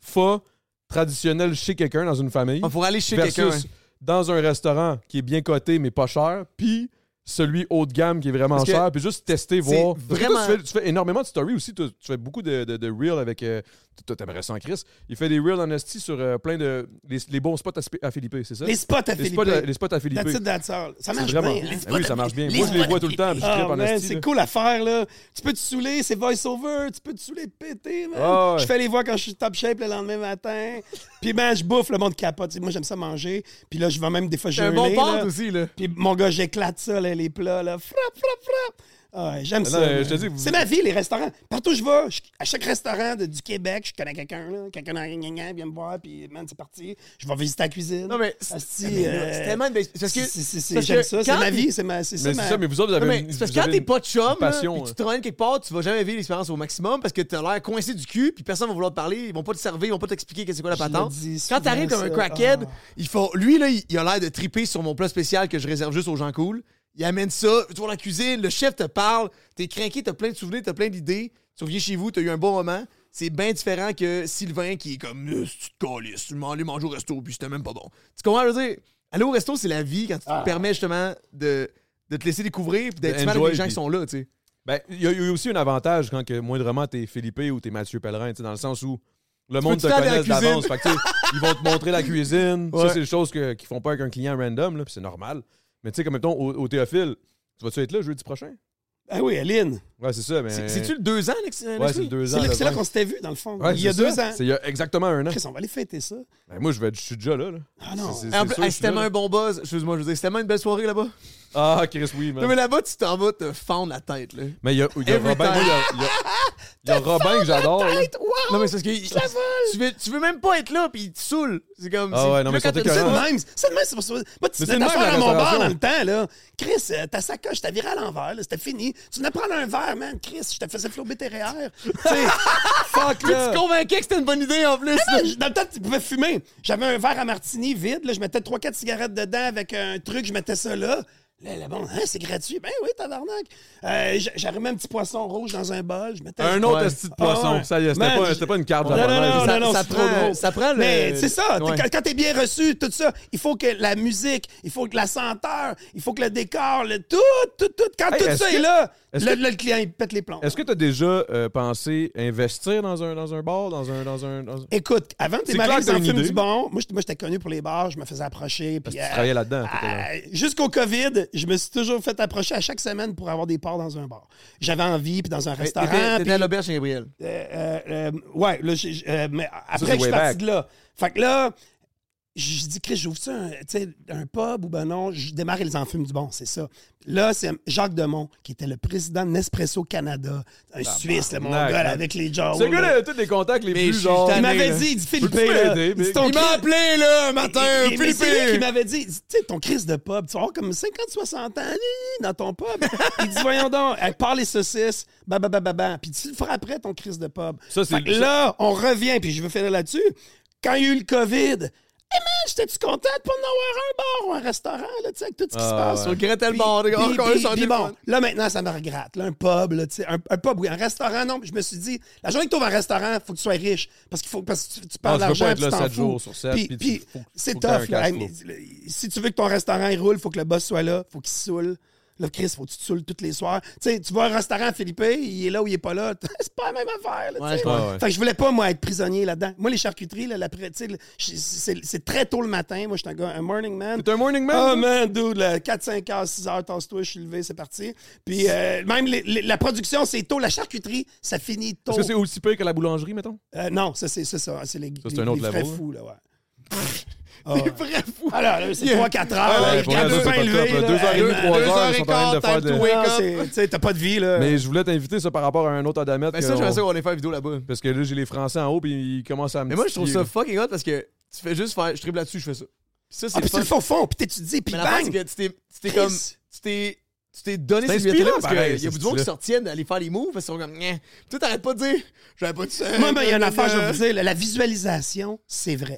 Speaker 2: Pho traditionnel chez quelqu'un dans une famille.
Speaker 1: On pourrait aller chez
Speaker 2: versus
Speaker 1: quelqu'un.
Speaker 2: dans un restaurant qui est bien coté mais pas cher, puis celui haut de gamme qui est vraiment
Speaker 1: Parce que
Speaker 2: cher, puis juste tester,
Speaker 1: c'est
Speaker 2: voir. Parce que toi,
Speaker 1: vraiment-
Speaker 2: tu, fais, tu fais énormément de stories aussi, toi, tu fais beaucoup de, de, de reels avec. Euh, toi, t'aimerais ça en Chris. Il fait des reels en esti sur euh, plein de. Les, les bons spots à, Sp- à Philippe, c'est ça?
Speaker 3: Les spots à
Speaker 2: Les
Speaker 3: Philippe.
Speaker 2: spots à, les spots à Philippe.
Speaker 3: That's it, that's all.
Speaker 2: C'est
Speaker 3: Ça marche
Speaker 2: vraiment.
Speaker 3: bien. hein?
Speaker 2: Ben oui, ça marche bien.
Speaker 1: les
Speaker 2: Moi, je les
Speaker 1: spots
Speaker 2: vois
Speaker 1: à
Speaker 2: tout le temps, puis je
Speaker 3: Ah,
Speaker 2: trippe en
Speaker 3: man,
Speaker 2: esti,
Speaker 3: c'est
Speaker 2: là.
Speaker 3: cool à faire, là. Tu peux te saouler, c'est voice-over, tu peux te saouler de péter, man.
Speaker 2: Ah ouais.
Speaker 3: Je fais les voix quand je suis top shape le lendemain matin. Puis, man, je bouffe, le monde capote. Tu sais, Moi, j'aime ça manger. Puis là, je vais même des fois
Speaker 1: C'est un
Speaker 3: geler.
Speaker 1: bon
Speaker 3: là.
Speaker 1: pâte aussi, là.
Speaker 3: Puis, mon gars, j'éclate ça, là, les plats, là. Frappe, frappe, frappe. Ah, ouais, j'aime
Speaker 2: Non,
Speaker 3: ça.
Speaker 2: euh,
Speaker 3: man.
Speaker 2: je te dis, vous-
Speaker 3: C'est ma vie, les restaurants. Partout où je vais, je- à chaque restaurant de- du Québec, je connais quelqu'un, là. Quelqu'un en gagnant vient me voir, puis, man, c'est parti. Je vais visiter la cuisine.
Speaker 1: Non, mais c'est
Speaker 3: Asti,
Speaker 1: mais là,
Speaker 3: euh,
Speaker 1: c'est tellement une belle- c'est parce que-
Speaker 3: c'est- c'est- c'est-
Speaker 1: parce que
Speaker 3: J'aime ça, c'est
Speaker 1: quand
Speaker 3: ma
Speaker 1: t'es-
Speaker 3: vie, c'est ma. C'est
Speaker 2: Mais c'est ça, mais vous autres, vous
Speaker 1: Non,
Speaker 2: avez.
Speaker 1: mais
Speaker 2: une-
Speaker 1: c'est parce
Speaker 2: vous
Speaker 1: que quand
Speaker 2: avez
Speaker 1: t'es
Speaker 2: une-
Speaker 1: pas chum,
Speaker 2: une
Speaker 1: là,
Speaker 2: passion,
Speaker 1: puis que
Speaker 2: hein.
Speaker 1: tu travailles quelque part, tu vas jamais vivre l'expérience au maximum parce que t'as l'air coincé du cul, puis personne va vouloir te parler, ils vont pas te servir, ils vont pas t'expliquer qu'est-ce que c'est quoi la
Speaker 3: Je le
Speaker 1: patente.
Speaker 3: dis souvent,
Speaker 1: Quand t'arrives comme un
Speaker 3: ça.
Speaker 1: crackhead,
Speaker 3: Ah.
Speaker 1: il faut, lui là, il, il a l'air de triper sur mon plat spécial que je réserve juste aux gens cool. Il amène ça, tu vois la cuisine, le chef te parle, t'es craqué, t'as plein de souvenirs, t'as plein d'idées. Tu reviens chez vous, t'as eu un bon moment. C'est bien différent que Sylvain qui est comme Euh, si tu te calisses, tu m'en allais manger au resto, puis c'était même pas bon. Tu comprends, je veux dire, aller au resto, c'est la vie quand tu te
Speaker 2: Ah.
Speaker 1: permets justement de, de te laisser découvrir, puis d'être
Speaker 2: De
Speaker 1: smart avec
Speaker 2: enjoy,
Speaker 1: les gens qui
Speaker 2: puis-
Speaker 1: sont là, tu sais.
Speaker 2: Ben, il y a eu aussi un avantage quand que moindrement t'es Philippe ou t'es Mathieu Pellerin, tu sais, dans le sens où le monde te
Speaker 1: peux tout le temps aller à
Speaker 2: connaît
Speaker 1: la cuisine.
Speaker 2: d'avance. Fait que, tu sais, ils vont te montrer la cuisine.
Speaker 1: Ouais.
Speaker 2: Ça, c'est des choses que- qu'ils font pas avec un client random, là, puis c'est normal. Mais tu sais, comme mettons, au, au Théophile, tu vas-tu être là jeudi prochain?
Speaker 3: Ah oui, Aline.
Speaker 2: Ouais, c'est ça, mais.
Speaker 1: C'est- C'est-tu le deux ans, Alex? euh,
Speaker 2: Ouais, c'est le deux
Speaker 3: C'est
Speaker 2: ans.
Speaker 3: là,
Speaker 2: le
Speaker 3: c'est là
Speaker 2: 20.
Speaker 3: qu'on s'était vu, dans le fond.
Speaker 2: Ouais,
Speaker 3: il y a
Speaker 2: c'est
Speaker 3: deux
Speaker 2: ça.
Speaker 3: ans.
Speaker 2: C'est il y a exactement un an.
Speaker 3: Chris, on va aller fêter ça.
Speaker 2: Ben, moi, je vais être- je suis déjà là. là.
Speaker 3: Ah non.
Speaker 2: C'est- c'est
Speaker 1: En plus,
Speaker 2: sûr,
Speaker 1: hey,
Speaker 2: je suis
Speaker 1: c'est tellement
Speaker 2: là.
Speaker 1: un bon buzz. Excuse-moi, je veux dire, c'est tellement une belle soirée là-bas.
Speaker 2: Ah, Chris, oui,
Speaker 1: Non,
Speaker 2: man.
Speaker 1: mais là-bas, tu t'en vas te fendre la tête, là.
Speaker 2: Mais il y a, il y a
Speaker 1: Every
Speaker 2: Robin,
Speaker 1: time.
Speaker 2: moi, il y a, il y a- il y a
Speaker 1: Ah,
Speaker 2: Robin que j'adore. là.
Speaker 1: ben, Non, mais c'est parce que. Tu veux, tu veux même pas être là, puis il te saoule. C'est comme.
Speaker 2: Ah
Speaker 1: c'est-
Speaker 2: ouais, non,
Speaker 1: là,
Speaker 2: mais
Speaker 1: quand
Speaker 2: surtout
Speaker 1: t'as-
Speaker 3: C'est
Speaker 2: que-
Speaker 3: le
Speaker 2: Ah.
Speaker 3: même. C'est le même. C'est pour ça. Moi, tu
Speaker 2: Mais c'est
Speaker 3: venais
Speaker 2: le même,
Speaker 3: d'affaire
Speaker 2: la
Speaker 3: à mon bar
Speaker 2: restauration.
Speaker 3: dans le temps, là. Chris, euh, ta sacoche, t'as viré à l'envers, là. C'était fini. Tu venais prendre un verre, man. Chris, je te faisais flouber tes REER. Tu sais, fuck,
Speaker 1: Tu
Speaker 3: là.
Speaker 1: te convainquais que c'était une bonne idée en plus.
Speaker 3: Ah, je- Dans le temps, tu pouvais fumer. J'avais un verre à martini vide, là, je mettais 3-4 cigarettes dedans avec un truc, je mettais ça là. Là, là, bon, hein, c'est gratuit. Ben oui, tabarnak. Euh, j- J'arrumais un petit poisson rouge dans un bol, je mettais...
Speaker 2: Un autre
Speaker 1: Ouais.
Speaker 2: esti de poisson.
Speaker 3: Ah ouais.
Speaker 2: Ça y est, c'était
Speaker 3: Man,
Speaker 2: pas,
Speaker 3: je-
Speaker 2: c'était pas une carte de
Speaker 3: Non,
Speaker 2: la
Speaker 3: non,
Speaker 2: bonne.
Speaker 3: non,
Speaker 1: ça-
Speaker 3: non,
Speaker 1: ça
Speaker 3: c'est
Speaker 1: prend-
Speaker 3: trop drôle.
Speaker 1: ça prend le-
Speaker 3: Mais c'est ça, t'es-
Speaker 1: Ouais.
Speaker 3: quand- quand t'es bien reçu, tout ça, il faut que la musique, il faut que la senteur, il faut que le décor, le tout, tout, tout, quand
Speaker 2: Hey,
Speaker 3: tout
Speaker 2: est-ce
Speaker 3: ça
Speaker 2: que-
Speaker 3: est là,
Speaker 2: est-ce
Speaker 3: le,
Speaker 2: que-
Speaker 3: le client, il pète les plombs.
Speaker 2: Est-ce que tu as déjà euh, pensé investir dans un, dans un bar, dans un. Dans un, dans un-
Speaker 3: Écoute, avant de
Speaker 2: C'est
Speaker 3: démarrer
Speaker 2: clair que
Speaker 3: les
Speaker 2: t'as une
Speaker 3: Enfumes
Speaker 2: idée.
Speaker 3: du Bon, moi, j'étais- moi, j'étais connu pour les bars, je me faisais approcher. Puis,
Speaker 2: que tu
Speaker 3: euh,
Speaker 2: travaillais là-dedans, t'étais
Speaker 3: euh, Jusqu'au COVID, je me suis toujours fait approcher à chaque semaine pour avoir des parts dans un bar. J'avais envie, puis dans un
Speaker 1: T'étais
Speaker 3: restaurant.
Speaker 1: t'étais
Speaker 3: puis-
Speaker 1: à l'auberge chez Gabriel.
Speaker 3: euh, euh, euh, ouais, là, j'ai- j'ai- euh, mais
Speaker 2: c'est
Speaker 3: après, je suis
Speaker 2: way
Speaker 3: parti
Speaker 2: back.
Speaker 3: de là. Fait que là, je je dis, Chris, j'ouvre ça, un, tu sais, un pub ou ben non, je démarre et les enfumes du bon, c'est ça. Là, c'est Jacques Demont, qui était le président de Nespresso Canada, un Suisse, le
Speaker 2: barnac,
Speaker 3: mongol,
Speaker 2: man.
Speaker 3: avec les jobs.
Speaker 2: Ce gars-là, il a tous des contacts les
Speaker 1: Ah Mais je
Speaker 2: plus
Speaker 1: suis
Speaker 2: genre.
Speaker 1: tanné.
Speaker 3: Il m'avait
Speaker 1: là.
Speaker 3: dit, il dit, Philippe,
Speaker 2: Peux-tu
Speaker 3: là,
Speaker 2: m'aider,
Speaker 3: dis
Speaker 2: Mick?
Speaker 3: ton
Speaker 1: Il m'a
Speaker 3: Chris-
Speaker 1: appelé, là, un matin,
Speaker 3: et- et- mais c'est lui qui
Speaker 1: Philippe.
Speaker 3: m'avait dit, tu sais, ton crise de pub, tu vas avoir comme 50-60 ans hi, dans ton pub. Il dit, voyons donc, elle part les saucisses, bah, bah, bah, bah, bah. Puis tu le feras après, ton crise de pub.
Speaker 2: Ça, c'est-
Speaker 3: Fait que là, on revient, puis je veux finir là-dessus. Quand il y a eu le COVID, hey man, j'étais-tu content de pas en avoir un bar ou un restaurant, là, tu sais, avec tout ce qui se
Speaker 2: Ah,
Speaker 3: passe?
Speaker 1: Sur Gretel
Speaker 3: Puis-
Speaker 1: Bord,
Speaker 3: puis-
Speaker 1: encore
Speaker 3: puis-
Speaker 1: un
Speaker 3: puis
Speaker 1: sondé.
Speaker 3: bon, là maintenant, ça me regrette. Là, un pub, là, tu sais, un, un pub, oui, un restaurant, non. mais Je me suis dit, la journée que tu ouvres un restaurant, faut que tu sois riche. Parce qu'il faut parce que tu, tu
Speaker 2: Non,
Speaker 3: perds
Speaker 2: Ah, tu peux
Speaker 3: d'argent.
Speaker 2: pas être
Speaker 3: puis
Speaker 2: là
Speaker 3: tu t'en
Speaker 2: sept
Speaker 3: fous.
Speaker 2: jours sur sept,
Speaker 3: Puis,
Speaker 2: puis tu-
Speaker 3: puis
Speaker 2: faut- faut
Speaker 3: c'est
Speaker 2: que
Speaker 3: tough.
Speaker 2: t'aies un
Speaker 3: là.
Speaker 2: cash
Speaker 3: Hey, mais le- si tu veux que ton restaurant il roule, faut que le boss soit là, faut qu'il saoule. Là, Chris, faut que tu te saoules tous les soirs. Tu sais, tu vois un restaurant à Philippe, il est là ou il est pas là. c'est pas la même affaire. là, tu
Speaker 1: Ouais,
Speaker 3: sais.
Speaker 1: je
Speaker 2: comprends. Ouais.
Speaker 3: Fait que je voulais pas, moi, être prisonnier là-dedans. Moi, les charcuteries, là, l'après- tu sais, le- je- c'est c'est très tôt le matin. Moi, je suis un gars, un morning man.
Speaker 2: T'es un morning man?
Speaker 3: Ah,
Speaker 2: toi?
Speaker 3: man, dude, là, 4, 5 heures, 6 heures, tasse-toi, je suis levé, c'est parti. Puis euh, même les- les- la production, c'est tôt. La charcuterie, ça finit tôt.
Speaker 2: Est-ce que c'est aussi pire que la boulangerie, mettons?
Speaker 3: Euh, non, ça, c'est ça. ça, C'est les,
Speaker 2: c'est
Speaker 3: les-
Speaker 2: un autre
Speaker 3: les frais
Speaker 2: level,
Speaker 3: fous, là, Ah, ouais.
Speaker 1: C'est vrai fou. Ben,
Speaker 3: Alors, là, c'est
Speaker 1: Yeah.
Speaker 3: 3-4
Speaker 1: Ouais,
Speaker 3: heures.
Speaker 1: ouais,
Speaker 3: les
Speaker 1: pour
Speaker 3: gars,
Speaker 1: vrai,
Speaker 2: ça,
Speaker 3: deux
Speaker 2: c'est
Speaker 3: pains
Speaker 2: pas
Speaker 3: levés,
Speaker 2: top, là.
Speaker 3: là.
Speaker 2: Euh, Deux heures et
Speaker 3: Hey,
Speaker 2: demie,
Speaker 3: man,
Speaker 2: trois
Speaker 3: deux
Speaker 2: heures,
Speaker 3: heures.
Speaker 2: ils sont
Speaker 1: et
Speaker 2: en train de
Speaker 1: quart,
Speaker 2: faire de-
Speaker 1: time to wake
Speaker 3: Non,
Speaker 1: up.
Speaker 3: c'est- Tu sais, t'as pas de vie, là.
Speaker 2: Mais je voulais t'inviter ça par rapport à un autre Adamette.
Speaker 1: Ben
Speaker 2: que
Speaker 1: ça, j'aimerais
Speaker 2: on-
Speaker 1: ça qu'on allait faire une vidéo là-bas.
Speaker 2: Parce que là, j'ai les Français en haut, puis ils commencent à me.
Speaker 1: Mais moi, je trouve
Speaker 2: titiller,
Speaker 1: ça fucking hot parce que tu fais juste faire. Je triple là-dessus, je fais ça. Puis ça, c'est
Speaker 3: Ah, puis
Speaker 1: le
Speaker 3: tu
Speaker 1: fun.
Speaker 3: le fais au fond, puis t'étudies, puis
Speaker 1: Mais la part, c'est
Speaker 3: bang!
Speaker 1: que tu t'es- tu t'es comme.
Speaker 3: Chris.
Speaker 1: Tu t'es. Tu t'es donné
Speaker 2: C'est
Speaker 1: cette liberté-là
Speaker 2: inspirant,
Speaker 1: parce qu'il y
Speaker 2: pareil,
Speaker 1: a
Speaker 2: ce
Speaker 1: beaucoup de gens qui
Speaker 2: style-là.
Speaker 1: se retiennent d'aller faire les moves parce qu'ils sont comme. Nyeh. Puis Toi, t'arrêtes pas de dire. J'avais pas de ça.
Speaker 3: Moi, ben, il y a une
Speaker 1: blablabla.
Speaker 3: affaire, je vais vous dire, là, la visualisation, c'est vrai.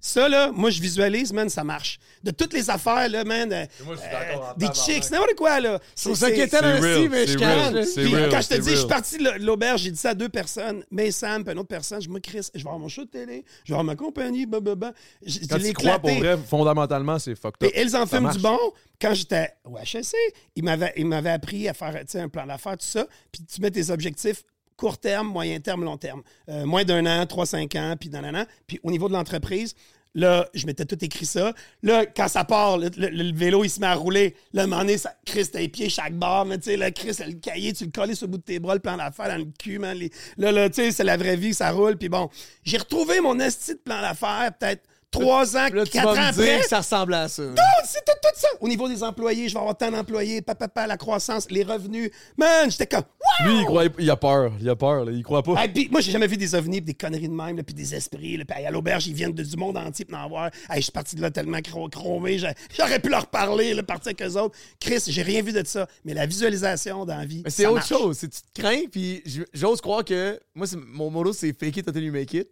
Speaker 3: Ça, là, moi, je visualise, man, ça marche. De toutes les affaires, là, man, euh,
Speaker 2: moi, je suis d'accord en
Speaker 3: des
Speaker 2: tabarnak.
Speaker 3: chicks, n'importe quoi, là.
Speaker 1: Je trouve
Speaker 3: C'est-
Speaker 1: ça
Speaker 3: c'est-
Speaker 1: inquiétant,
Speaker 2: c'est
Speaker 1: là, si,
Speaker 2: real,
Speaker 1: mais je
Speaker 2: c'est
Speaker 1: calme.
Speaker 2: real.
Speaker 1: là.
Speaker 2: C'est
Speaker 3: Puis,
Speaker 2: real,
Speaker 3: quand je te
Speaker 2: c'est
Speaker 3: dis, je suis
Speaker 2: real.
Speaker 3: parti de l'auberge, j'ai dit ça à deux personnes, mais Sam, puis une autre personne, je me crisse, je vais avoir mon show de télé, je vais avoir ma compagnie, blablabla. Je- je
Speaker 2: Quand
Speaker 3: l'ai
Speaker 2: tu crois, pour
Speaker 3: éclaté.
Speaker 2: vrai, fondamentalement, c'est fucked
Speaker 3: Puis
Speaker 2: up.
Speaker 3: ils en
Speaker 2: Ça
Speaker 3: filment du
Speaker 2: marche.
Speaker 3: bon. Quand j'étais au HSC, ils m'avaient, ils m'avaient appris à faire tu sais, un plan d'affaires, tout ça. Puis tu mets tes objectifs court terme, moyen terme, long terme. Euh, moins d'un an, trois, cinq ans, puis d'un an. Puis au niveau de l'entreprise, là, je m'étais tout écrit ça. Là, quand ça part, le, le- le vélo, il se met à rouler. Là, à un moment donné, ça crisse tes pieds chaque barre. Mais tu sais, là, crisse le cahier, tu le collais sur le bout de tes bras, le plan d'affaires dans le cul, man. Les- là, là, tu sais, c'est la vraie vie, ça roule. Puis bon, j'ai retrouvé mon esti de plan d'affaires peut-être trois ans,
Speaker 1: Là, tu
Speaker 3: quatre ans
Speaker 1: vas me dire
Speaker 3: après.
Speaker 1: que ça ressemble à ça.
Speaker 3: Oh, C'était tout ça. Au niveau des employés, je vais avoir tant d'employés, papa, la croissance, les revenus. Man, j'étais comme, wow!
Speaker 2: Lui, il, croit, il a peur. Il a peur. là. Il croit pas.
Speaker 3: Ah, puis moi, j'ai jamais vu des ovnis, puis des conneries de même, là, puis des esprits. Là, puis hey, à l'auberge, ils viennent de- du monde entier pour en voir. Hey, je suis parti de là tellement cro- chromé, j'a- j'aurais pu leur parler, là, partir avec eux autres. Chris, j'ai rien vu de ça. Mais la visualisation dans la vie,
Speaker 1: Mais c'est
Speaker 3: ça
Speaker 1: autre
Speaker 3: marche.
Speaker 1: chose. C'est tu te crains, puis j- j'ose croire que. Moi, c'est- mon motto, c'est fake it until you make it.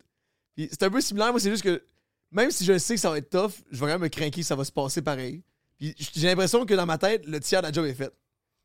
Speaker 1: Puis c'est un peu similaire. Moi, c'est juste que même si je sais que ça va être tough, je vais quand même me craquer que ça va se passer pareil. Puis j- j'ai l'impression que dans ma tête, le tiers de la job est fait.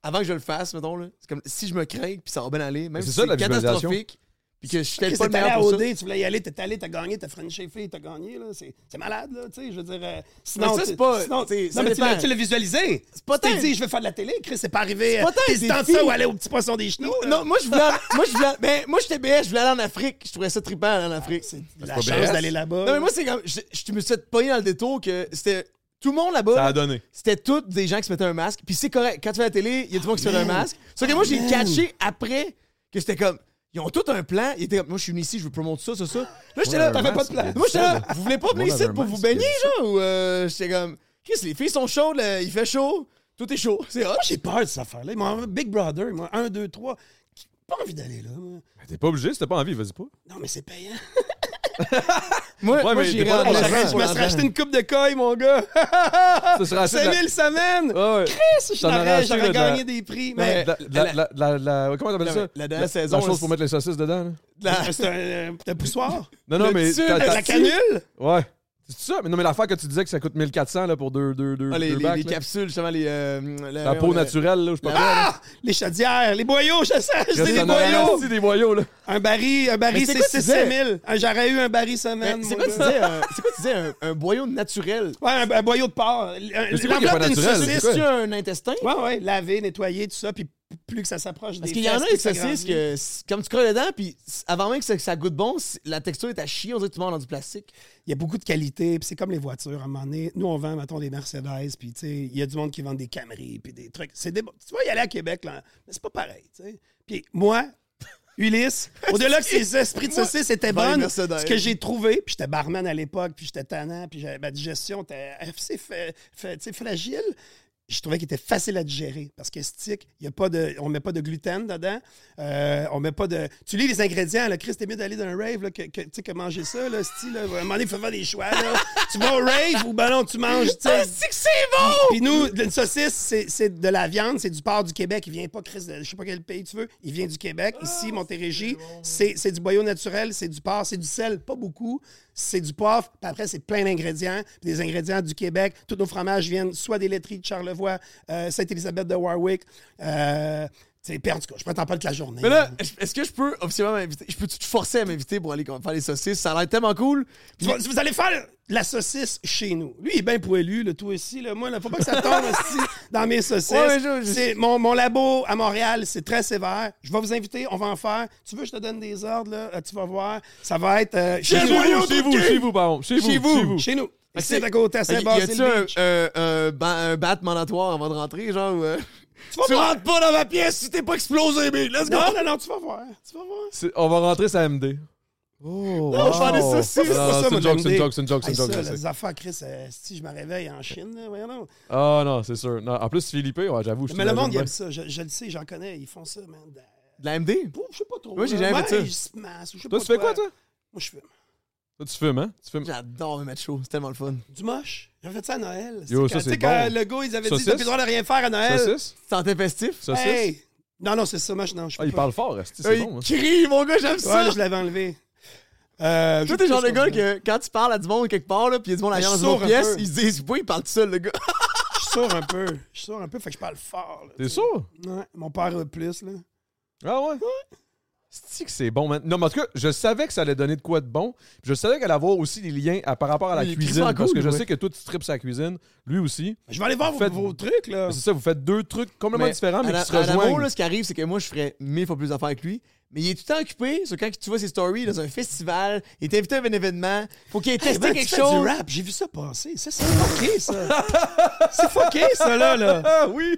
Speaker 1: Avant que je le fasse, mettons, là, c'est comme si je me crains, puis ça va bien aller, même
Speaker 2: C'est
Speaker 1: si
Speaker 2: ça,
Speaker 1: c'est
Speaker 2: la visualisation.
Speaker 1: catastrophique, puis que je suis
Speaker 3: Chris,
Speaker 1: peut-être
Speaker 3: t'es
Speaker 1: pas le
Speaker 3: allé
Speaker 1: meilleur
Speaker 3: à
Speaker 1: pour ça.
Speaker 3: OD, tu voulais y aller, t'es allé, t'as gagné, t'as Frenché fille, t'as gagné. là. C'est c'est malade, là, tu sais, je veux dire. euh, sinon,
Speaker 1: ça, c'est
Speaker 3: tu-
Speaker 1: pas-
Speaker 3: sinon-
Speaker 1: tu sais, ça
Speaker 3: non, mais tu
Speaker 1: dépend.
Speaker 3: l'as- tu l'as visualisé.
Speaker 1: C'est pas
Speaker 3: Tu t'es
Speaker 1: tant-
Speaker 3: dit, je vais faire de la télé, Chris, c'est pas arrivé.
Speaker 1: pas tant
Speaker 3: euh,
Speaker 1: un
Speaker 3: T'hésitant
Speaker 1: défi.
Speaker 3: ça ou aller au petit poisson des chenaux. là.
Speaker 1: Non, moi, je voulais. moi, je voulais. Mais moi, j'étais BS, je voulais aller en Afrique. Je trouvais ça trippant aller en Afrique.
Speaker 3: Ah, la
Speaker 2: pas
Speaker 3: chance
Speaker 2: BS.
Speaker 3: d'aller là-bas.
Speaker 1: Non, mais moi, c'est comme. Je, je me suis fait pogner dans le détour que c'était. Tout le monde là-bas.
Speaker 2: Ça a donné.
Speaker 1: c'était toutes des gens qui se mettaient un masque. Puis c'est correct. Quand tu fais la télé, il y a du monde qui se met un masque. Sauf que moi, j'ai catché après que c'était comme. Ils ont tout un plan. Ils étaient comme, moi, je suis venu ici, je veux promoter ça, ça, ça. Là, j'étais là,
Speaker 2: Ouais, un
Speaker 1: t'avais pas
Speaker 2: masque,
Speaker 1: de plan.
Speaker 2: il y a
Speaker 1: Moi, j'étais là,
Speaker 2: ça, là.
Speaker 1: vous voulez pas
Speaker 2: Tout le
Speaker 1: venir
Speaker 2: monde
Speaker 1: ici
Speaker 2: avait un
Speaker 1: pour vous
Speaker 2: masque,
Speaker 1: baigner,
Speaker 2: il y
Speaker 1: genre? Ou euh, j'étais comme, Chris, les filles sont chaudes, là, il fait chaud, tout est chaud, c'est hot.
Speaker 3: Moi, j'ai peur de cette affaire-là. Ils m'ont- Big Brother, moi, 1, 2, 3. Pas envie d'aller là. moi.
Speaker 2: T'es pas obligé. Si t'as pas envie, vas-y pas.
Speaker 3: Non, mais c'est payant.
Speaker 1: Moi, moi
Speaker 2: mais
Speaker 1: j'irais
Speaker 2: des fois,
Speaker 1: en
Speaker 2: on
Speaker 1: laissant
Speaker 2: s'arrête,
Speaker 3: Je
Speaker 1: pour
Speaker 3: me serais
Speaker 1: l'argent.
Speaker 3: acheté une coupe de coille, mon gars.
Speaker 1: Ah,
Speaker 2: Ça serait assez de la-
Speaker 3: 5000 semaines.
Speaker 2: Ah ouais.
Speaker 3: Chris, je
Speaker 2: T'en aurais
Speaker 3: t'aurais-
Speaker 2: acheté,
Speaker 3: j'aurais
Speaker 2: là, de la-
Speaker 3: gagné des prix.
Speaker 1: Ouais.
Speaker 3: Mais
Speaker 2: La, la, la, la, la- comment t'appelles
Speaker 1: La-
Speaker 2: ça?
Speaker 1: la dernière saison,
Speaker 2: La chose
Speaker 1: on-
Speaker 2: pour mettre les saucisses dedans. là.
Speaker 1: La-
Speaker 3: c'est un euh, un poussoir.
Speaker 2: Non, non,
Speaker 1: Le
Speaker 2: mais.
Speaker 1: dessus,
Speaker 2: t'as-
Speaker 1: la-
Speaker 2: t'as-
Speaker 3: La canule.
Speaker 2: Ouais. C'est ça? Mais non, mais l'affaire que tu disais que ça coûte 1400 là, pour deux, deux, deux,
Speaker 1: Ah, les,
Speaker 2: deux
Speaker 1: les-
Speaker 2: bacs,
Speaker 1: les
Speaker 2: là.
Speaker 1: capsules, justement, les. euh, la-
Speaker 2: La peau
Speaker 1: on a-
Speaker 2: naturelle, là, je sais pas. quoi, là.
Speaker 3: Ah! Les chaudières, les boyaux, je sais, je sais,
Speaker 2: Reste
Speaker 3: les
Speaker 2: en arrière,
Speaker 3: boyaux.
Speaker 2: aussi, des boyaux, là.
Speaker 3: Un baril, un
Speaker 1: Mais
Speaker 3: baril,
Speaker 1: c'est
Speaker 3: c'est
Speaker 1: quoi tu
Speaker 3: 6
Speaker 1: disais?
Speaker 3: 000. Ah, J'aurais eu un baril semaine.
Speaker 1: Mais C'est
Speaker 3: mon
Speaker 1: quoi tu
Speaker 3: gars.
Speaker 1: disais? euh, C'est quoi tu disais? un- Un boyau naturel.
Speaker 3: Ouais, un, un boyau de porc. Euh,
Speaker 2: c'est quoi qui est pas
Speaker 3: L'enveloppe d'une
Speaker 2: naturel?
Speaker 3: saucisse.
Speaker 2: C'est
Speaker 1: Est-ce que tu as un intestin?
Speaker 3: Ouais, ouais, laver, nettoyer, tout ça, puis plus que ça s'approche des
Speaker 1: Parce qu'il y en a
Speaker 3: fesses,
Speaker 1: des
Speaker 3: plus ça
Speaker 1: saucisses
Speaker 3: grandit.
Speaker 1: que, c- comme tu creuses dedans, puis c- avant même que ça, que ça goûte bon, c- la texture est à chier, on dirait que tout le monde a du plastique.
Speaker 3: Il y a beaucoup de qualité, puis c'est comme les voitures. À un moment donné, nous, on vend, mettons, des Mercedes, puis tu sais, il y a du monde qui vend des Camry, puis des trucs. C'est des... Tu vas y aller à Québec, là, mais c'est pas pareil, tu sais. Puis moi, Ulysse, au-delà que ces esprits de saucisse étaient
Speaker 1: Dans les
Speaker 3: bonnes,
Speaker 1: Mercedes.
Speaker 3: ce que j'ai trouvé, puis j'étais barman à l'époque, puis j'étais tannant, puis j'avais- ma digestion était assez fa- fa- tu sais, fragile, je trouvais qu'il était facile à digérer parce que stick, il y a pas de, on met pas de gluten dedans, euh, on met pas de, tu lis les ingrédients, là, Chris, t'es mieux d'aller dans un rave là, que, que- tu sais, que manger ça, là, style, là, à un moment donné, il faut faire des choix, là. tu vas au rave ou ben non, tu manges, tu sais.
Speaker 1: que c'est bon!
Speaker 3: Puis nous, une saucisse, c'est c'est de la viande, c'est du porc du Québec. Il vient pas, Chris, de, je sais pas quel pays tu veux. Il vient du Québec. Ici, Montérégie, c'est c'est du boyau naturel, c'est du porc, c'est du sel, pas beaucoup. C'est du poivre. Puis après, c'est plein d'ingrédients, puis des ingrédients du Québec. Tous nos fromages viennent soit des laiteries de Charlevoix, euh, Sainte-Élisabeth de Warwick. Euh, tu sais, puis en tout cas, je peux t'en parler toute la journée.
Speaker 1: Mais là, est-ce est-ce que je peux officiellement m'inviter? Je peux-tu te forcer à m'inviter pour aller comme, faire les saucisses? Ça a l'air tellement cool.
Speaker 3: Tu vas- vous allez faire la saucisse chez nous. Lui, il est bien poilu, le tout ici. Là. Moi, il faut pas que ça tombe aussi dans mes saucisses.
Speaker 1: Ouais, mais je- je-
Speaker 3: C'est mon, mon labo à Montréal, c'est très sévère. Je vais vous inviter, on va en faire. Tu veux, je te donne des ordres, là, euh, tu vas voir. Ça va être euh, chez,
Speaker 2: Chez
Speaker 3: nous,
Speaker 2: vous, chez vous, chez vous, pardon. Chez vous,
Speaker 1: Chez vous.
Speaker 2: chez vous.
Speaker 3: Chez nous.
Speaker 1: Fait que
Speaker 3: C'est à côté, à
Speaker 1: Fait que Y
Speaker 3: Saint-Basile
Speaker 1: a-tu un,
Speaker 3: Beach.
Speaker 1: euh, un, ban- un bat mandatoire avant de rentrer, genre? ou, euh,
Speaker 3: Tu vas
Speaker 1: Tu
Speaker 3: voir.
Speaker 1: rentres pas dans ma pièce si t'es pas explosé, mais let's go!
Speaker 3: Non, non, non, tu vas voir. Tu vas voir.
Speaker 2: C'est- On va rentrer, ça MD.
Speaker 1: Oh,
Speaker 3: Non, je vais aller
Speaker 1: wow.
Speaker 2: Oh, Non,
Speaker 3: saucisser.
Speaker 2: non,
Speaker 3: ça,
Speaker 2: c'est
Speaker 3: moi,
Speaker 2: une joke, c'est une
Speaker 3: j'aime
Speaker 2: joke, c'est une joke, c'est
Speaker 3: Hey,
Speaker 2: une
Speaker 3: ça,
Speaker 2: joke.
Speaker 3: là,
Speaker 2: je sais.
Speaker 3: les affaires, Chris, euh, si je me réveille en Chine, là, voyons donc.
Speaker 2: Ah non, c'est sûr. Non, en plus, Philippe, ouais, j'avoue, je
Speaker 3: Mais le
Speaker 2: t'imagine
Speaker 3: monde, il
Speaker 2: bien.
Speaker 3: aime ça. Je, je le sais, j'en connais. Ils font ça, man. De-
Speaker 1: De la MD?
Speaker 3: Pouf, Je sais pas trop.
Speaker 1: Oui, j'ai
Speaker 3: là.
Speaker 1: jamais
Speaker 3: Ouais,
Speaker 1: fait ça.
Speaker 3: Ils se massent, ou je sais
Speaker 2: Toi,
Speaker 3: pas
Speaker 2: tu fais quoi, toi?
Speaker 3: Moi, je fais
Speaker 2: Toi, tu fumes, hein? Tu fumes.
Speaker 1: J'adore me mettre chaud, c'est tellement le fun.
Speaker 3: du moche. J'avais fait ça à Noël.
Speaker 2: Yo,
Speaker 3: C'est
Speaker 2: ça,
Speaker 3: quand- tu sais,
Speaker 2: c'est
Speaker 3: quand
Speaker 2: bon.
Speaker 3: le gars, ils avaient dit,
Speaker 2: Saucisse?
Speaker 3: t'as plus le droit de rien faire à Noël.
Speaker 2: Saucisse?
Speaker 1: Santé festif?
Speaker 2: Saucisse?
Speaker 3: Hey! Non, non, c'est ça. Moi, je, non, je suis
Speaker 2: Ah, il
Speaker 3: pas-
Speaker 2: parle fort, esti,
Speaker 1: Euh,
Speaker 2: c'est bon. hein.
Speaker 1: il crie, mon gars, j'aime
Speaker 3: Ouais,
Speaker 1: ça!
Speaker 3: là, je l'avais enlevé. Euh,
Speaker 1: Toi, t'es le genre de gars que quand tu parles à du monde quelque part, là, pis il y a du monde
Speaker 3: Mais
Speaker 1: arrière
Speaker 3: je
Speaker 1: dans une autre
Speaker 3: sourd un
Speaker 1: pièce,
Speaker 3: peu.
Speaker 1: ils se disent, oui, il parle tout seul, le gars.
Speaker 3: Je sors un peu. Je sors un peu, fait que je parle fort. là,
Speaker 2: T'es
Speaker 3: tu sais.
Speaker 2: sûr?
Speaker 3: Ouais, mon père a plus, là.
Speaker 2: Ah ouais? C'est que c'est bon, man. Non, mais en tout cas, je savais que ça allait donner de quoi de bon. Je savais qu'elle allait avoir aussi des liens à- par rapport à la
Speaker 1: Il est
Speaker 2: cuisine.
Speaker 1: crissement
Speaker 2: Parce que
Speaker 1: cool,
Speaker 2: je
Speaker 1: ouais.
Speaker 2: sais que toi, tu tripes sa cuisine. Lui aussi.
Speaker 3: Je vais aller voir vos,
Speaker 2: Faites-
Speaker 3: vos trucs, là.
Speaker 2: Mais C'est ça, vous faites deux trucs complètement différents, mais
Speaker 1: à la-
Speaker 2: qui se
Speaker 1: à la
Speaker 2: rejoignent.
Speaker 1: mort, là, ce qui arrive, c'est que moi, je ferais mille fois plus d'affaires avec lui. Mais il est tout le temps occupé. sur quand tu vois ses stories dans un festival, il est invité à un événement, faut qu'il ait
Speaker 3: Hey,
Speaker 1: testé
Speaker 3: man,
Speaker 1: quelque
Speaker 3: tu fais
Speaker 1: chose.
Speaker 3: du rap, j'ai vu ça passer. Ça, c'est fucké, ça. c'est fucké, ça, là, là.
Speaker 2: Ah oui!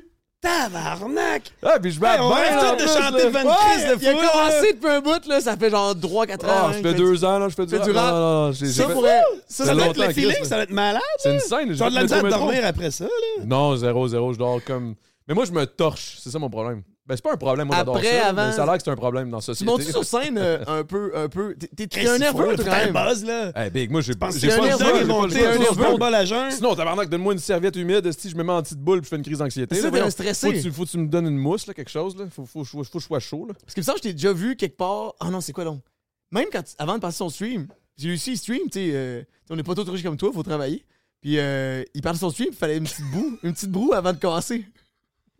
Speaker 3: Tabarnak!
Speaker 2: Ah, puis je rappe
Speaker 3: Hey, on
Speaker 2: bien,
Speaker 3: rêve
Speaker 2: là,
Speaker 3: tous
Speaker 2: en
Speaker 3: de
Speaker 2: plus,
Speaker 3: chanter
Speaker 2: là.
Speaker 3: devant
Speaker 1: Ouais,
Speaker 3: une crise de
Speaker 1: il a
Speaker 3: foule, là.
Speaker 1: commencé depuis un bout, là, ça fait genre 3-4 ans.
Speaker 2: Ah,
Speaker 1: hein,
Speaker 2: je
Speaker 1: que
Speaker 2: fais deux ans, là, je fais du
Speaker 1: fais
Speaker 2: rap.
Speaker 1: du rap.
Speaker 2: Non, non, non, j'ai- j'ai
Speaker 1: Ça,
Speaker 2: fait-
Speaker 1: pour vrai, ça, ça
Speaker 3: Ça
Speaker 2: fait
Speaker 3: doit
Speaker 1: doit
Speaker 3: être
Speaker 2: longtemps,
Speaker 3: le feeling,
Speaker 2: Chris,
Speaker 3: ça doit être malade.
Speaker 2: C'est une scène.
Speaker 3: J'ai de la
Speaker 2: j'ai fait
Speaker 3: misère
Speaker 2: métro,
Speaker 3: à
Speaker 2: métro.
Speaker 3: dormir après ça, là.
Speaker 2: Non, zéro, zéro, je dors comme... Mais moi, je me torche, c'est ça mon problème. Ben, c'est pas un problème, moi, j'adore
Speaker 1: Après,
Speaker 2: ça,
Speaker 1: avant-
Speaker 2: mais ça a l'air que c'est un problème dans la
Speaker 1: Tu
Speaker 2: société.
Speaker 1: montes sur scène euh, un peu, un peu. T'es- T'es t'es
Speaker 3: Chris,
Speaker 1: un
Speaker 3: il faut,
Speaker 1: nerveux, toi,
Speaker 3: tout
Speaker 1: quand
Speaker 3: un
Speaker 1: même.
Speaker 3: buzz, là.
Speaker 2: Eh, Big, moi, j'ai pas
Speaker 3: Parce
Speaker 2: j'ai
Speaker 3: que
Speaker 2: pas
Speaker 1: un
Speaker 2: le
Speaker 1: nerveux
Speaker 2: choix,
Speaker 1: qui
Speaker 2: j'ai
Speaker 1: est
Speaker 2: pas le
Speaker 1: monté,
Speaker 2: choix.
Speaker 1: un
Speaker 2: Sinon, je
Speaker 1: nerveux.
Speaker 2: monte-
Speaker 3: bol à jeun.
Speaker 2: Sinon, tabarnak, donne-moi une serviette humide. Si je me mets en petite boule puis je fais une crise d'anxiété.
Speaker 1: Ça,
Speaker 2: là,
Speaker 1: t'es
Speaker 2: voyons.
Speaker 1: un stressé.
Speaker 2: Faut que, tu, faut que tu me donnes une mousse, là, quelque chose. Là. Faut, faut, faut, faut que je sois chaud. Là.
Speaker 1: Parce que me semble que je t'ai déjà vu quelque part. Ah non, c'est quoi donc? Même quand, tu- avant de passer son stream, j'ai réussi stream, tu sais, euh, on n'est pas tous riches comme toi, faut travailler. Puis euh, il parle de son stream, il fallait une petite boue, une petite broue avant de commencer.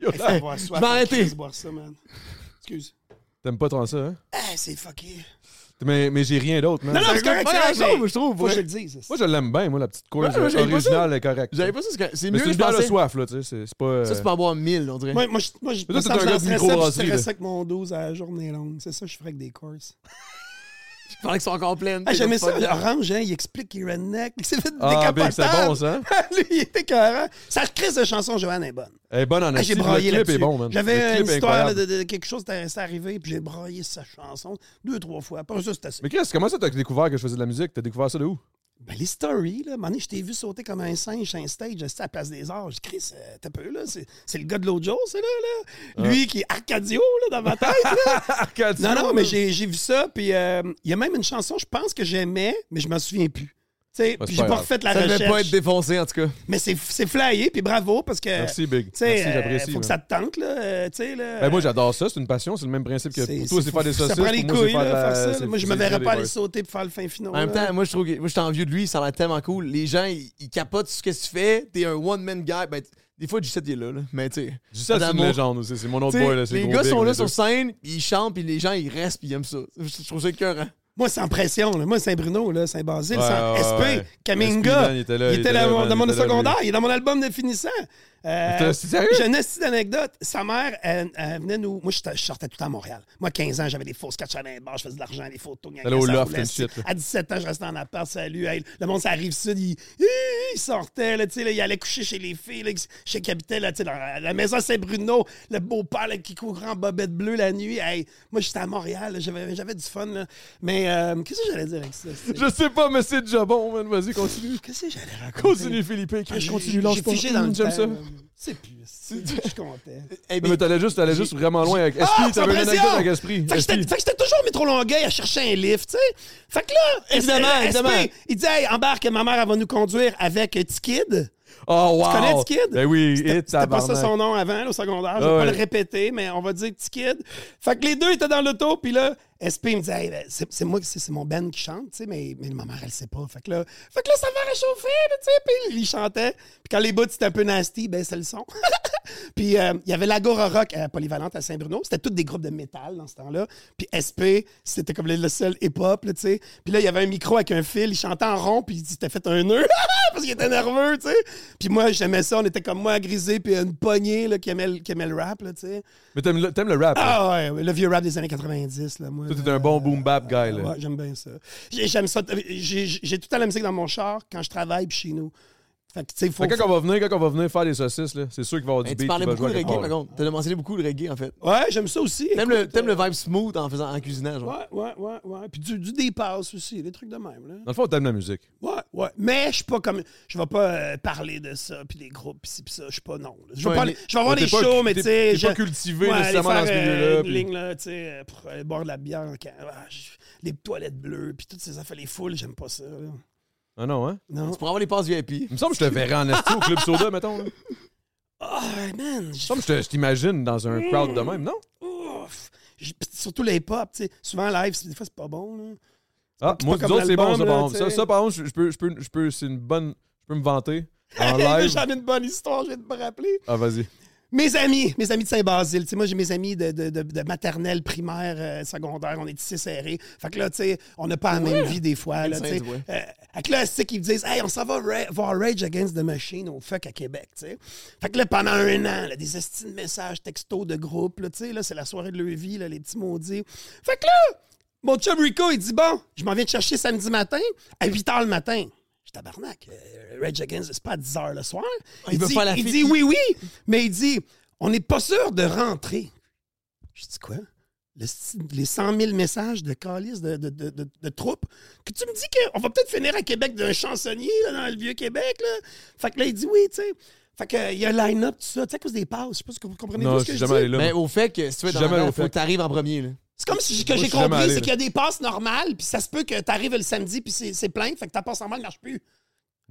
Speaker 2: Yo,
Speaker 3: Hey, faut avoir soif,
Speaker 1: Je vais arrêter.
Speaker 3: Chris, boire ça, man. Excuse.
Speaker 2: T'aimes pas tant ça, hein?
Speaker 3: Hey, c'est fucké.
Speaker 2: Mais, mais j'ai rien d'autre, man.
Speaker 3: Non, non,
Speaker 1: C'est
Speaker 3: c'est correct,
Speaker 1: pas
Speaker 3: c'est
Speaker 1: grand
Speaker 3: correct, mais
Speaker 1: chose, je trouve.
Speaker 3: Faut que
Speaker 1: ouais.
Speaker 3: je le dise.
Speaker 2: Moi, je l'aime bien, moi, la petite course
Speaker 1: Ouais, moi, j'avais pas
Speaker 2: originale est correcte.
Speaker 1: J'avais pas ça, c'est- c'est
Speaker 2: Mais
Speaker 1: mieux
Speaker 2: c'est
Speaker 1: que
Speaker 2: une
Speaker 1: je
Speaker 2: bière de
Speaker 1: pensais.
Speaker 2: soif, là, tu sais. c'est- C'est pas. euh,
Speaker 1: Ça, tu peux avoir 1000, on dirait.
Speaker 3: Moi, moi, je, moi, je,
Speaker 2: Mais toi,
Speaker 3: moi,
Speaker 2: t'es
Speaker 3: ça me
Speaker 2: un gars de
Speaker 3: stressait, puis je
Speaker 2: microbrasserie,
Speaker 3: stressais avec mon 12 à la journée longue. C'est ça que je ferais avec des courses.
Speaker 1: Je parlais qu'ils sont encore pleines.
Speaker 3: Ah, j'aimais ça.
Speaker 1: Pas-
Speaker 3: Orange, hein, il explique qu'il est redneck. Il s'est fait
Speaker 2: Ah, Big, c'est
Speaker 3: décapotable.
Speaker 2: bon, ça. hein?
Speaker 3: Lui, il était carré. Sa crise de chanson, Joanne, est bonne.
Speaker 2: Elle est Eh, bonne en
Speaker 3: Ah, j'ai
Speaker 2: esti, puis
Speaker 3: braillé
Speaker 2: Le clip
Speaker 3: là-dessus.
Speaker 2: est bon, man. Le
Speaker 3: J'avais une
Speaker 2: clip est
Speaker 3: histoire
Speaker 2: incroyable.
Speaker 3: de, de- quelque chose qui était arrivé, puis j'ai braillé sa chanson deux, trois fois. Après ça, c'était assez.
Speaker 2: Mais Chris, comment ça t'as découvert que je faisais de la musique? T'as découvert ça de où?
Speaker 3: Ben, les stories, là, un moment donné, je t'ai vu sauter comme un singe sur un stage, c'était à la Place des Arts. J'ai Chris, euh, t'as peu, là, c'est c'est le gars de l'autre jour, c'est là,
Speaker 2: Ah.
Speaker 3: là. Lui qui est Arcadio, là, dans ma tête, là.
Speaker 2: Arcadie.
Speaker 3: Non, non, mais j'ai j'ai vu ça, puis euh, il y a même une chanson, je pense que j'aimais, mais je m'en souviens plus. Tu sais,
Speaker 2: c'est
Speaker 3: puis
Speaker 2: pas
Speaker 3: j'ai pas
Speaker 2: grave.
Speaker 3: refait la
Speaker 1: Ça devait
Speaker 3: recherche.
Speaker 1: pas être défoncé, en tout cas.
Speaker 3: Mais c'est c'est flyé, puis bravo, parce que.
Speaker 2: Merci, Big.
Speaker 3: Tu sais,
Speaker 2: Merci,
Speaker 3: euh,
Speaker 2: j'apprécie.
Speaker 3: faut que
Speaker 2: man.
Speaker 3: ça te tente, là. euh, tu sais, là.
Speaker 2: Ben moi j'adore ça, c'est une passion, c'est le même principe que pour toi c'est faire des
Speaker 3: ça
Speaker 2: saucisses.
Speaker 3: prend les
Speaker 2: pour moi, c'est
Speaker 3: couilles, là,
Speaker 2: de la-
Speaker 3: faire ça. là.
Speaker 2: c'est-
Speaker 3: Moi, je
Speaker 2: c'est
Speaker 3: me verrais
Speaker 2: des
Speaker 3: pas
Speaker 2: works.
Speaker 3: aller sauter pour faire le fin final.
Speaker 1: En même
Speaker 3: là.
Speaker 1: temps, moi, je trouve que moi, je suis envieux de lui, ça a l'air tellement cool. Les gens, ils, ils capotent sur ce que tu fais. T'es un one-man guy. Ben, t- des fois, G7 il est là, là. Mais, tu sais.
Speaker 2: Du sel, c'est une
Speaker 1: Adamo.
Speaker 2: légende aussi, c'est mon autre
Speaker 1: T'sais,
Speaker 2: Oh boy là, c'est
Speaker 1: les
Speaker 2: gros
Speaker 1: gars
Speaker 2: Big,
Speaker 1: sont
Speaker 2: on est
Speaker 1: là
Speaker 2: deux.
Speaker 1: sur scène, puis ils chantent, puis les gens ils restent, puis ils aiment ça. Je, je trouve ça écœurant.
Speaker 3: Moi, sans pression, là. Moi, Saint-Bruno, là, Saint-Basile,
Speaker 2: Ouais,
Speaker 3: sans
Speaker 2: ouais,
Speaker 3: SP,
Speaker 2: ouais.
Speaker 3: Kaminga.
Speaker 2: SP, man, il était là, il était là,
Speaker 3: dans
Speaker 2: man, il
Speaker 3: mon
Speaker 2: était là, lui.
Speaker 3: secondaire. Il est dans mon album de finissant. Euh,
Speaker 2: T'as- c'est sérieux?
Speaker 3: J'ai une petite anecdote. Sa mère, elle, elle venait nous. Moi, je je sortais tout le temps à Montréal. Moi, 15 ans, j'avais des fausses catchs à l'air je faisais de l'argent, des photos. gagnais,
Speaker 2: T'allais au
Speaker 3: ça
Speaker 2: loft
Speaker 3: roulait,
Speaker 2: and shit,
Speaker 3: c'est-
Speaker 2: là.
Speaker 3: À 17 ans, je restais en appart, salut. hey, le monde, ça arrive sud, il, il- il sortait, là, tu sais, là, il allait coucher chez les filles, là, chez Capitaine, là, tu sais, dans la, la maison Saint-Bruno, le beau-père là, qui court en bobette bleue la nuit. Hey, moi, j'étais à Montréal, là, j'avais j'avais du fun, là. Mais euh, qu'est-ce que j'allais dire avec ça? c'est-
Speaker 2: Je sais pas mais c'est déjà bon, man, vas-y continue.
Speaker 3: Qu'est-ce que j'allais raconter?
Speaker 2: Continue Philippe,
Speaker 3: Ah, j'ai-
Speaker 2: continue lance
Speaker 3: J'ai
Speaker 2: pas.
Speaker 3: figé dans le
Speaker 2: Hum, J'aime
Speaker 3: temps,
Speaker 2: ça.
Speaker 3: là. C'est plus. c'est- Je suis content.
Speaker 1: Eh
Speaker 2: Non,
Speaker 1: bien,
Speaker 2: mais t'allais juste, t'allais juste vraiment loin avec Esprit,
Speaker 3: Ah, sans
Speaker 2: t'avais une
Speaker 3: pression!
Speaker 2: anecdote avec Esprit.
Speaker 3: Fait que j'étais-
Speaker 2: Esprit.
Speaker 3: fait que j'étais toujours au métro Longueuil à chercher un lift, tu sais. Fait que là,
Speaker 1: Évidemment,
Speaker 3: SP,
Speaker 1: évidemment.
Speaker 3: il dit hey, embarque, ma mère, elle va nous conduire avec Tikid.
Speaker 2: Oh wow.
Speaker 3: connais du kid?
Speaker 2: Ben oui, et
Speaker 3: C'était pas ça
Speaker 2: tabarnak.
Speaker 3: son nom avant, là, au secondaire. Je
Speaker 2: Ah
Speaker 3: vais
Speaker 2: ouais.
Speaker 3: pas le répéter, mais on va dire petit kid. Fait que les deux étaient dans l'auto, puis là, SP me dit Hey, ben, c'est c'est moi, qui- c'est c'est mon band qui chante, tu sais, mais, mais ma mère, elle sait pas. Fait que là, fait que là ça va réchauffer, là, tu sais. Puis il chantait. Puis quand les bouts c'était un peu nasty, ben c'est le son. puis euh, il y avait l'Agora Rock à euh, Polyvalente à Saint-Bruno. C'était tous des groupes de métal dans ce temps-là. Puis SP, c'était comme le- le seul hip-hop, là, tu sais. Puis là, il y avait un micro avec un fil, il chantait en rond, puis il dit T'as fait un nœud parce qu'il était nerveux, tu sais. Puis moi, j'aimais ça, on était comme moi, grisé, puis une poignée là, qui, aimait, le- qui aimait le rap, là, tu sais.
Speaker 2: Mais t'aimes le- t'aimes le rap. hein?
Speaker 3: Ah ouais, le vieux rap des années 90, là, moi.
Speaker 2: Toi t'es
Speaker 3: là.
Speaker 2: un bon boom bap guy là.
Speaker 3: Ouais, euh, j'aime bien ça. J'ai- J'aime ça. J'ai j'ai tout le temps la musique dans mon char quand je travaille puis chez nous. Fait que, tu sais, faut.
Speaker 2: Fait que quand on va venir, quand on va venir faire des saucisses, là, c'est sûr qu'il va y avoir du
Speaker 1: Mais
Speaker 2: beat
Speaker 1: tu
Speaker 2: qui
Speaker 1: parlais
Speaker 2: va
Speaker 1: beaucoup
Speaker 2: jouer
Speaker 1: de
Speaker 2: à quelque
Speaker 1: reggae,
Speaker 2: part, euh,
Speaker 1: par
Speaker 2: là.
Speaker 1: contre. T'as mentionné beaucoup de reggae, en fait.
Speaker 3: Ouais, j'aime ça aussi.
Speaker 1: T'aimes
Speaker 3: Écoute,
Speaker 1: le, t'aimes le vibe smooth en, faisant, en cuisinant, genre.
Speaker 3: Ouais, ouais, ouais, ouais. Puis du, du dépasse aussi, des trucs de même, là.
Speaker 2: Dans le fond, t'aimes la musique.
Speaker 3: Ouais, ouais. Mais je suis pas comme. Je vais pas euh, parler de ça, puis des groupes, puis ci, puis ça. Je suis pas non. là. Je vais
Speaker 1: Ouais,
Speaker 3: pas-
Speaker 1: mais-
Speaker 3: je vais avoir
Speaker 2: T'es
Speaker 3: des
Speaker 2: pas-
Speaker 3: shows, mais
Speaker 2: t'es-
Speaker 3: tu sais.
Speaker 2: T'es pas
Speaker 3: je-
Speaker 2: cultivé
Speaker 3: ouais, aller
Speaker 2: nécessairement dans ce
Speaker 3: faire, euh,
Speaker 2: milieu-là.
Speaker 3: Une
Speaker 2: puis-
Speaker 3: ligne, là, tu sais, euh, pour aller boire de la bière, quand- ah, je- les toilettes bleues, puis toutes ces affaires, les foules, j'aime pas ça. là.
Speaker 2: Ah non, hein?
Speaker 3: Non.
Speaker 1: Tu pourrais avoir les passes VIP.
Speaker 2: Il me semble que je te verrais en esti au Club Soda, mettons. là. Il me
Speaker 3: Ah, man. je-
Speaker 2: semble que je te- je t'imagine dans un crowd de même, non?
Speaker 3: ouf. Je- pis surtout les pop, tu sais. Souvent, live, c'est- des fois, c'est pas bon, là.
Speaker 2: Ah,
Speaker 3: pas
Speaker 2: moi,
Speaker 3: comme
Speaker 2: nous autres, c'est bon,
Speaker 3: l'album,
Speaker 2: ça,
Speaker 3: là,
Speaker 2: par contre.
Speaker 3: tu sais.
Speaker 2: Ça, ça, par contre, je je peux, je peux, je peux, c'est une bonne. Je peux me vanter en
Speaker 3: Hey,
Speaker 2: live.
Speaker 3: J'en ai une bonne histoire, je vais te me rappeler.
Speaker 2: Ah, vas-y.
Speaker 3: Mes amis, mes amis de Saint-Basile. Tu sais, moi, j'ai mes amis de, de- de- de maternelle, primaire, euh, secondaire. On est ici serrés. Fait que là, tu sais, on n'a pas la même vie des fois. Là, tu sais.
Speaker 1: Ouais.
Speaker 3: Euh, fait que là, c'est qu'ils me disent, hey, on s'en va ra- voir Rage Against the Machine au fuck à Québec, tu sais. Fait que là, pendant un an, là, des estis de messages, textos de groupe, là, tu sais, là, c'est la soirée de leur vie, là, les petits maudits. Fait que là, mon chum Rico, il dit, bon, je m'en viens te chercher samedi matin à 8 h le matin. Je dis, tabarnak, euh, Rage Against, c'est pas à 10 h le soir.
Speaker 1: Il veut
Speaker 3: dit,
Speaker 1: faire la
Speaker 3: il
Speaker 1: fête.
Speaker 3: dit, oui, oui, mais il dit, on n'est pas sûr de rentrer. Je dis, quoi? Le sti- les 100 000 messages de calices de, de, de, de, de troupes, que tu me dis qu'on va peut-être finir à Québec d'un chansonnier là, dans le vieux Québec. Là. Fait que là, il dit oui, tu sais. Fait que, euh, il y a un line-up, tout ça, tu sais, à cause des passes. Je sais pas si vous comprenez
Speaker 2: Non,
Speaker 3: ce
Speaker 2: je
Speaker 3: que
Speaker 2: suis
Speaker 3: je
Speaker 2: jamais allé
Speaker 3: dis.
Speaker 2: là.
Speaker 1: Mais
Speaker 2: moi.
Speaker 1: au fait que si tu veux être
Speaker 2: Jamais
Speaker 1: dans
Speaker 2: au
Speaker 1: il faut
Speaker 2: fait.
Speaker 1: que t'arrives en premier, là.
Speaker 3: C'est comme si ce que
Speaker 2: Moi, je
Speaker 3: j'ai
Speaker 2: suis jamais
Speaker 3: compris,
Speaker 2: allé,
Speaker 3: c'est
Speaker 2: là.
Speaker 3: qu'il y a des passes normales, puis ça se peut que tu arrives le samedi, puis c'est c'est plein, fait que ta passe normale marche plus. Hey,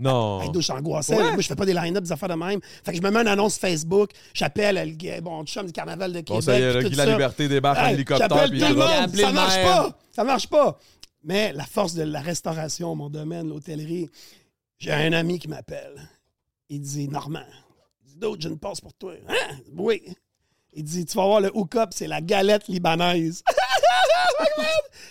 Speaker 2: Non.
Speaker 3: douche angoissée.
Speaker 2: Ouais.
Speaker 3: Moi, je fais pas des line-up, des affaires de même. Fait que je me mets une annonce Facebook, j'appelle euh, le gars, bon, chum du carnaval de Québec.
Speaker 2: Bon, ça y est, là,
Speaker 3: puis tout
Speaker 2: Guy La
Speaker 3: ça.
Speaker 2: Liberté débarque en
Speaker 3: Hey,
Speaker 2: hélicoptère.
Speaker 3: J'appelle
Speaker 2: puis
Speaker 3: tout le
Speaker 2: il va-
Speaker 1: J'ai
Speaker 3: monde.
Speaker 1: appelé
Speaker 3: Ça
Speaker 1: le
Speaker 3: marche
Speaker 1: maire.
Speaker 3: pas. Ça marche pas. Mais la force de la restauration, mon domaine, l'hôtellerie, j'ai un ami qui m'appelle. Il dit Normand. Il dit D'autres, j'ai une passe pour toi. Hein? Oui. Il dit Tu vas voir le hook-up, c'est la galette libanaise.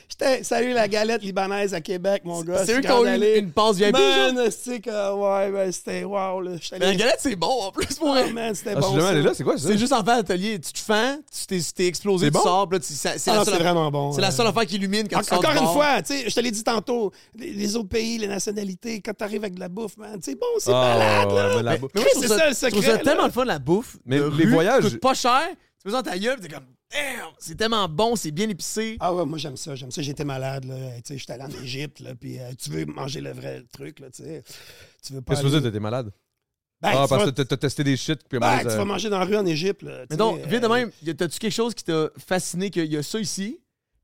Speaker 3: J'étais, salut la galette libanaise à Québec, mon gars.
Speaker 1: C'est eux qui
Speaker 3: quand
Speaker 1: ont eu
Speaker 3: allé-
Speaker 1: une- une passe VIP, genre.
Speaker 3: Man, c'est que, ouais, ben, c'était wow, là. J'étais
Speaker 1: Mais la
Speaker 3: allé-
Speaker 1: galette, c'est bon en plus pour
Speaker 3: Ben, Ah,
Speaker 1: elle.
Speaker 3: man, c'était
Speaker 2: Ah, je
Speaker 3: bon.
Speaker 2: suis jamais
Speaker 3: ça.
Speaker 2: allé là, c'est quoi ça?
Speaker 1: C'est juste en fait atelier. Tu te fends, tu t'es- tu t'es explosé,
Speaker 2: C'est
Speaker 1: tu
Speaker 2: bon?
Speaker 1: sors, puis là, tu- ça- c'est
Speaker 3: Ah,
Speaker 1: la
Speaker 3: non,
Speaker 1: seule
Speaker 3: c'est vraiment bon.
Speaker 1: C'est la
Speaker 3: hein.
Speaker 1: seule affaire qui illumine quand
Speaker 3: En-
Speaker 1: tu sors du
Speaker 3: encore une
Speaker 1: bar.
Speaker 3: fois, tu sais, je te l'ai dit tantôt, les, les autres pays, les nationalités, quand t'arrives avec de la bouffe, man, c'est bon, c'est
Speaker 2: Ah,
Speaker 3: malade,
Speaker 2: ouais,
Speaker 3: là.
Speaker 2: ouais, la bou-
Speaker 1: Mais moi,
Speaker 3: Chris,
Speaker 1: je
Speaker 3: c'est
Speaker 1: trouve
Speaker 3: ça le
Speaker 1: je trouve ça
Speaker 3: secret.
Speaker 1: tellement
Speaker 3: là.
Speaker 1: le fun, la bouffe.
Speaker 2: Mais
Speaker 1: de
Speaker 2: les
Speaker 1: rue,
Speaker 2: voyages-
Speaker 1: coûte pas cher. Tu fais ça dans ta gueule, t'es comme, damn, c'est tellement bon, c'est bien épicé.
Speaker 3: Ah ouais, moi j'aime ça, j'aime ça. J'étais malade, là. Tu sais, j'étais allé en Égypte, là, puis euh, tu veux manger le vrai truc, là, tu sais. Tu veux pas.
Speaker 2: Qu'est-ce que vous
Speaker 3: aller-
Speaker 2: dites? T'étais malade?
Speaker 3: Ben,
Speaker 2: Ah,
Speaker 3: tu,
Speaker 2: parce
Speaker 3: vas,
Speaker 2: que t'as- t'as testé des shit. puis
Speaker 3: ben,
Speaker 2: après,
Speaker 3: tu
Speaker 2: ça-
Speaker 3: vas manger dans la rue en Égypte, là. tu
Speaker 1: Mais donc,
Speaker 3: sais,
Speaker 1: vite de
Speaker 3: euh,
Speaker 1: même, y a- t'as-tu quelque chose qui t'a fasciné qu'il y a ça ici,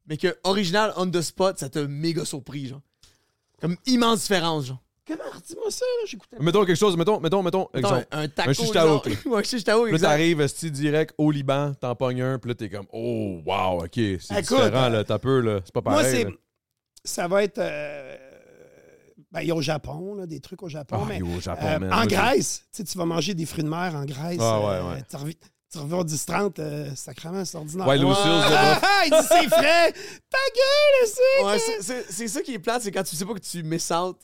Speaker 1: mais que original, on the spot, ça t'a méga surpris, genre? Comme immense différence, genre.
Speaker 3: Comment, dis-moi ça, là, j'écoutais.
Speaker 2: Mettons quelque chose, mettons, mettons, mettons,
Speaker 1: Attends,
Speaker 2: exemple.
Speaker 1: un taco.
Speaker 2: un shish tao,
Speaker 1: genre. Ouais, un shish tao,
Speaker 2: Puis là,
Speaker 1: exact.
Speaker 2: t'arrives, sti direct au Liban, t'en pognes un, puis là, t'es comme, oh, wow, ok, c'est
Speaker 3: Écoute,
Speaker 2: différent,
Speaker 3: euh,
Speaker 2: là, t'as peu, là, c'est pas
Speaker 3: Moi,
Speaker 2: pareil.
Speaker 3: c'est.
Speaker 2: là.
Speaker 3: Ça va être. euh, Ben, il y a au Japon, là, des trucs au Japon.
Speaker 2: Ah,
Speaker 3: mais,
Speaker 2: il est au Japon,
Speaker 3: Euh,
Speaker 2: man.
Speaker 3: en
Speaker 2: Moi, j'ai-
Speaker 3: Grèce, tu sais, tu vas manger des fruits de mer en Grèce.
Speaker 2: Ah, ouais,
Speaker 3: euh,
Speaker 2: ouais.
Speaker 3: Tu revi- tu reviens au 10-30, euh, sacrément, c'est ordinaire.
Speaker 2: Ouais, Lucius,
Speaker 1: Ouais.
Speaker 2: là,
Speaker 3: Ah, ah, il dit c'est frais! Ta gueule, c'est!
Speaker 1: Ouais, c'est- c'est- c'est ça qui est plate, c'est quand tu sais pas que tu miss out.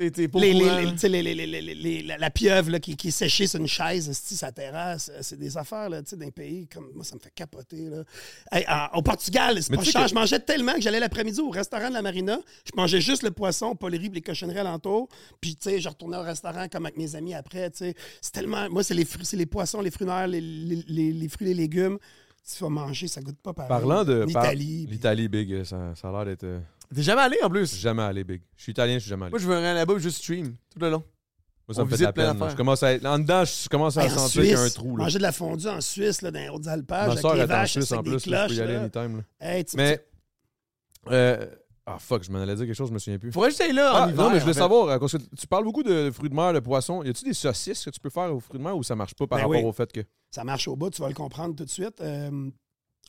Speaker 1: Et t'es pas au
Speaker 3: Les, les-
Speaker 1: courant.
Speaker 3: les- tu sais, les- les- les- les- les- les- la, la pieuvre là, qui, qui est séchée sur une chaise, c'est sa terrasse, euh, c'est des affaires là, tu sais, d'un pays comme moi, ça me fait capoter. Là. Hey, en- au Portugal, c'est
Speaker 2: Mais
Speaker 3: pas
Speaker 2: tu sais
Speaker 3: cher.
Speaker 2: que-
Speaker 3: Je mangeais tellement que j'allais l'après-midi au restaurant de la marina, je mangeais juste le poisson, pas les riz, puis les cochonneries alentour, puis tu sais, je retournais au restaurant comme avec mes amis après. tu sais. C'est tellement, moi, c'est les fruits, c'est les poissons, les fruits noirs, les, les- les- les fruits, les légumes. Tu vas manger, ça goûte pas pareil.
Speaker 2: Parlant de. par-
Speaker 3: l'Italie. puis-
Speaker 2: L'Italie, big, ça, ça a l'air d'être. euh,
Speaker 1: T'es jamais allé en
Speaker 2: je
Speaker 1: plus.
Speaker 2: suis jamais allé, big. Je suis italien, je suis jamais allé.
Speaker 1: Moi, je veux aller là-bas et juste stream tout le long.
Speaker 2: Moi, ça
Speaker 1: on
Speaker 2: me fait de
Speaker 1: visite
Speaker 2: la
Speaker 1: plein
Speaker 2: peine. là.
Speaker 1: d'affaires.
Speaker 2: Je commence à être. En dedans, je commence à
Speaker 3: Hey, Ben, en
Speaker 2: sentir qu'il y a un
Speaker 3: Suisse,
Speaker 2: trou, là.
Speaker 3: manger de la fondue en Suisse, là, dans les Hautes-Alpages,
Speaker 2: Ma
Speaker 3: avec
Speaker 2: soeur
Speaker 3: les
Speaker 2: est en
Speaker 3: vaches,
Speaker 2: Suisse, en
Speaker 3: avec des
Speaker 2: plus, là, je peux
Speaker 3: cloches.
Speaker 2: y aller
Speaker 3: là.
Speaker 2: anytime, là.
Speaker 3: Hey, tu-
Speaker 2: Mais. euh, Ah, fuck, je m'en allais dire quelque chose, je me souviens plus.
Speaker 1: Faudrait juste aller là. en
Speaker 2: Ah,
Speaker 1: hiver,
Speaker 2: non, mais je
Speaker 1: en
Speaker 2: voulais
Speaker 1: fait.
Speaker 2: savoir, euh, parce que tu parles beaucoup de fruits de mer, de poissons. Y a-tu des saucisses que tu peux faire aux fruits de mer ou ça marche pas par
Speaker 3: Ben
Speaker 2: rapport
Speaker 3: oui.
Speaker 2: au fait que.
Speaker 3: ça marche au bout, tu vas le comprendre tout de suite. Euh,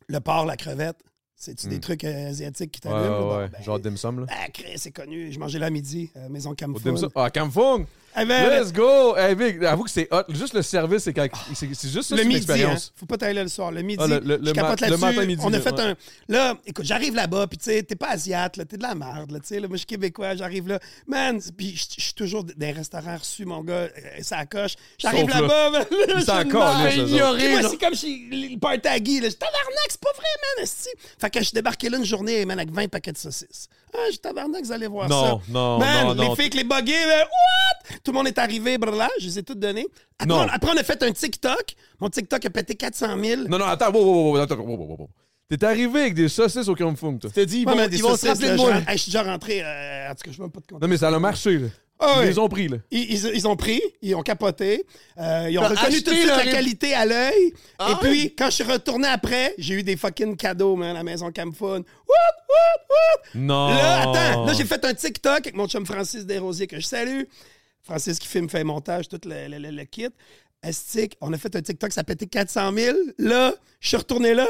Speaker 3: le porc, la crevette, c'est-tu des
Speaker 2: Hmm.
Speaker 3: trucs euh, asiatiques qui
Speaker 2: Ouais,
Speaker 3: t'allument? là?
Speaker 2: ouais,
Speaker 3: Bon,
Speaker 2: ouais.
Speaker 3: ben,
Speaker 2: Genre dim sum, là.
Speaker 3: ah, Chris, c'est connu. Je mangeais là à midi, euh, maison
Speaker 2: Au
Speaker 3: Camphor.
Speaker 2: dim sum. Ah, Camfung!
Speaker 3: Eh ben,
Speaker 2: Let's go! Hey, Vic, avoue que c'est hot. Juste le service, c'est
Speaker 3: Ah.
Speaker 2: quelque- c'est c'est juste ça, c'est
Speaker 3: le
Speaker 2: une
Speaker 3: midi, hein.
Speaker 2: expérience.
Speaker 3: faut pas t'aller là le soir. Le midi,
Speaker 2: Ah, le- le-
Speaker 3: je
Speaker 2: le
Speaker 3: capote
Speaker 2: ma- le
Speaker 3: là-dessus.
Speaker 2: matin, midi,
Speaker 3: On a
Speaker 2: là,
Speaker 3: fait
Speaker 2: ouais.
Speaker 3: un. Là, écoute, j'arrive là-bas, puis tu sais, t'es pas asiate, là, t'es de la merde, là, tu sais. là. Moi, je suis québécois, j'arrive là. Man, puis je je suis toujours dans les restaurants reçus, mon gars, euh, ça coche. J'arrive
Speaker 2: Sauf là.
Speaker 3: là-bas, man, là, je
Speaker 2: sont
Speaker 3: suis
Speaker 2: encore,
Speaker 3: de
Speaker 2: là,
Speaker 3: même.
Speaker 2: eux
Speaker 1: ignoré,
Speaker 3: Puis moi,
Speaker 1: là.
Speaker 3: c'est comme chez le party à Guy, là. Je suis tabarnak, c'est pas vrai, man. esti. Fait que je débarquais là une journée, man, avec 20 paquets de saucisses. Ah, j'ai tabarnak, vous allez voir
Speaker 2: Non,
Speaker 3: ça.
Speaker 2: non,
Speaker 3: man,
Speaker 2: non, non.
Speaker 3: Les filles, avec les buggés, là, what? Tout le monde est arrivé, brrla, je les ai toutes données. Après,
Speaker 2: Non.
Speaker 3: on- après, on a fait un TikTok. Mon TikTok a pété 400 000.
Speaker 2: Non, non, attends, wow, wow, wow, attends, wow, wow, wow, wow. T'es arrivé avec des saucisses au crème funk, toi.
Speaker 1: Je te dis, ils
Speaker 3: Ouais,
Speaker 1: vont,
Speaker 3: mais des
Speaker 1: ils vont se
Speaker 3: saucisses,
Speaker 1: rappeler de
Speaker 3: là,
Speaker 1: moi.
Speaker 3: genre, hey, je suis déjà rentré. euh, en tout cas, je ne même pas de compte.
Speaker 2: Non, mais ça a marché, là.
Speaker 3: Ah
Speaker 2: Ils
Speaker 3: ouais.
Speaker 2: les ont pris, là.
Speaker 3: Ils, ils- ils ont pris, ils ont capoté, euh, ils ont
Speaker 1: T'as
Speaker 3: reconnu
Speaker 1: acheté
Speaker 3: tout de suite
Speaker 1: leur-
Speaker 3: la qualité à l'œil.
Speaker 1: Ah
Speaker 3: et
Speaker 1: ouais?
Speaker 3: puis, quand je suis retourné après, j'ai eu des fucking cadeaux, man, à la maison Camphone. What, what, what?
Speaker 2: Non.
Speaker 3: Là, attends, là, j'ai fait un TikTok avec mon chum Francis Desrosiers que je salue. Francis qui filme, fait montage, tout le, le- le- le kit. Estique, on a fait un TikTok, ça a pété 400 000. Là, je suis retourné là.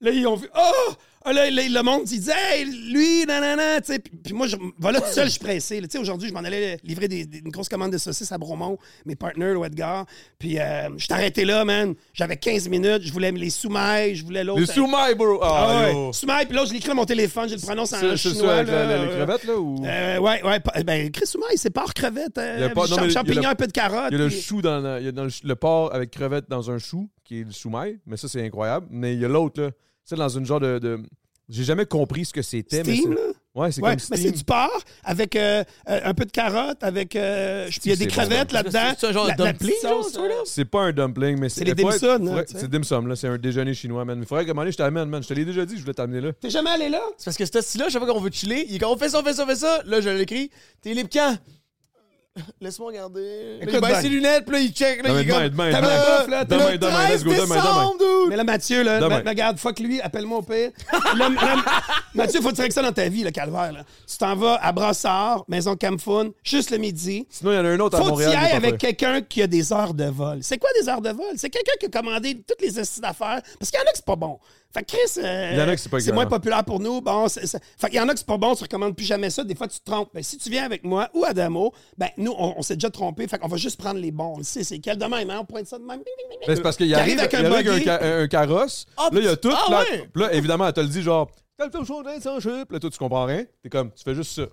Speaker 3: Là, ils ont vu. Oh! Ah, Là, là, le monde, il disait, hey, lui, nanana, tu sais. Puis, puis moi, je, voilà, tout seul, je suis pressé. là. Tu sais, aujourd'hui, je m'en allais livrer des- des- une grosse commande de saucisses à Bromont, mes partners, au Edgar. Puis, euh, je suis arrêté là, man. J'avais 15 minutes, je voulais les soumailles, je voulais l'autre. euh,
Speaker 2: Les soumailles, bro.
Speaker 3: Ah,
Speaker 2: Ah,
Speaker 3: ouais.
Speaker 2: yo.
Speaker 3: Soumailles, puis là, je l'écris à mon téléphone, je le prononce en
Speaker 2: C'est
Speaker 3: chinois.
Speaker 2: c'est ça, avec la-
Speaker 3: là,
Speaker 2: la- les
Speaker 3: euh,
Speaker 2: crevettes, là, ou.
Speaker 3: euh, ouais, ouais. pa- Ben, Chris Soumaille, c'est porc crevette.
Speaker 2: Il y a
Speaker 3: Euh,
Speaker 2: pas- non,
Speaker 3: champ-
Speaker 2: mais il y a
Speaker 3: champignons,
Speaker 2: le-
Speaker 3: un peu de carotte.
Speaker 2: Il y a le
Speaker 3: puis-
Speaker 2: chou dans la- il y a dans le, ch- le porc avec crevettes dans un chou, qui est le soumail, mais ça, c'est incroyable. Mais il y a l'autre, là. C'est dans une genre de. de- J'ai jamais compris ce que c'était. mais c'est-
Speaker 3: Steam, là?
Speaker 2: Ouais, c'est
Speaker 3: Ouais,
Speaker 2: comme
Speaker 3: mais
Speaker 2: steam.
Speaker 3: c'est du porc avec euh, euh, un peu de carotte, avec. euh, puis il y a
Speaker 2: c'est
Speaker 3: des
Speaker 2: bon,
Speaker 3: crevettes
Speaker 2: bon.
Speaker 3: là-dedans.
Speaker 1: C'est un genre
Speaker 3: La-
Speaker 1: de
Speaker 3: la petite
Speaker 1: dumpling, genre,
Speaker 3: sauce,
Speaker 1: ça, là?
Speaker 3: euh,
Speaker 2: C'est pas un dumpling, mais c'est.
Speaker 3: C'est les
Speaker 2: faut être-
Speaker 3: dim sum,
Speaker 2: faut
Speaker 3: là,
Speaker 2: être-
Speaker 3: tu sais.
Speaker 2: C'est dim sum, là. C'est un déjeuner chinois, man. Il faudrait qu'à un moment donné, je t'amène, man. Je te l'ai déjà dit, je voulais t'amener là.
Speaker 3: T'es jamais allé là?
Speaker 1: C'est parce que cet assis-là, chaque fois qu'on veut chiller, il est quand on fait ça, on fait ça, on fait ça. Là, je l'écris. T'es libre quand? Laisse-moi regarder. Là, il
Speaker 3: Écoute,
Speaker 1: baisse
Speaker 3: ben.
Speaker 1: ses lunettes, puis là, il check.
Speaker 2: Non,
Speaker 1: Là, il
Speaker 2: mais
Speaker 1: est
Speaker 2: demain,
Speaker 1: comme,
Speaker 2: demain,
Speaker 1: t'as
Speaker 2: demain.
Speaker 1: le-
Speaker 3: Demain,
Speaker 1: le
Speaker 2: demain, demain,
Speaker 1: 13
Speaker 2: let's go, demain,
Speaker 1: décembre, dude.
Speaker 3: Mais là, Mathieu, là,
Speaker 2: Demain.
Speaker 3: ma- regarde, fuck lui, appelle-moi au pire. Là, m- là, m- Mathieu, faut tirer que ça dans ta vie, le calvaire. Là. Tu t'en vas à Brassard, Maison Camphone, juste le midi.
Speaker 2: Sinon, il y en a un autre à
Speaker 3: Faut que tu
Speaker 2: Montréal. qui
Speaker 3: y
Speaker 2: est
Speaker 3: ailles
Speaker 2: pas
Speaker 3: avec
Speaker 2: prêt.
Speaker 3: quelqu'un qui a des heures de vol. C'est quoi des heures de vol? C'est quelqu'un qui a commandé toutes les astuces d'affaires. Parce qu'il y en a qui c'est pas bon. Fait que Chris, euh,
Speaker 2: Il y en a que c'est pas
Speaker 3: c'est moins
Speaker 2: écœurant.
Speaker 3: populaire pour nous. Bon, c'est- c'est- Fait qu'il y en a qui c'est pas bon, tu recommandes plus jamais ça. Des fois, tu te trompes. Mais si tu viens avec moi ou Adamo, ben nous, on, on s'est déjà trompé. Fait qu'on va juste prendre les bons. On le sait, c'est quel demain, hein? on pointe ça de même.
Speaker 2: Mais Ben, c'est parce qu'il
Speaker 3: Qui
Speaker 2: arrive,
Speaker 3: arrive avec
Speaker 2: il
Speaker 3: un
Speaker 2: arrive avec un,
Speaker 3: buggy.
Speaker 2: ca- un- un carrosse.
Speaker 1: Ah,
Speaker 2: là, il y a
Speaker 1: puis-
Speaker 2: tout.
Speaker 1: ah,
Speaker 2: là,
Speaker 1: ouais.
Speaker 2: puis là, évidemment, elle te le dit genre, t'as le temps de changer, sans chip. Puis Là, toi, tu comprends rien. T'es comme, tu fais juste ça.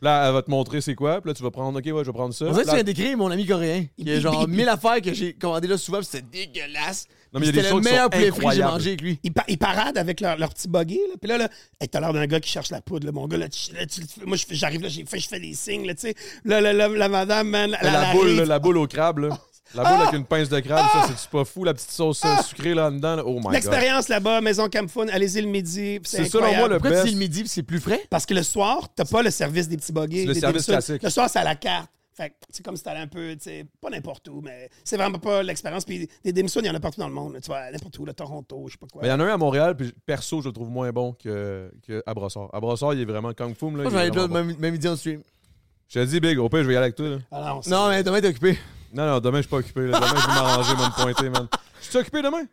Speaker 2: Puis Là, elle va te montrer c'est quoi. Puis là, tu vas prendre, OK, ouais, je vais prendre ça.
Speaker 1: On dirait que
Speaker 2: Là-
Speaker 1: tu viens d'écrire mon ami coréen. Il y a genre mille affaires que j'ai commandées là souvent, puis c'était dégueulasse.
Speaker 2: Non, mais il y a des
Speaker 1: C'était
Speaker 2: choses
Speaker 1: le
Speaker 2: qui sont
Speaker 1: meilleur poulet frit que j'ai
Speaker 2: incroyables.
Speaker 1: mangé avec lui.
Speaker 3: Ils, pa- ils paradent avec leur, leur petit buggy. Là. Puis là, là hey, t'as l'air d'un gars qui cherche la poudre. là, mon gars, là, tu- là, tu- moi, je fais- j'arrive là, j'ai fait, je fais des signes. Là, tu sais. là, là, là, la madame, man,
Speaker 2: la,
Speaker 3: elle
Speaker 2: boule,
Speaker 3: arrive.
Speaker 2: là, la boule au crabe, là. La boule
Speaker 3: Ah!
Speaker 2: avec une pince de crabe, ça, c'est pas fou. La petite sauce euh, sucrée là en dedans. là. Oh my god.
Speaker 3: L'expérience là-bas, Maison Camphone, allez-y le midi. puis
Speaker 2: C'est
Speaker 3: C'est
Speaker 2: selon moi
Speaker 3: incroyable.
Speaker 2: le
Speaker 1: Pourquoi tu
Speaker 2: best.
Speaker 1: dis le midi, puis c'est plus frais?
Speaker 3: Parce que le soir, t'as pas le service des petits buggers.
Speaker 2: C'est le
Speaker 3: des
Speaker 2: service
Speaker 3: dim sum.
Speaker 2: classique.
Speaker 3: Le soir, c'est à la carte. Fait que c'est comme si t'allais un peu, tu sais, pas n'importe où, mais c'est vraiment pas l'expérience. Puis des démissions, il y en a partout dans le monde. là, tu vois, n'importe où, le Toronto, je sais pas quoi.
Speaker 2: Mais il y en a un à Montréal, puis perso, je le trouve moins bon que, que à Brossard. À Brossard, il est vraiment kung fu. Là,
Speaker 1: Moi,
Speaker 2: il est
Speaker 1: j'en ai déjà
Speaker 2: vraiment
Speaker 1: le
Speaker 2: bon.
Speaker 1: même même midi en stream.
Speaker 2: Je te dis, Big, au pire, je vais y aller avec toi. là.
Speaker 3: Ah non, c'est-
Speaker 1: Non, mais demain, t'es occupé.
Speaker 2: Non, non, demain, je suis pas occupé. là. Demain, je vais m'arranger, moi, me pointer, man. Je suis occupé demain?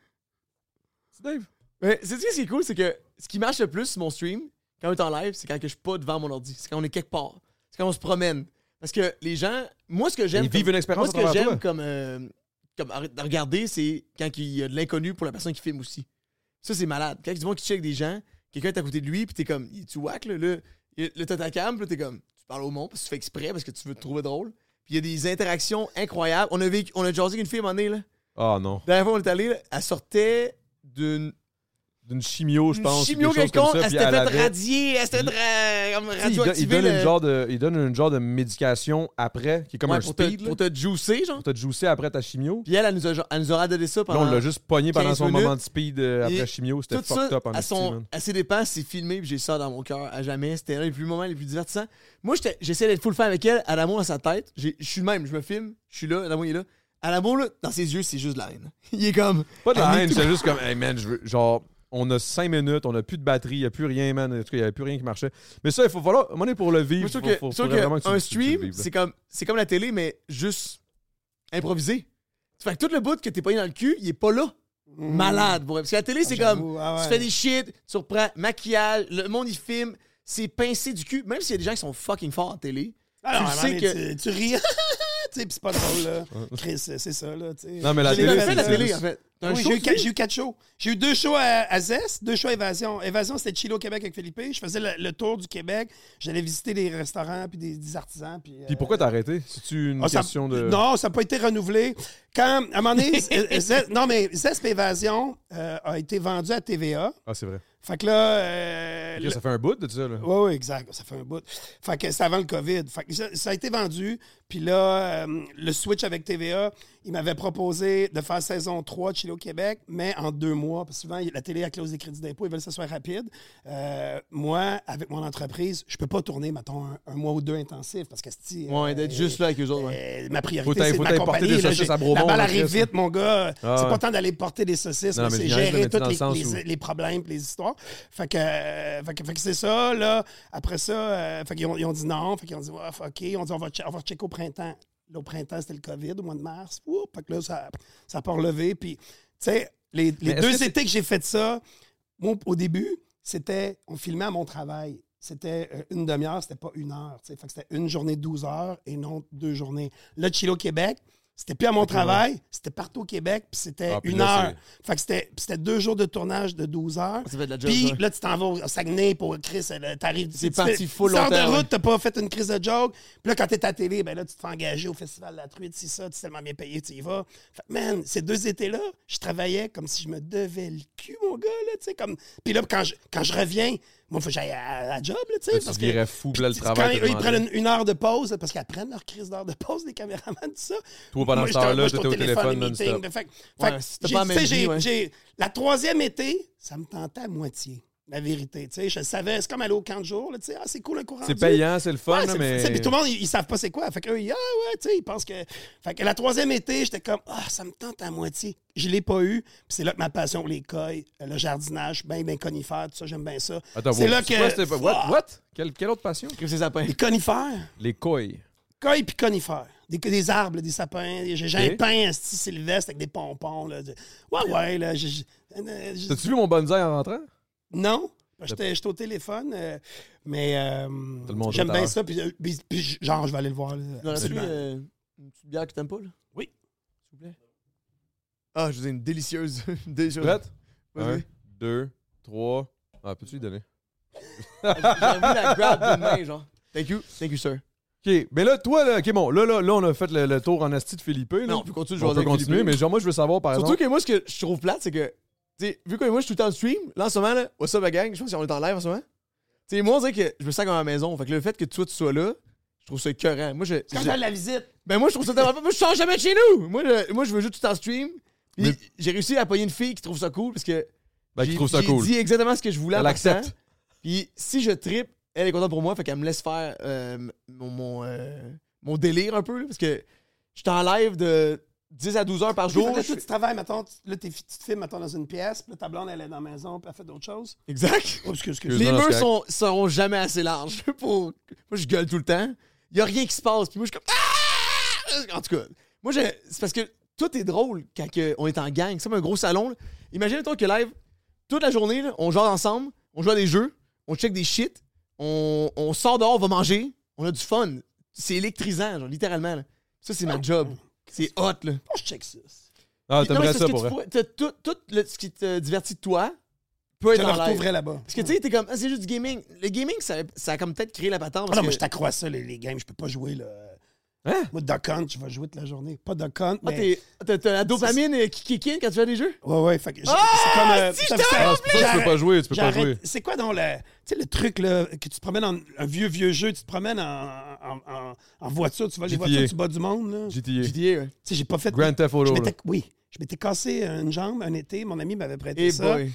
Speaker 2: C'est Dave?
Speaker 1: Mais c'est ce qui est cool, c'est que ce qui marche le plus sur mon stream, quand on est en live, c'est quand que je suis pas devant mon ordi. C'est quand on est quelque part. C'est quand on se promène. Parce que les gens, moi ce que j'aime,
Speaker 2: Ils vivent
Speaker 1: comme-
Speaker 2: une expérience
Speaker 1: Moi ce que
Speaker 2: à travers
Speaker 1: j'aime
Speaker 2: toi.
Speaker 1: comme euh, comme arrête de regarder, c'est quand il y a de l'inconnu pour la personne qui filme aussi. Ça c'est malade. Quand du monde qui check des gens, quelqu'un est à côté de lui, puis t'es comme, tu whack là, là, il- le t'as ta cam, puis là, t'es comme, tu parles au monde parce que tu fais exprès parce que tu veux te trouver drôle. Puis il y a des interactions incroyables. On a vécu, on a jasé avec une fille à un moment donné là.
Speaker 2: Ah non.
Speaker 1: Dernière fois on est allé, là, elle sortait d'une
Speaker 2: D'une chimio, je
Speaker 1: une
Speaker 2: pense.
Speaker 1: chimio
Speaker 2: ou quelque chose comme
Speaker 1: quelconque,
Speaker 2: ça,
Speaker 1: elle
Speaker 2: puis
Speaker 1: s'était faite
Speaker 2: avait-
Speaker 1: radier, elle s'était ra- comme
Speaker 2: Tu sais, il, donne- il
Speaker 1: radioactivée.
Speaker 2: donne une genre de, il donne une genre de médication après, qui est comme un
Speaker 1: pour,
Speaker 2: speed.
Speaker 1: te,
Speaker 2: là,
Speaker 1: pour te juicer, genre.
Speaker 2: Pour te juicer après ta chimio.
Speaker 1: Puis elle, elle nous a, genre- elle nous aura donné ça
Speaker 2: Là,
Speaker 1: pendant...
Speaker 2: on l'a juste pogné pendant
Speaker 1: 15
Speaker 2: son
Speaker 1: minutes.
Speaker 2: moment de speed euh, après
Speaker 1: Et
Speaker 2: chimio. C'était
Speaker 1: Tout ça,
Speaker 2: fucked up en
Speaker 1: à,
Speaker 2: esti,
Speaker 1: son,
Speaker 2: man.
Speaker 1: à ses dépens, c'est filmé, puis j'ai ça dans mon cœur à jamais. C'était l'un des plus moments les plus divertissants. Moi, j'étais- j'essayais d'être full fan avec elle, à l'amour dans sa tête. J'ai- Je suis le même, je me filme, je suis là, Adamo il est là. À l'amour, là, dans ses yeux, c'est juste de la haine. Il est comme...
Speaker 2: Pas de
Speaker 1: Elle
Speaker 2: la
Speaker 1: est
Speaker 2: haine,
Speaker 1: tout-
Speaker 2: c'est juste comme, hey man, je veux, genre, on a 5 minutes, on a plus de batterie, il n'y a plus rien, man. En tout cas, il n'y avait plus rien qui marchait. Mais ça, il faut falloir, on est pour le vivre.
Speaker 1: Moi, je trouve
Speaker 2: faut-
Speaker 1: que-
Speaker 2: faut-
Speaker 1: je trouve
Speaker 2: faudrait vraiment que
Speaker 1: que
Speaker 2: tu-
Speaker 1: un
Speaker 2: tu- tu le
Speaker 1: stream,
Speaker 2: vives, là.
Speaker 1: c'est comme, c'est comme la télé, mais juste improvisé. Fait que tout le bout que t'es pogné dans le cul, il est pas là. Malade, pour vrai. Parce que la télé, c'est
Speaker 3: Mm. j'avoue,
Speaker 1: comme,
Speaker 3: ah ouais.
Speaker 1: tu fais des shit, tu reprends maquillage, le monde, il filme, c'est pincé du cul. Même s'il y a des gens qui sont fucking forts en télé,
Speaker 3: Ah non,
Speaker 1: tu
Speaker 3: à un
Speaker 1: sais
Speaker 3: moment
Speaker 1: que...
Speaker 3: donné, tu, tu ris. tu sais, puis c'est pas drôle, là. Chris, c'est ça, là. tu sais.
Speaker 2: Non, mais la
Speaker 1: C'est
Speaker 3: Je l'ai
Speaker 2: télé,
Speaker 1: le
Speaker 3: fait,
Speaker 1: fait de la
Speaker 3: là.
Speaker 1: télé, en fait. T'as un
Speaker 3: Oui,
Speaker 1: show,
Speaker 3: j'ai eu,
Speaker 1: tu
Speaker 3: quatre-
Speaker 1: dis?
Speaker 3: j'ai eu quatre shows. J'ai eu deux shows à, à Zest, deux shows à Évasion. Évasion, c'était Chilo au Québec avec Philippe. Je faisais le, le tour du Québec. J'allais visiter des restaurants puis des, des artisans. Puis, euh,
Speaker 2: Puis pourquoi t'as arrêté? C'est-tu une
Speaker 3: ah, ça-
Speaker 2: question de.
Speaker 3: Non, ça n'a pas été renouvelé. Quand, à un moment donné, Z- Z- non, mais Zest et Évasion euh, a été vendu à TVA.
Speaker 2: Ah, c'est vrai.
Speaker 3: Fait que là. euh,
Speaker 2: Ok, Ça fait un bout de ça, là.
Speaker 3: oui, oui, exact. Ça fait un bout. Fait que c'est avant le COVID. Fait que ça, ça a été vendu. Puis là, euh, le switch avec TVA, il m'avait proposé de faire saison 3 de Chilo au Québec, mais en deux mois. Parce que souvent, la télé a close des crédits d'impôt, ils veulent que ça soit rapide. Euh, moi, avec mon entreprise, je peux pas tourner, mettons, un, un mois ou deux intensif parce que c'est.
Speaker 1: Ouais, d'être juste là avec eux autres. ouais.
Speaker 3: Euh, ma priorité,
Speaker 2: Faut t'a-
Speaker 3: c'est de
Speaker 2: faut
Speaker 3: ma
Speaker 2: t'importer
Speaker 3: compagnie.
Speaker 2: des
Speaker 3: là,
Speaker 2: saucisses
Speaker 3: j'ai-
Speaker 2: à Bromont,
Speaker 3: la balle
Speaker 2: là,
Speaker 3: arrive
Speaker 2: Chris.
Speaker 3: vite, mon gars.
Speaker 2: Ah
Speaker 3: c'est
Speaker 2: ouais.
Speaker 3: pas tant d'aller porter des saucisses,
Speaker 2: Non,
Speaker 3: mais
Speaker 2: mais
Speaker 3: c'est
Speaker 2: je viens juste de
Speaker 3: gérer
Speaker 2: mettre
Speaker 3: tous
Speaker 2: dans le
Speaker 3: les,
Speaker 2: sens
Speaker 3: les-
Speaker 2: où-
Speaker 3: les problèmes et les histoires. Fait que, euh, fait que, fait que c'est ça, là. Après ça, euh, fait qu'ils ont, ils ont dit non. Fait qu'ils ont dit, Ah, fuck, OK, ils ont dit, on va, che- on va checker au printemps. Là, au printemps, c'était le COVID, au mois de mars. Ouh, fait que là, ça, ça part levé. Puis, tu sais, les, les
Speaker 2: Mais est-ce que
Speaker 3: deux
Speaker 2: c'est-
Speaker 3: étés que j'ai fait ça, moi, au début, c'était, on filmait à mon travail. C'était euh, une demi-heure, c'était pas une heure. tu sais. Fait que c'était une journée 12 heures et non deux journées. Là, Chilo au Québec, c'était plus à mon travail, c'était partout au Québec, puis c'était
Speaker 2: Ah, puis
Speaker 3: une
Speaker 2: là,
Speaker 3: heure. Fait que c'était puis c'était deux jours de tournage de 12 heures.
Speaker 1: Ça fait de la job,
Speaker 3: Puis
Speaker 1: ça.
Speaker 3: là, tu t'en vas au Saguenay pour Chris, euh, t'arrives.
Speaker 1: C'est
Speaker 3: tu fais-
Speaker 1: parti full
Speaker 3: Tu sors
Speaker 1: longtemps,
Speaker 3: de
Speaker 1: ouais.
Speaker 3: route, t'as pas fait une crise de joke. Puis là, quand t'es à télé, ben là, tu te fais engager au Festival de la Truite, c'est ça, tu es tellement bien payé, tu y vas. Fait que, man, ces deux étés-là, je travaillais comme si je me devais le cul, mon gars, là, tu sais, comme... Puis là, quand je, quand je reviens, moi, faut que j'aille à la job, là, tu sais,
Speaker 2: tu
Speaker 3: parce
Speaker 2: te virais
Speaker 3: que...
Speaker 2: fou, puis là, le
Speaker 3: Puis
Speaker 2: travail te
Speaker 3: Quand eux, ils
Speaker 2: demandait.
Speaker 3: prennent une, une heure de pause, là, parce qu'ils prennent leur crise d'heure de pause, les caméramans, tout ça.
Speaker 2: Toi, pendant
Speaker 3: Moi,
Speaker 2: ce
Speaker 3: j'étais-
Speaker 2: temps-là,
Speaker 3: moi, j'étais
Speaker 2: t'étais au téléphone
Speaker 3: les meetings,
Speaker 2: non-stop.
Speaker 3: ben, fait,
Speaker 1: Ouais,
Speaker 3: fait que
Speaker 1: c'était
Speaker 3: j'ai-
Speaker 1: pas la
Speaker 3: tu
Speaker 1: même
Speaker 3: sais, j'ai-
Speaker 1: vie, ouais.
Speaker 3: j'ai- La troisième été, ça me tentait à moitié, la vérité. Tu sais, je savais, c'est comme aller au camp de jour, là, tu sais, ah, c'est cool un courant.
Speaker 2: C'est payant, c'est le fun,
Speaker 3: Ouais,
Speaker 2: là,
Speaker 3: c'est-
Speaker 2: mais.
Speaker 3: c'est- puis tout le monde, ils, ils savent pas c'est quoi. Fait qu'eux, ils, ah ouais, tu sais, ils pensent que. Fait que la troisième été, j'étais comme, ah, ça me tente à moitié. Je l'ai pas eu. Puis c'est là que ma passion pour les coilles, le jardinage, ben, ben conifères, tout ça, j'aime bien ça.
Speaker 2: Attends,
Speaker 3: c'est
Speaker 2: wow.
Speaker 3: là
Speaker 2: quoi,
Speaker 3: que.
Speaker 2: c'était- What?
Speaker 3: Fuck!
Speaker 2: What? Quelle, quelle autre passion?
Speaker 1: Crève ses sapins.
Speaker 3: Les conifères.
Speaker 2: Les couilles.
Speaker 3: Coilles puis conifères. Des, des arbres, là, des sapins. J'ai j'ai
Speaker 2: Ok.
Speaker 3: un pain, esti, sylvestre avec des pompons, là. de- Ouais, ouais, là. j'ai- j'ai- euh, j'ai-
Speaker 2: T'as-tu vu mon bonsaï en rentrant?
Speaker 3: Non. J'étais j'étais au téléphone, euh, mais euh,
Speaker 2: Te le montrer
Speaker 3: j'aime
Speaker 2: tout à
Speaker 3: bien
Speaker 2: l'heure.
Speaker 3: ça. Puis, euh, puis- puis genre, je vais aller le voir. là,
Speaker 1: Dans la pluie,
Speaker 3: absolument.
Speaker 1: euh, une petite bière que t'aimes pas, là?
Speaker 3: Oui.
Speaker 1: S'il vous plaît. Ah, je vous ai une délicieuse. Déjà.
Speaker 2: Prête? Un,
Speaker 1: Euh, Vas-y.
Speaker 2: deux, trois. Ah, peux-tu lui donner?
Speaker 1: J'ai envie de la grab de main, genre. Thank you. Thank you, sir.
Speaker 2: OK, mais là, toi, là, OK, bon, là, là, là, on a fait le, le tour en asti de Philippe. là.
Speaker 1: Non, on peut continuer de
Speaker 2: on
Speaker 1: jouer
Speaker 2: peut continuer, mais genre, moi, je veux savoir, par
Speaker 1: Surtout
Speaker 2: exemple...
Speaker 1: que moi, ce que je trouve plate, c'est que, tu sais, vu que moi, je suis tout le temps en stream, là, en ce moment, là, what's up, la gang? Je pense qu'on est en live en ce moment. Tu sais, moi, on dirait que je me sens comme à la maison. Fait que le fait que toi, tu sois là, je trouve ça écœurant. Moi, je.
Speaker 3: Quand
Speaker 1: je-
Speaker 3: je fais la visite,
Speaker 1: Ben, moi, je trouve ça tellement. Moi, je sors jamais de chez nous! Moi, je, moi, je veux juste tout le temps stream. Puis
Speaker 2: Mais-
Speaker 1: j'ai réussi à pogner une fille qui trouve ça cool parce que.
Speaker 2: Ben, qui
Speaker 1: j'ai-
Speaker 2: trouve ça
Speaker 1: j'ai
Speaker 2: cool.
Speaker 1: dit exactement ce que je voulais en
Speaker 2: Elle
Speaker 1: partant.
Speaker 2: accepte.
Speaker 1: Puis si je trippe, elle est contente pour moi, fait qu'elle me laisse faire euh, mon, mon, euh, mon délire un peu, là, parce que je suis en live de 10 à 12 heures par jour.
Speaker 3: Fait que là,
Speaker 1: Je
Speaker 3: toi,
Speaker 1: fais-
Speaker 3: tu travailles, mettons, tu- là, t'es- tu te filmes, mettons, dans une pièce, puis là, ta blonde, elle est dans la maison, puis elle fait d'autres choses.
Speaker 1: Exact.
Speaker 3: Oh, excuse,
Speaker 2: excuse.
Speaker 1: Les
Speaker 2: Non,
Speaker 1: murs
Speaker 2: c'est
Speaker 1: sont, seront jamais assez larges pour. Moi, je gueule tout le temps. Il y a rien qui se passe. Puis moi, je suis comme. Ah! En tout cas, moi, je... c'est parce que tout est drôle quand que on est en gang. C'est comme un gros salon. là. Imagine, toi, que live, toute la journée, là, on joue ensemble, on joue à des jeux, on check des shit, on, on sort dehors, on va manger, on a du fun. C'est électrisant, genre, littéralement. là. Ça, c'est ma job. C'est hot, là.
Speaker 3: Moi, je check ça.
Speaker 2: Ah,
Speaker 1: Non, mais
Speaker 2: t'aimerais ça,
Speaker 1: c'est parce
Speaker 2: pour
Speaker 1: que
Speaker 2: vrai.
Speaker 1: tu pourrais- t'as Tout, tout le- ce qui te divertit de toi peut être
Speaker 3: Je le
Speaker 1: en live.
Speaker 3: retrouverai là-bas.
Speaker 1: Parce que tu sais, t'es comme, ah, c'est juste du gaming. Le gaming, ça, ça a comme peut-être créé la patente.
Speaker 3: Ah
Speaker 1: Parce
Speaker 3: non,
Speaker 1: que...
Speaker 3: moi, je t'accrois à ça, les, les games. Je peux pas jouer, là.
Speaker 2: Hein?
Speaker 3: Moi, Duck Hunt, je vais jouer toute la journée. Pas Duck Hunt,
Speaker 1: Ah,
Speaker 3: mais...
Speaker 1: t'es- t'as- t'as la dopamine euh, qui kick in quand tu fais des jeux?
Speaker 3: Ouais, ouais, fait que... j'ai-
Speaker 1: Ah,
Speaker 3: c'est comme... euh,
Speaker 1: si,
Speaker 3: ça-
Speaker 1: je t'avais
Speaker 3: ça-
Speaker 2: Ah, c'est pour ça que tu peux
Speaker 3: j'arrête-
Speaker 2: pas jouer, tu peux pas
Speaker 3: j'arrête-
Speaker 2: jouer.
Speaker 3: C'est quoi dans le... Tu sais, le truc, là, que tu te promènes en... Un vieux, vieux jeu, tu te promènes en, en, en, en voiture, tu vas les
Speaker 2: GTA.
Speaker 3: voitures, tu bats du monde, là. Tu
Speaker 2: GTA.
Speaker 1: GTA, ouais.
Speaker 3: sais, j'ai pas fait...
Speaker 2: Grand Theft
Speaker 3: je
Speaker 2: Auto, là.
Speaker 3: m'étais- Oui, je m'étais cassé une jambe un été. Mon ami m'avait prêté
Speaker 1: Et
Speaker 3: ça.
Speaker 1: boy.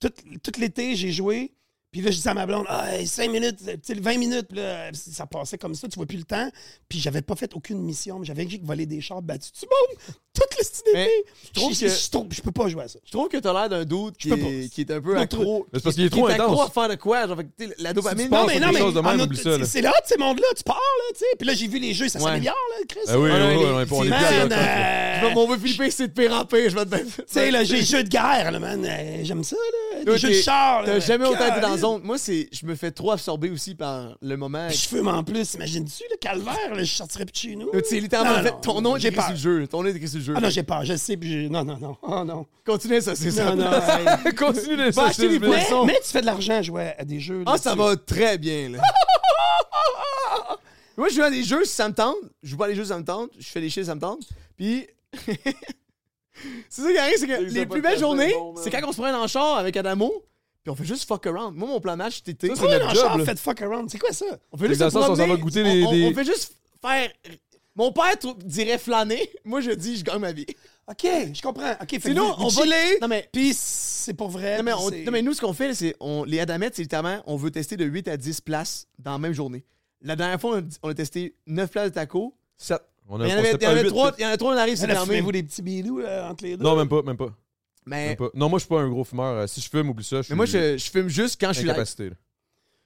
Speaker 3: tout, tout l'été, j'ai joué. Puis là, je disais à ma blonde, ah, 5 minutes, tu sais, 20 minutes, puis là, ça passait comme ça, tu vois plus le temps. Puis j'avais pas fait aucune mission, mais j'avais juste volé des chars battus du monde, toute le style
Speaker 1: Mais
Speaker 3: d'été.
Speaker 1: je trouve
Speaker 3: Je- je-
Speaker 1: que-
Speaker 3: je trouve- je peux pas jouer à ça.
Speaker 1: Je trouve que t'as l'air d'un dude qui
Speaker 3: peux pas.
Speaker 1: est, qui est un peu
Speaker 3: Non,
Speaker 1: accro.
Speaker 2: Mais c'est parce qu'il est trop
Speaker 1: qui accro
Speaker 2: intense.
Speaker 1: à faire de quoi? Genre, fait que, tu sais, la dopamine.
Speaker 2: tu penses
Speaker 1: Non, mais
Speaker 2: au
Speaker 1: non,
Speaker 2: quelque
Speaker 1: mais.
Speaker 2: chose de même,
Speaker 3: en
Speaker 2: oublie
Speaker 3: autre-
Speaker 2: ça, là.
Speaker 3: c'est- c'est là, ces mondes-là, tu pars, là, tu sais. Puis là, j'ai vu les jeux, ça
Speaker 1: Ouais.
Speaker 3: s'améliore, là, Chris.
Speaker 2: Ah oui,
Speaker 1: Ah,
Speaker 2: oui,
Speaker 1: non,
Speaker 2: oui,
Speaker 1: les-
Speaker 2: on est pas- on est
Speaker 1: man,
Speaker 2: plus à
Speaker 3: Man,
Speaker 2: Duck Hunt, là.
Speaker 3: euh,
Speaker 1: Je vais- On veut flipper, c'est de pire en pire. Je vais te
Speaker 3: tu sais, là, j'ai les jeux de guerre, là, man. euh, J'aime ça, là.
Speaker 1: Toi,
Speaker 3: Les jeux de
Speaker 1: t'es-
Speaker 3: char, là.
Speaker 1: T'as jamais autant été dans zone. Moi, c'est, je me fais trop absorber aussi par le moment.
Speaker 3: Puis je fume en plus, imagines-tu le calvaire, là, je sortirais plus de chez nous.
Speaker 1: Tu sais, littéralement,
Speaker 3: Non,
Speaker 1: en fait,
Speaker 3: non,
Speaker 1: ton nom est
Speaker 3: j'ai
Speaker 1: écrit
Speaker 3: peur.
Speaker 1: sur le jeu. Ton nom est écrit sur le jeu.
Speaker 3: Ah non, j'ai peur, je sais, puis j'ai- Non, non, non, oh non.
Speaker 1: Continue ça, c'est ça.
Speaker 3: Non, non, hey.
Speaker 2: Continue les
Speaker 1: Va acheter des
Speaker 2: saucisses, mais-
Speaker 3: mais,
Speaker 1: poissons.
Speaker 3: mais tu fais de l'argent à jouer à des jeux.
Speaker 1: Ah, ça
Speaker 3: là-dessus.
Speaker 1: va très bien, là. Moi, je joue à des jeux si ça me tente. Je joue pas à des jeux si ça me tente. Je fais des shit si ça me tente. Puis. c'est ça qui arrive, c'est que les
Speaker 2: ça
Speaker 1: plus
Speaker 2: pas
Speaker 1: belles
Speaker 2: de café,
Speaker 1: journées,
Speaker 2: bon, man.
Speaker 1: c'est quand on se prend en char avec Adamo. Puis on fait juste fuck around. Moi, mon plan match, c'était.
Speaker 2: Ça,
Speaker 3: Oui,
Speaker 2: C'est
Speaker 3: en
Speaker 2: notre
Speaker 3: char,
Speaker 2: job, là.
Speaker 3: faites fuck around. C'est quoi ça?
Speaker 1: On fait juste
Speaker 2: Dans
Speaker 1: se
Speaker 2: le sens, on s'en va
Speaker 1: promener.
Speaker 2: goûter
Speaker 1: On-
Speaker 2: les-
Speaker 1: on-
Speaker 2: des-
Speaker 1: on fait juste faire. Mon père trou- dirait flâner. Moi, je dis, je gagne ma vie.
Speaker 3: OK, je comprends. OK, fait que
Speaker 1: Sinon,
Speaker 3: vous- vous
Speaker 1: on va-
Speaker 3: chillez,
Speaker 1: Non, mais-
Speaker 3: puis c'est pour vrai.
Speaker 1: Non mais,
Speaker 3: puis
Speaker 1: on-
Speaker 3: c'est-
Speaker 1: non, mais nous, ce qu'on fait, c'est on, les Adamettes, c'est littéralement, on veut tester de 8 à 10 places dans la même journée. La dernière fois, on a, on a testé 9 places de tacos.
Speaker 2: Sept. On a-
Speaker 1: Mais Il y en
Speaker 2: on
Speaker 1: avait-
Speaker 2: s'était
Speaker 1: il y en
Speaker 2: pas
Speaker 1: avait
Speaker 2: huit.
Speaker 1: 3, il y en a trois, on arrive, c'est
Speaker 3: Là,
Speaker 1: fermé.
Speaker 3: Fumez-vous des petits bilous là, entre les deux?
Speaker 2: Non, même pas, même pas.
Speaker 1: Mais,
Speaker 2: même pas. Non, moi, je suis pas un gros fumeur. Euh, Si je fume, oublie ça.
Speaker 1: mais moi, je, je fume juste quand je suis live.
Speaker 2: incapacité. là.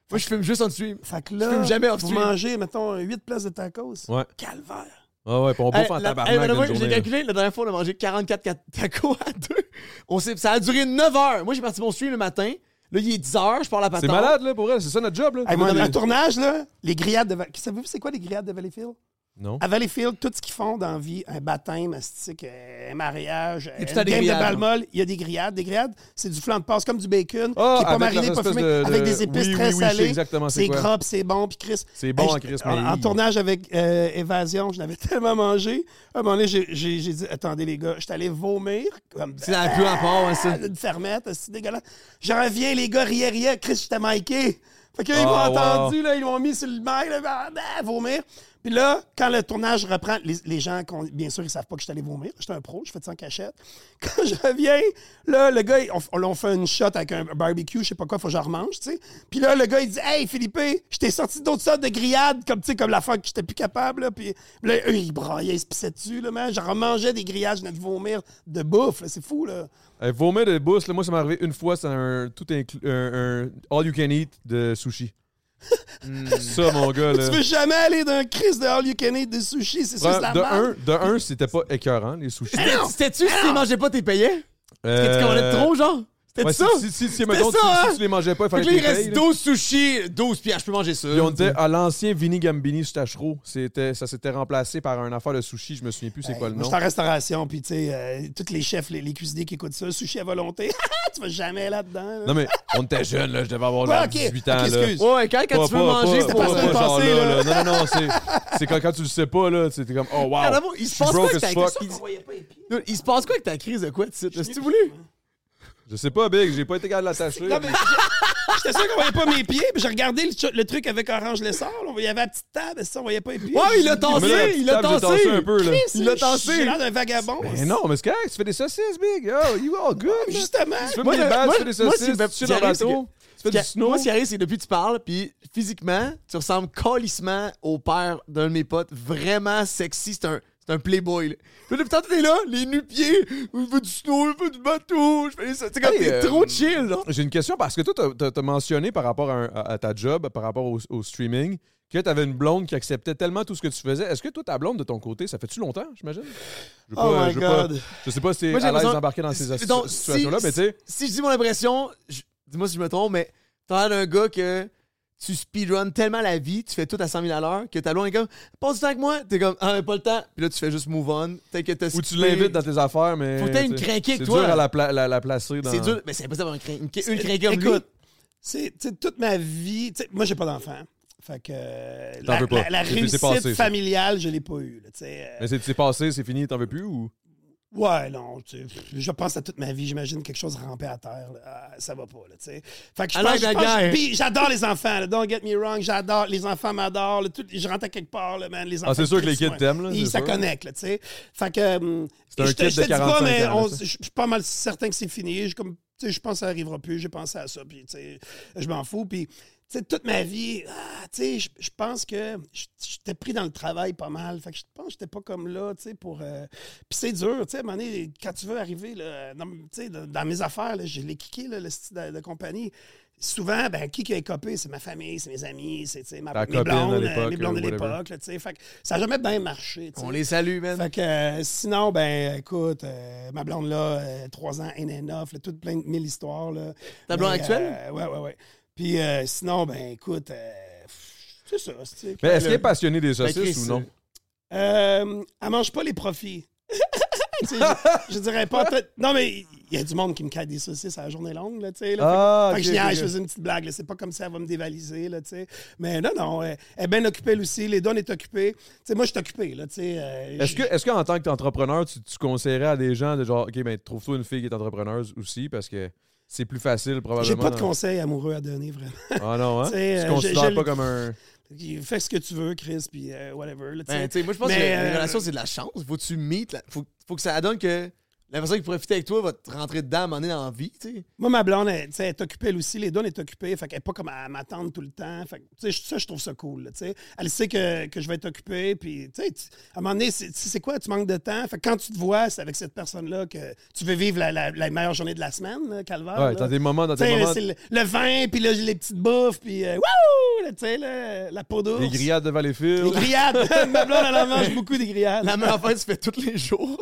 Speaker 1: Moi, je fume juste en dessous.
Speaker 3: Fait que
Speaker 1: Je
Speaker 3: là,
Speaker 1: fume jamais
Speaker 3: vous
Speaker 1: off-stream.
Speaker 3: mangez, mettons, 8 places de tacos.
Speaker 2: Ouais.
Speaker 3: Calvaire.
Speaker 2: Ah ouais, puis on
Speaker 1: Hey,
Speaker 2: bouffe en
Speaker 1: la-
Speaker 2: tabarnak.
Speaker 1: hey, madame,
Speaker 2: d'une
Speaker 1: j'ai
Speaker 2: journée, là.
Speaker 1: calculé, la dernière fois, on a mangé 44 cat- tacos à deux. On s'est- ça a duré 9 heures. Moi, j'ai parti mon stream le matin. Là, il est 10 heures, je pars à la
Speaker 2: C'est
Speaker 1: patente.
Speaker 2: malade, là, pour elle. C'est ça notre job, là.
Speaker 3: Hey, moi,
Speaker 2: Non,
Speaker 3: dans
Speaker 2: mais-
Speaker 3: un tournage, là, les grillades de... Val- Savez-vous c'est quoi les grillades de Valleyfield?
Speaker 2: Non.
Speaker 3: À Valleyfield, tout ce qu'ils font dans la vie, un baptême, astique, un mariage,
Speaker 1: y a
Speaker 3: une
Speaker 1: tout
Speaker 3: game
Speaker 1: à des grillades,
Speaker 3: de balmol, il y a des grillades. Des grillades, c'est du flan de passe comme du bacon,
Speaker 2: Ah,
Speaker 3: qui est pas
Speaker 2: avec
Speaker 3: mariné,
Speaker 2: leur
Speaker 3: pas
Speaker 2: espèce
Speaker 3: fumé,
Speaker 2: de- de-
Speaker 3: avec des épices
Speaker 2: oui,
Speaker 3: très
Speaker 2: oui, oui, je sais
Speaker 3: salées.
Speaker 2: exactement c'est
Speaker 3: c'est
Speaker 2: quoi.
Speaker 3: gras, puis c'est bon, puis Chris.
Speaker 2: C'est bon
Speaker 3: je-
Speaker 2: en Chris,
Speaker 3: en,
Speaker 2: mais
Speaker 3: en
Speaker 2: hi.
Speaker 3: tournage avec euh, Évasion, je l'avais tellement mangé. À un moment donné, j'ai j'ai- j'ai dit attendez les gars, je suis allé vomir. Comme,
Speaker 1: C'est la plus rapport, ouais, ça.
Speaker 3: une fermette, c'est dégueulasse. J'en reviens, les gars riaient, riaient. Chris, j'étais miqué. Fait qu'ils m'ont
Speaker 2: Ah, wow.
Speaker 3: entendu, là, ils m'ont mis sur le mic, là, bah, bah, vomir. Puis là, quand le tournage reprend, les, les gens, qu'on- bien sûr, ils savent pas que j'étais allé vomir. J'étais un pro, je fais ça en cachette. Quand je reviens, là, le gars, il- on, on- on fait une shot avec un barbecue, je sais pas quoi, faut que je remange, tu sais. Puis là, le gars, il dit Hey, Philippe, je t'ai sorti d'autres sortes de grillades, comme, tu sais, comme la fois que j'étais plus capable, là. Puis là, eux, ils braillaient, ils se pissaient dessus, là, man. Je remangeais des grillages, je venais de vomir de bouffe, là. C'est fou, là.
Speaker 2: Hey, vomir de bourse, là, moi, ça m'est arrivé une fois, c'est un tout inclus, un, un all you can eat de sushi. Ça, mon gars, là.
Speaker 3: Tu veux jamais aller d'un Chris de All You Can Eat de sushi, c'est sûr,
Speaker 2: Ouais,
Speaker 3: c'est la
Speaker 2: de,
Speaker 3: merde.
Speaker 2: un, de un, c'était pas écœurant, les sushis. Euh,
Speaker 1: C'était-tu si tu les mangeais pas, t'es payé? Parce que tu connais trop, genre? C'était
Speaker 2: Ouais, si,
Speaker 1: ça?
Speaker 2: si, si, si,
Speaker 1: C'était
Speaker 2: mettons,
Speaker 1: ça,
Speaker 2: tu-
Speaker 1: hein?
Speaker 2: si tu les mangeais pas, il
Speaker 1: Fait
Speaker 2: fallait
Speaker 1: que là, il
Speaker 2: que tu les payes,
Speaker 1: reste
Speaker 2: là.
Speaker 1: 12 sushis, 12 piastres, je peux manger ça.
Speaker 2: Puis on était à l'ancien Vini Gambini Stachero. C'était, ça s'était remplacé par un affaire de sushi, je me souviens plus c'est quoi le
Speaker 3: Moi,
Speaker 2: nom.
Speaker 3: je suis en restauration, puis tu sais, euh, tous les chefs, les, les cuisiniers qui écoutent ça, sushi à volonté, tu vas jamais là-dedans. là.
Speaker 2: Non, mais on était jeunes, là, je devais avoir
Speaker 3: Ouais,
Speaker 2: genre
Speaker 3: ok,
Speaker 2: 18
Speaker 3: ok,
Speaker 2: ans. là.
Speaker 3: excuse.
Speaker 1: Ouais, quand, quand
Speaker 2: Pas-
Speaker 1: tu veux
Speaker 2: pas-
Speaker 1: manger,
Speaker 2: pas- pas-
Speaker 1: c'est pas
Speaker 3: la semaine
Speaker 2: pas genre
Speaker 3: passée,
Speaker 2: là, là. Non, non, non, c'est, c'est quand, quand tu le sais pas, là, tu es comme, oh wow.
Speaker 1: Adamo, il
Speaker 2: je
Speaker 1: se
Speaker 2: suis
Speaker 1: passe quoi
Speaker 2: broke
Speaker 1: que
Speaker 2: as
Speaker 1: t'as-
Speaker 2: fuck.
Speaker 1: il- Dude, Il se passe quoi avec ta crise de quoi, tu sais? Si tu voulu?
Speaker 2: Je sais pas, Big, j'ai pas été capable de l'attacher.
Speaker 3: Non, mais j'ai- j'étais sûr qu'on voyait pas mes pieds, puis j'ai regardé le, ch- le truc avec Orange Lessard, là, on- il y avait la petite table, et ça, on voyait pas les pieds.
Speaker 1: Ouais, il l'a
Speaker 2: Mais là, la
Speaker 1: tassé!
Speaker 2: petite
Speaker 1: Il l'a
Speaker 2: table, j'ai
Speaker 1: tassé!
Speaker 2: un peu, là.
Speaker 3: Chris,
Speaker 1: Il l'a
Speaker 3: J'ai
Speaker 1: tassé!
Speaker 3: l'air d'un vagabond.
Speaker 2: Mais Ben non, mais c'est correct, tu fais des saucisses, Big. Oh, you all good.
Speaker 3: Ah, mais Justement.
Speaker 2: Tu fais
Speaker 1: Moi,
Speaker 2: des
Speaker 1: le-
Speaker 2: balles,
Speaker 1: moi,
Speaker 2: tu fais des
Speaker 1: moi,
Speaker 2: saucisses,
Speaker 1: ce qui me-
Speaker 2: tu chill en
Speaker 1: qui arrive, c'est
Speaker 2: bateau, tu fais
Speaker 1: Ca-
Speaker 2: du snow.
Speaker 1: Moi, ce qui arrive, c'est que depuis que tu parles, puis physiquement, tu ressembles calissement au père d'un de mes potes, vraiment sexy. C'est un, c'est un playboy. Là. Puis depuis tant que t'es là, les nu-pieds, je veux du snow, je veux du bateau, je fais ça. C'est comme
Speaker 2: Hey,
Speaker 1: t'es
Speaker 2: euh,
Speaker 1: trop chill, là.
Speaker 2: J'ai une question parce que toi, t'as- t'as t'as mentionné par rapport à, un- à- à ta job, par rapport au, au streaming, que t'avais une blonde qui acceptait tellement tout ce que tu faisais. Est-ce que toi, ta blonde de ton côté, ça fait-tu longtemps, j'imagine? Je veux
Speaker 3: Oh
Speaker 2: pas-
Speaker 3: my
Speaker 2: euh, je veux pas-
Speaker 3: God.
Speaker 2: je sais pas si t'es à
Speaker 1: Moi, j'ai
Speaker 2: l'aise
Speaker 1: l'impression-
Speaker 2: d'embarquer dans ces as-
Speaker 1: Donc, si-
Speaker 2: situations-là, mais tu sais.
Speaker 1: Si je dis mon impression, je- dis-moi si je me trompe, mais t'as l'air d'un gars que tu speedrun tellement la vie, tu fais tout à 100 000 à l'heure, que ta blonde est comme « Passe du temps avec moi! » T'es comme « Ah, mais pas le temps! » Puis là, tu fais juste move on. T'as que t'as
Speaker 2: Ou tu
Speaker 1: skippé.
Speaker 2: l'invites dans tes affaires, mais.
Speaker 1: Faut que t'aies une
Speaker 2: tu sais,
Speaker 1: craquée que
Speaker 2: C'est
Speaker 1: toi.
Speaker 2: dur à la, pla- la- la placer dans.
Speaker 1: C'est dur. Mais c'est impossible d'avoir une, cra- une, une craquée comme lui.
Speaker 3: Écoute, c'est tu sais, toute ma vie. tu sais, Moi, j'ai pas d'enfant. Fait que euh,
Speaker 2: T'en
Speaker 3: la,
Speaker 2: veux pas.
Speaker 3: la- la
Speaker 2: C'est- c'est
Speaker 3: réussite
Speaker 2: passé, ça.
Speaker 3: familiale, je l'ai pas eue. là, tu sais, euh,
Speaker 2: Mais c'est c'est passé, c'est fini, t'en veux plus ou.
Speaker 3: Ouais, non, tu sais, je pense à toute ma vie, j'imagine quelque chose ramper à terre, là. Ah, ça va pas, là, tu sais. Fait que je
Speaker 1: Alors,
Speaker 3: pense, je
Speaker 1: la
Speaker 3: pense-
Speaker 1: guerre.
Speaker 3: puis j'adore les enfants, là, don't get me wrong, j'adore, les enfants m'adorent, là, tout- je rentre à quelque part, là, man, les enfants.
Speaker 2: Ah, c'est sûr que les kids
Speaker 3: ouais.
Speaker 2: t'aiment, là,
Speaker 3: Ils
Speaker 2: c'est
Speaker 3: se
Speaker 2: sûr.
Speaker 3: connectent, là, tu sais. Fait que, hum,
Speaker 2: C'est un
Speaker 3: je te,
Speaker 2: kid
Speaker 3: je
Speaker 2: de
Speaker 3: te dis pas,
Speaker 2: 45
Speaker 3: mais
Speaker 2: ans, là,
Speaker 3: on-
Speaker 2: ça.
Speaker 3: je je suis pas mal certain que c'est fini, je comme, tu sais, je pense que ça arrivera plus, j'ai pensé à ça, puis, tu sais, je m'en fous, puis... tu sais, toute ma vie, ah, tu sais, je, je pense que je- j'étais pris dans le travail pas mal. Fait que je pense que j'étais pas comme là, tu sais, pour. euh, Puis c'est dur, tu sais, à un moment donné, quand tu veux arriver, là, dans, tu sais, dans- dans mes affaires, là, je l'ai kické, là, le style de, de compagnie. Souvent, ben, qui qui a copé? C'est ma famille, c'est mes amis, c'est tu sais, ma
Speaker 2: Ta
Speaker 3: mes
Speaker 2: copine à
Speaker 3: blondes,
Speaker 2: l'époque,
Speaker 3: euh, mes blondes de
Speaker 2: euh, whatever.
Speaker 3: l'époque, là, tu sais. Fait que ça n'a jamais bien marché, tu sais.
Speaker 1: On les salue, man.
Speaker 3: Fait que euh, sinon, ben écoute, euh, ma blonde là, euh, trois ans, in and off, là, toute plein de mille histoires. Là.
Speaker 1: Ta blonde
Speaker 3: Mais,
Speaker 1: actuelle?
Speaker 3: euh, ouais, ouais, ouais. Puis euh, sinon, ben écoute, euh, pff, c'est ça. c'est-
Speaker 2: Mais est-ce
Speaker 1: le-
Speaker 2: qu'il est passionné des
Speaker 1: Ben,
Speaker 2: saucisses
Speaker 1: Chris,
Speaker 2: ou non?
Speaker 3: Euh, elle mange pas les profits. Tu sais, je, je dirais pas. tout- Non, mais il y a du monde qui me cale des saucisses à la journée longue, là, tu
Speaker 1: euh,
Speaker 3: sais. là. Fait que-
Speaker 2: Ah,
Speaker 3: fait
Speaker 2: ok,
Speaker 3: que je niaise,
Speaker 2: ok,
Speaker 3: je
Speaker 2: ok.
Speaker 3: faisais une petite blague. là. C'est pas comme ça, elle va me dévaliser, là, tu sais. Mais non, non, elle, elle est bien occupée, elle aussi. Les donnes est occupée. Tu sais, moi, je suis occupé, là, tu sais. euh,
Speaker 2: Est-ce
Speaker 3: je-
Speaker 2: que, est-ce qu'en tant qu'entrepreneur, tu, tu conseillerais à des gens de genre, OK, ben, trouve-toi une fille qui est entrepreneuse aussi parce que c'est plus facile probablement.
Speaker 3: J'ai pas de
Speaker 2: dans-
Speaker 3: conseils amoureux à donner, vraiment.
Speaker 2: Ah non, hein? Tu
Speaker 3: Tu sais, euh,
Speaker 2: te
Speaker 3: je-
Speaker 2: considères
Speaker 3: je-
Speaker 2: pas comme un.
Speaker 3: Fais ce que tu veux, Chris, puis euh, whatever, là, tu sais.
Speaker 1: Ben, tu sais, moi, je pense
Speaker 3: Mais,
Speaker 1: que les
Speaker 3: euh,
Speaker 1: relations, c'est de la chance. Faut que tu meet. la- Faut, faut que ça donne que la personne qui profite avec toi va te rentrer dedans à un moment donné dans la vie, tu sais.
Speaker 3: Moi, ma blonde, elle, tu sais, elle est occupée, elle aussi. Les donnes est occupée. Fait qu'elle n'est pas comme à m'attendre tout le temps. Fait que, tu sais, je- ça, je trouve ça cool. là, tu sais. elle sait que, que je vais être occupé. Puis, tu sais, tu- à un moment donné, c'est- tu sais, c'est quoi? Tu manques de temps. Fait que quand tu te vois, c'est avec cette personne-là que tu veux vivre la, la- la meilleure journée de la semaine, là, Calvaire.
Speaker 2: Ouais,
Speaker 3: Ah, là.
Speaker 2: dans des moments, dans
Speaker 3: Tu
Speaker 2: des
Speaker 3: sais,
Speaker 2: moments.
Speaker 3: c'est le, le vin, puis là, les petites bouffes, puis euh, wouh! là, Tu sais, là, la peau d'ours.
Speaker 2: Des grillades devant les fils.
Speaker 3: Les grillades. ma blonde, elle en mange beaucoup des grillades.
Speaker 1: La même affaire, tu fais tous les jours.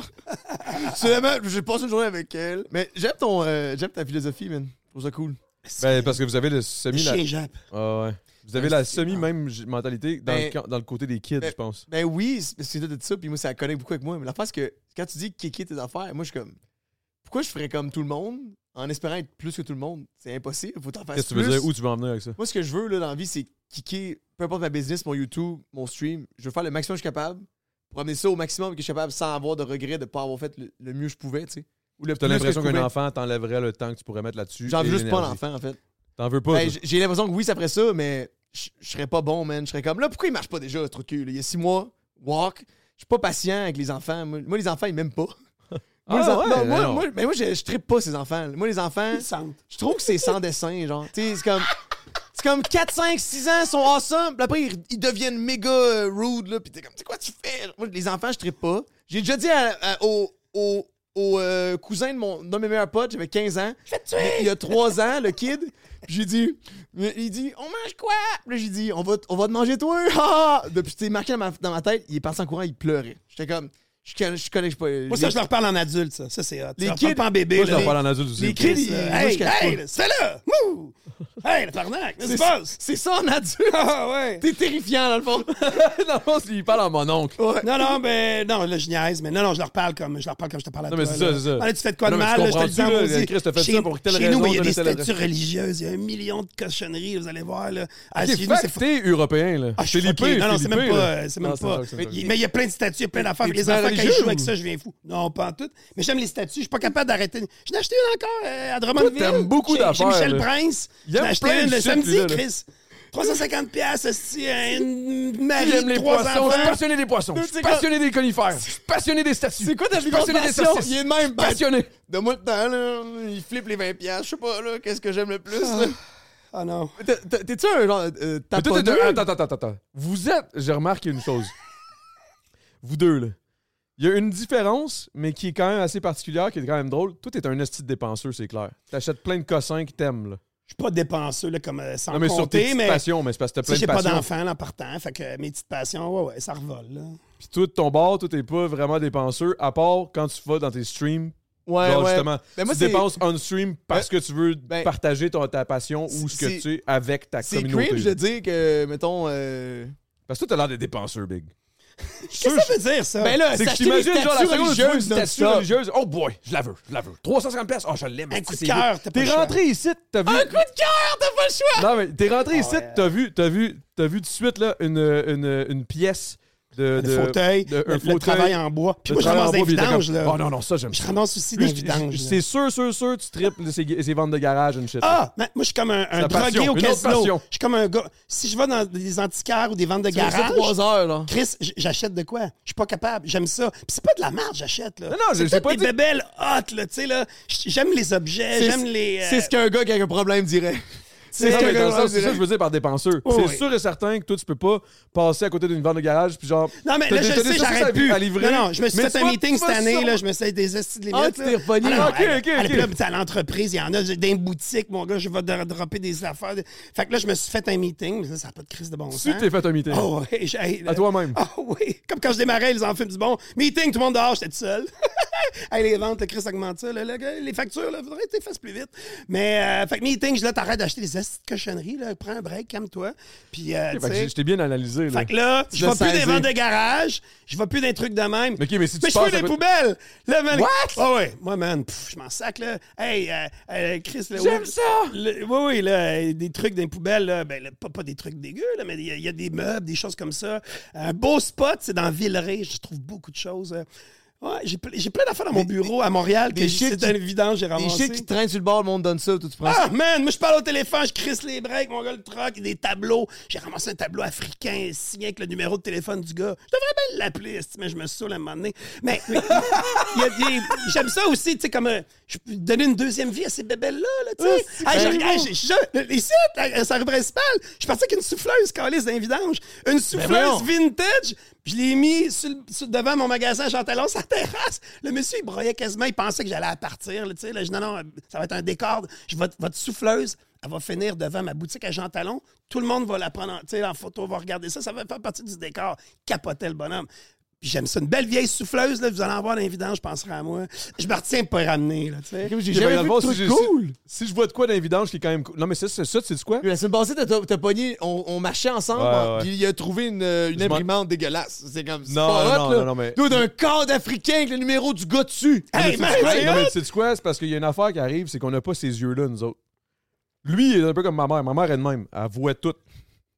Speaker 1: c'est la même- J'ai passé une journée avec elle. Mais j'aime ton, euh, j'aime ta philosophie, man. Je trouve ça cool.
Speaker 2: Ben, parce que vous avez le semi. La...
Speaker 3: Chien jappe.
Speaker 2: Ah ouais. Vous avez
Speaker 1: Ouais,
Speaker 2: la
Speaker 1: c'est-
Speaker 2: semi-même-mentalité dans,
Speaker 1: Ben-
Speaker 2: le camp- dans le côté des kids,
Speaker 1: Ben-
Speaker 2: je pense.
Speaker 1: Ben oui, c'est parce que toi, t'as dit ça, puis moi, ça connecte beaucoup avec moi. Mais l'affaire, c'est que quand tu dis kicker tes affaires, moi, je suis comme. Pourquoi je ferais comme tout le monde en espérant être plus que tout le monde C'est impossible. Faut t'en faire
Speaker 2: Qu'est-ce que
Speaker 1: ben, plus.
Speaker 2: tu veux dire? Où tu veux en venir avec ça?
Speaker 1: Moi, ce que je veux là, dans la vie, c'est kicker, peu importe ma business, mon YouTube, mon stream. Je veux faire le maximum que je suis capable pour amener ça au maximum que je suis capable sans avoir de regret de ne pas avoir fait le, le mieux que je pouvais, tu sais. Ou le
Speaker 2: T'as
Speaker 1: plus que
Speaker 2: l'impression
Speaker 1: je
Speaker 2: qu'un
Speaker 1: pouvais.
Speaker 2: enfant t'enlèverait le temps que tu pourrais mettre là-dessus.
Speaker 1: J'en veux
Speaker 2: et
Speaker 1: juste pas
Speaker 2: l'énergie.
Speaker 1: l'enfant, en fait.
Speaker 2: T'en veux pas?
Speaker 1: Ben,
Speaker 2: toi?
Speaker 1: j- J'ai l'impression que oui, ça ferait ça, mais je je serais pas bon, man. Je serais comme là, pourquoi il marche pas déjà, ce truc là? Il y a six mois, walk. Je suis pas patient avec les enfants. Moi, moi, les enfants, ils m'aiment pas. Moi, les
Speaker 2: Ah,
Speaker 1: en-
Speaker 2: ouais,
Speaker 1: non, moi,
Speaker 2: non.
Speaker 1: moi- mais moi, je, je trippe pas ces enfants. Moi, les enfants,
Speaker 3: Ils sentent.
Speaker 1: je trouve que c'est sans dessin, genre. Tu sais, c'est comme. C'est comme 4, 5, 6 ans, ils sont awesome. Puis après, ils, ils deviennent méga euh, rude, là. Puis t'es comme, c'est quoi tu fais? Moi, les enfants, je trippe pas. J'ai déjà dit à- à- au, au- au, euh, cousin de mon, d'un de mes meilleurs potes, j'avais 15 ans. Il y a 3 ans, le kid. Puis j'ai dit, mais il dit, on mange quoi? Puis là, j'ai dit, on va, t- on va te manger toi. Ah! Depuis, c'était marqué dans ma, dans ma tête, il est parti en courant, il pleurait. J'étais comme, je, con- je connais, je pas.
Speaker 3: Moi, ça, je leur parle en adulte, ça. Ça, c'est hot.
Speaker 1: Les
Speaker 3: Les
Speaker 1: kids-
Speaker 3: kids. pas en bébé.
Speaker 2: Moi, je
Speaker 3: là.
Speaker 2: t'en parle en adulte aussi.
Speaker 1: les kids, ils-
Speaker 3: Euh,
Speaker 1: moi, je
Speaker 3: Hey,
Speaker 1: cache pas.
Speaker 3: hey, c'est là! Mouh! Hey, le tarnac! Qu'est-ce qui se passe?
Speaker 1: c'est ça en adulte.
Speaker 3: Ah, ouais!
Speaker 1: T'es terrifiant, dans le fond.
Speaker 2: non, non, il parle en mon oncle.
Speaker 1: Ouais.
Speaker 3: Non, non, ben, non, là, je niaise, mais non, non, je leur parle comme je leur parle comme je te parle à
Speaker 2: Non,
Speaker 3: toi.
Speaker 2: mais c'est ça,
Speaker 3: là.
Speaker 2: c'est ça.
Speaker 3: Ah, là, tu fais de quoi
Speaker 2: Non,
Speaker 3: de
Speaker 2: mais tu
Speaker 3: mal, là, je te le
Speaker 2: comprends-tu,
Speaker 3: dis en
Speaker 2: là,
Speaker 3: maudit.
Speaker 2: Christ a fait
Speaker 3: chez,
Speaker 2: ça pour telle
Speaker 3: chez
Speaker 2: raison,
Speaker 3: nous, il y a
Speaker 2: donne
Speaker 3: des
Speaker 2: telle
Speaker 3: statues religieuses, il y a un million de cochonneries, vous allez voir, là. Ah,
Speaker 2: Ok,
Speaker 3: chez nous,
Speaker 2: fuck,
Speaker 3: c'est fou-
Speaker 2: t'es européen, là.
Speaker 3: Ah, je suis
Speaker 2: Philippe,
Speaker 3: fucké. Non, non, c'est
Speaker 2: Philippe,
Speaker 3: même pas.
Speaker 2: là.
Speaker 3: euh, c'est même
Speaker 2: Non,
Speaker 3: pas.
Speaker 2: c'est ça,
Speaker 3: Mais
Speaker 2: c'est ça.
Speaker 3: il mais il y a plein de statues, il y a plein d'affaires.
Speaker 1: T'es-tu
Speaker 3: Les enfants, quand ils
Speaker 1: religieux
Speaker 3: jouent avec
Speaker 1: ou-
Speaker 3: ça, je viens fou. Non, pas en tout. Mais j'aime les statues. Je suis pas capable d'arrêter. J'en ai acheté une encore euh, à Drummondville.
Speaker 2: Toi, t'aimes beaucoup
Speaker 3: Chez-
Speaker 2: d'affaires,
Speaker 3: Chez Michel
Speaker 2: là.
Speaker 3: Prince.
Speaker 2: Il aime
Speaker 3: J'en ai acheté
Speaker 2: plein
Speaker 3: une
Speaker 2: de
Speaker 3: le
Speaker 2: shit,
Speaker 3: samedi,
Speaker 2: lui, là.
Speaker 3: Chris. 350 piastres, c'est une
Speaker 2: Il
Speaker 3: marie
Speaker 2: aime
Speaker 3: de
Speaker 2: les
Speaker 3: trois
Speaker 2: poissons. Je suis
Speaker 3: enfants.
Speaker 2: passionné des poissons. Je suis
Speaker 1: C'est
Speaker 2: passionné des conifères. Je suis passionné des statues.
Speaker 1: C'est quoi ta
Speaker 2: Je suis passionné des
Speaker 1: passion?
Speaker 2: saucisses.
Speaker 1: Il est de
Speaker 2: Je suis
Speaker 1: même. Ben,
Speaker 2: passionné.
Speaker 1: Donne-moi le temps, là. Il flippe les 20 piastres. Je sais pas, là. Qu'est-ce que j'aime le plus, là.
Speaker 3: Ah non.
Speaker 1: T'es- t'es- T'es-tu un genre. Euh,
Speaker 2: Mais toi, t'es deux-
Speaker 1: taponneux?
Speaker 2: Attends, attends, attends, attends. Vous êtes. J'ai remarqué une chose. Vous deux, là. Il y a une différence, mais qui est quand même assez particulière, qui est quand même drôle. Toi, t'es un esti de dépenseur, c'est clair. T'achètes plein de cossins qui t'aiment, là.
Speaker 3: Je suis pas dépenseux, là, comme euh, sans
Speaker 2: Non, mais sur tes
Speaker 3: compter,
Speaker 2: petites
Speaker 3: mais.
Speaker 2: passions, mais c'est parce que t'as
Speaker 3: Tu sais,
Speaker 2: plein de
Speaker 3: j'ai pas
Speaker 2: passions.
Speaker 3: d'enfant, là, en partant. Fait que euh, mes petites passions, ouais, ouais, ça revole, là.
Speaker 2: Puis toi, de ton bord, toi, t'es pas vraiment dépenseur, à part quand tu vas dans tes streams.
Speaker 1: Ouais,
Speaker 2: genre,
Speaker 1: ouais.
Speaker 2: justement,
Speaker 1: Ben, moi,
Speaker 2: tu
Speaker 1: c'est-
Speaker 2: dépenses on-stream parce que tu veux
Speaker 1: ben,
Speaker 2: partager ton- ta passion ou ce que
Speaker 1: c'est-
Speaker 2: tu es avec ta
Speaker 1: C'est
Speaker 2: communauté.
Speaker 1: cringe de dire que, mettons. Euh...
Speaker 2: Parce que toi, t'as l'air des dépenseurs, Big.
Speaker 3: Qu'est-ce que ça veut dire, ça?
Speaker 1: Ben là,
Speaker 2: C'est que
Speaker 1: Ben, s'acheter des
Speaker 2: j'imagine, genre, la
Speaker 1: statues
Speaker 2: seconde où tu vois une
Speaker 1: religieuses,
Speaker 2: statue
Speaker 1: non-stop.
Speaker 2: religieuse, oh boy, je la veux, je la veux. 350 places, oh, je l'aime.
Speaker 3: Un
Speaker 2: esti,
Speaker 3: coup de
Speaker 2: c'est
Speaker 3: cœur,
Speaker 2: beau.
Speaker 3: t'as pas
Speaker 2: T'es
Speaker 3: le choix.
Speaker 2: rentré ici, t'as vu...
Speaker 1: Un coup Ah, de cœur, t'as pas le choix!
Speaker 2: Non, mais t'es rentré ici,
Speaker 3: ouais.
Speaker 2: t'as vu, t'as vu, t'as vu tout de suite, là, une, une, une pièce de...
Speaker 3: Le
Speaker 2: de-
Speaker 3: fauteuil,
Speaker 2: de-
Speaker 3: le,
Speaker 2: un
Speaker 3: le
Speaker 2: fauteuil,
Speaker 3: travail en bois. Puis
Speaker 2: de
Speaker 3: moi, je
Speaker 2: travail
Speaker 3: ramasse
Speaker 2: en
Speaker 3: des
Speaker 2: bois, puis t'es
Speaker 3: vidanges,
Speaker 2: comme,
Speaker 3: là.
Speaker 2: Oh non, non, ça, j'aime
Speaker 3: Je
Speaker 2: ça.
Speaker 3: ramasse aussi des
Speaker 2: Lui,
Speaker 3: vidanges. là.
Speaker 2: C'est sûr, sûr, sûr, tu triples ces, ces ventes de garage, une shit. là.
Speaker 3: Ah! mais moi, je suis comme un, un
Speaker 2: la passion,
Speaker 3: drogué au
Speaker 2: une autre
Speaker 3: casino.
Speaker 2: passion.
Speaker 3: Je suis comme un gars. Si je vais dans des antiquaires ou des ventes de
Speaker 1: J'ai resté
Speaker 3: garage,
Speaker 1: trois heures, là.
Speaker 3: Chris, j- j'achète de quoi? Je suis pas capable. J'aime ça. Puis c'est pas de la merde, j'achète,
Speaker 2: Non,
Speaker 3: là.
Speaker 2: non, je-
Speaker 3: c'est
Speaker 2: j'ai
Speaker 3: toutes
Speaker 2: pas
Speaker 3: des
Speaker 2: dit-
Speaker 3: bébelles hot, là, tu sais, là. J- J'aime les objets,
Speaker 1: C'est-
Speaker 3: j'aime les... euh,
Speaker 1: C'est ce qu'un gars qui a un problème dirait.
Speaker 2: C'est ça,
Speaker 1: ce
Speaker 2: mais
Speaker 1: qu'un
Speaker 2: dans le
Speaker 1: gars
Speaker 2: sens,
Speaker 1: qui a
Speaker 2: c'est ça que
Speaker 1: un
Speaker 2: je
Speaker 1: problème
Speaker 2: veux dire par dépenseur.
Speaker 3: Oh,
Speaker 2: c'est
Speaker 3: oui.
Speaker 2: sûr et certain que toi, tu peux pas passer à côté d'une vente de garage, puis genre.
Speaker 3: Non, mais
Speaker 2: t'as
Speaker 3: là,
Speaker 2: des-
Speaker 3: je
Speaker 2: t'as des
Speaker 3: sais,
Speaker 2: choses à-
Speaker 3: j'arrête plus.
Speaker 2: à livrer.
Speaker 3: Non, non, je me suis
Speaker 2: Mais
Speaker 3: fait
Speaker 2: tu
Speaker 3: un
Speaker 2: vas-
Speaker 3: meeting
Speaker 2: tu vas
Speaker 3: cette année,
Speaker 2: sûrement-
Speaker 3: là. Je me suis fait des estis de limites.
Speaker 1: Ah, tu
Speaker 3: là.
Speaker 1: t'es repogné.
Speaker 3: non,
Speaker 2: Ok,
Speaker 3: elle-
Speaker 2: ok,
Speaker 3: elle-
Speaker 2: ok.
Speaker 3: puis là, puis à l'entreprise, il y en a j'ai- dans une boutique, mon gars, je vais dro- dropper des affaires. Fait que là, je me suis fait un meeting. mais ça, ça n'a pas de crise de bon sens.
Speaker 2: Tu t'es fait un meeting.
Speaker 3: Oh, oui, j'ai-
Speaker 2: À toi-même.
Speaker 3: Ah oui, comme quand je démarrais, ils en filment du bon. Meeting, tout le monde dehors, j'étais tout seul. hey, les ventes, le Chris augmente ça. là, le gars, les factures, là, faudrait que tu les fasses plus vite. Mais, euh, fait que meeting, là, t'arrêtes d'acheter des astuces de cochonneries, là. Prends un break, calme-toi. Puis, euh, tu
Speaker 2: Fait que
Speaker 3: sais.
Speaker 2: je t'ai bien analysé. Là.
Speaker 3: Fait que là, je
Speaker 1: l'as
Speaker 3: vais plus des
Speaker 1: saisi.
Speaker 3: ventes de garage, je vais plus d'un truc de même.
Speaker 2: Ok, mais si tu
Speaker 3: mais je fais
Speaker 2: passes à
Speaker 3: des
Speaker 2: côté-
Speaker 3: poubelles! Là, man.
Speaker 2: What?
Speaker 3: Ah ouais, moi, man, pff, je m'en sac, là. Hey, euh, euh, Chris, là.
Speaker 2: J'aime
Speaker 3: oui-
Speaker 2: ça!
Speaker 3: le- oui, oui, là, euh, des trucs dans les poubelles, là, ben, là, pas, pas des trucs dégueux, là, mais il y, a- il y a des meubles, des choses comme ça. Un beau spot, c'est dans Villeray, je trouve beaucoup de choses. euh. Ouais, j'ai ple- j'ai plein d'affaires dans mon bureau à Montréal, que
Speaker 1: des
Speaker 3: je-
Speaker 1: shit
Speaker 3: c'est
Speaker 1: qui-
Speaker 3: un évident, j'ai
Speaker 1: Des
Speaker 3: ramassé.
Speaker 1: shit qui traînent sur le bord, le monde donne ça, toi, tu prends ça.
Speaker 3: Ah, man, moi, je parle au téléphone, je crisse les breaks, mon gars, le truck, des tableaux. J'ai ramassé un tableau africain signé avec le numéro de téléphone du gars. Je devrais bien l'appeler, esti, mais je me saoule à un moment donné. Mais, mais, il y a des- j'aime ça aussi, tu sais, comme euh, je peux donner une deuxième vie à ces bébelles-là, là, tu sais.
Speaker 1: c'est
Speaker 3: Hey, j'ai-
Speaker 1: tellement.
Speaker 3: hey, j'ai- j'ai- ici, à à Sarah Principale, je suis parti avec une souffleuse calice d'un vidange. Une souffleuse
Speaker 1: voyons.
Speaker 3: vintage. Je l'ai mis sur le- sur- devant mon magasin à Chantalon, sa terrasse. Le monsieur, il broyait quasiment. Il pensait que j'allais à partir. Là, tu sais, là, je dis, non, non, ça va être un décor. Je, votre, votre souffleuse, elle va finir devant ma boutique à Chantalon. Tout le monde va la prendre en, tu sais, en photo, va regarder ça. Ça va faire partie du décor. Capotait le bonhomme. Puis J'aime ça. Une belle vieille souffleuse, là, vous allez en voir dans les vidanges, je penserai à moi. Je me retiens pas y ramener. Là, tu sais.
Speaker 1: Ah! J'ai
Speaker 2: Puis,
Speaker 1: jamais
Speaker 2: dans le
Speaker 1: vu
Speaker 2: fond,
Speaker 1: de truc
Speaker 2: si j'ai-
Speaker 1: cool.
Speaker 2: Si, si je vois de quoi dans les vidanges qui est quand même cool. Non, mais ça, c'est ça, c'est quoi?
Speaker 1: La semaine passée, t'as- t'as t'as pogné, on, on marchait ensemble,
Speaker 2: Ouais,
Speaker 1: hein,
Speaker 2: ouais.
Speaker 1: puis il a trouvé une, euh,
Speaker 2: Je
Speaker 1: une
Speaker 2: m'en-
Speaker 1: imprimante dégueulasse. C'est comme c'est
Speaker 2: Non,
Speaker 1: pas
Speaker 2: non,
Speaker 1: hot, là.
Speaker 2: non, non, mais-
Speaker 1: Dude, un cadre africain avec le numéro du gars dessus.
Speaker 3: Hey, man,
Speaker 2: Ouais,
Speaker 3: c'est
Speaker 2: non,
Speaker 3: hot!
Speaker 2: mais tu sais quoi? C'est parce qu'il y a une affaire qui arrive, c'est qu'on n'a pas ces yeux-là, nous autres. Lui, il est un peu comme ma mère. Ma mère elle de même. Elle voit tout.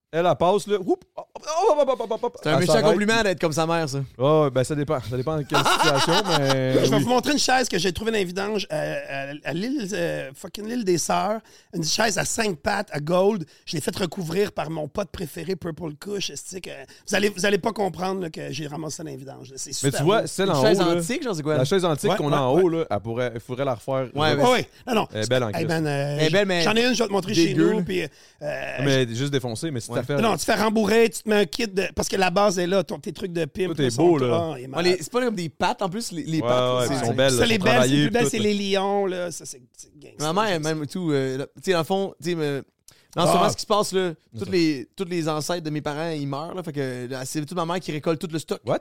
Speaker 2: Elle, elle passe, là. Oups! Hop, hop, hop, hop, hop, hop, hop, hop.
Speaker 1: C'est un
Speaker 2: Elle
Speaker 1: méchant
Speaker 2: s'arrête.
Speaker 1: compliment d'être comme sa mère, ça.
Speaker 2: Ah, ben ça dépend. Ça dépend de quelle situation, mais.
Speaker 3: Euh, Je vais
Speaker 2: oui.
Speaker 3: vous montrer une chaise que j'ai trouvée dans les vidanges euh, à, à l'île euh, fucking l'île des Sœurs. Une chaise à cinq pattes, à gold. Je l'ai fait recouvrir par mon pote préféré, Purple Cush. esti, que- vous, allez, vous allez pas comprendre là, que j'ai ramassé ça dans les vidanges. là. C'est
Speaker 2: Mais
Speaker 3: super.
Speaker 2: tu vois,
Speaker 3: beau.
Speaker 2: celle
Speaker 1: Une
Speaker 2: en haut.
Speaker 1: chaise
Speaker 2: là,
Speaker 1: antique, genre, c'est quoi?
Speaker 2: La chaise antique
Speaker 3: Ouais,
Speaker 2: qu'on a en haut, là, elle pourrait, il faudrait la refaire. euh,
Speaker 1: Ouais,
Speaker 3: Ah oui, non, non.
Speaker 2: Elle est belle en
Speaker 3: Hey,
Speaker 2: Christ.
Speaker 3: man, euh,
Speaker 1: Elle est belle, mais
Speaker 3: J'en ai une, je vais te montrer chez
Speaker 1: dégueu,
Speaker 3: nous.
Speaker 1: là.
Speaker 3: Puis, euh,
Speaker 2: Ah, Mais juste défoncer, mais si t'as fait.
Speaker 3: non, tu te fais rembourrer, tu te mets un kit de- parce que la base est là, ton- tes trucs de pimp.
Speaker 2: Tout est
Speaker 3: sont-
Speaker 2: beau, là.
Speaker 3: Ah, il est
Speaker 1: Ouais,
Speaker 3: malade.
Speaker 1: les- c'est pas comme des pattes, en plus, les, les
Speaker 2: Ouais,
Speaker 1: pattes.
Speaker 2: ouais,
Speaker 1: c'est-
Speaker 2: ils sont
Speaker 1: c'est-
Speaker 2: belles,
Speaker 3: Ça, les
Speaker 2: sont
Speaker 3: belles, c'est les
Speaker 2: travaillées,
Speaker 3: plus belles,
Speaker 2: tout,
Speaker 3: c'est
Speaker 2: là.
Speaker 3: les lions, là. Ça, c'est c'est
Speaker 1: Ma
Speaker 3: gangster,
Speaker 1: mère,
Speaker 3: ça.
Speaker 1: même tout, euh, là, tu sais, dans le fond, tu sais, me- non,
Speaker 3: Ah.
Speaker 1: sûrement ce qui se passe, là, tous les, tous les ancêtres de mes parents, ils meurent, là, fait que là, c'est toute ma mère qui récolte tout le stock.
Speaker 2: What?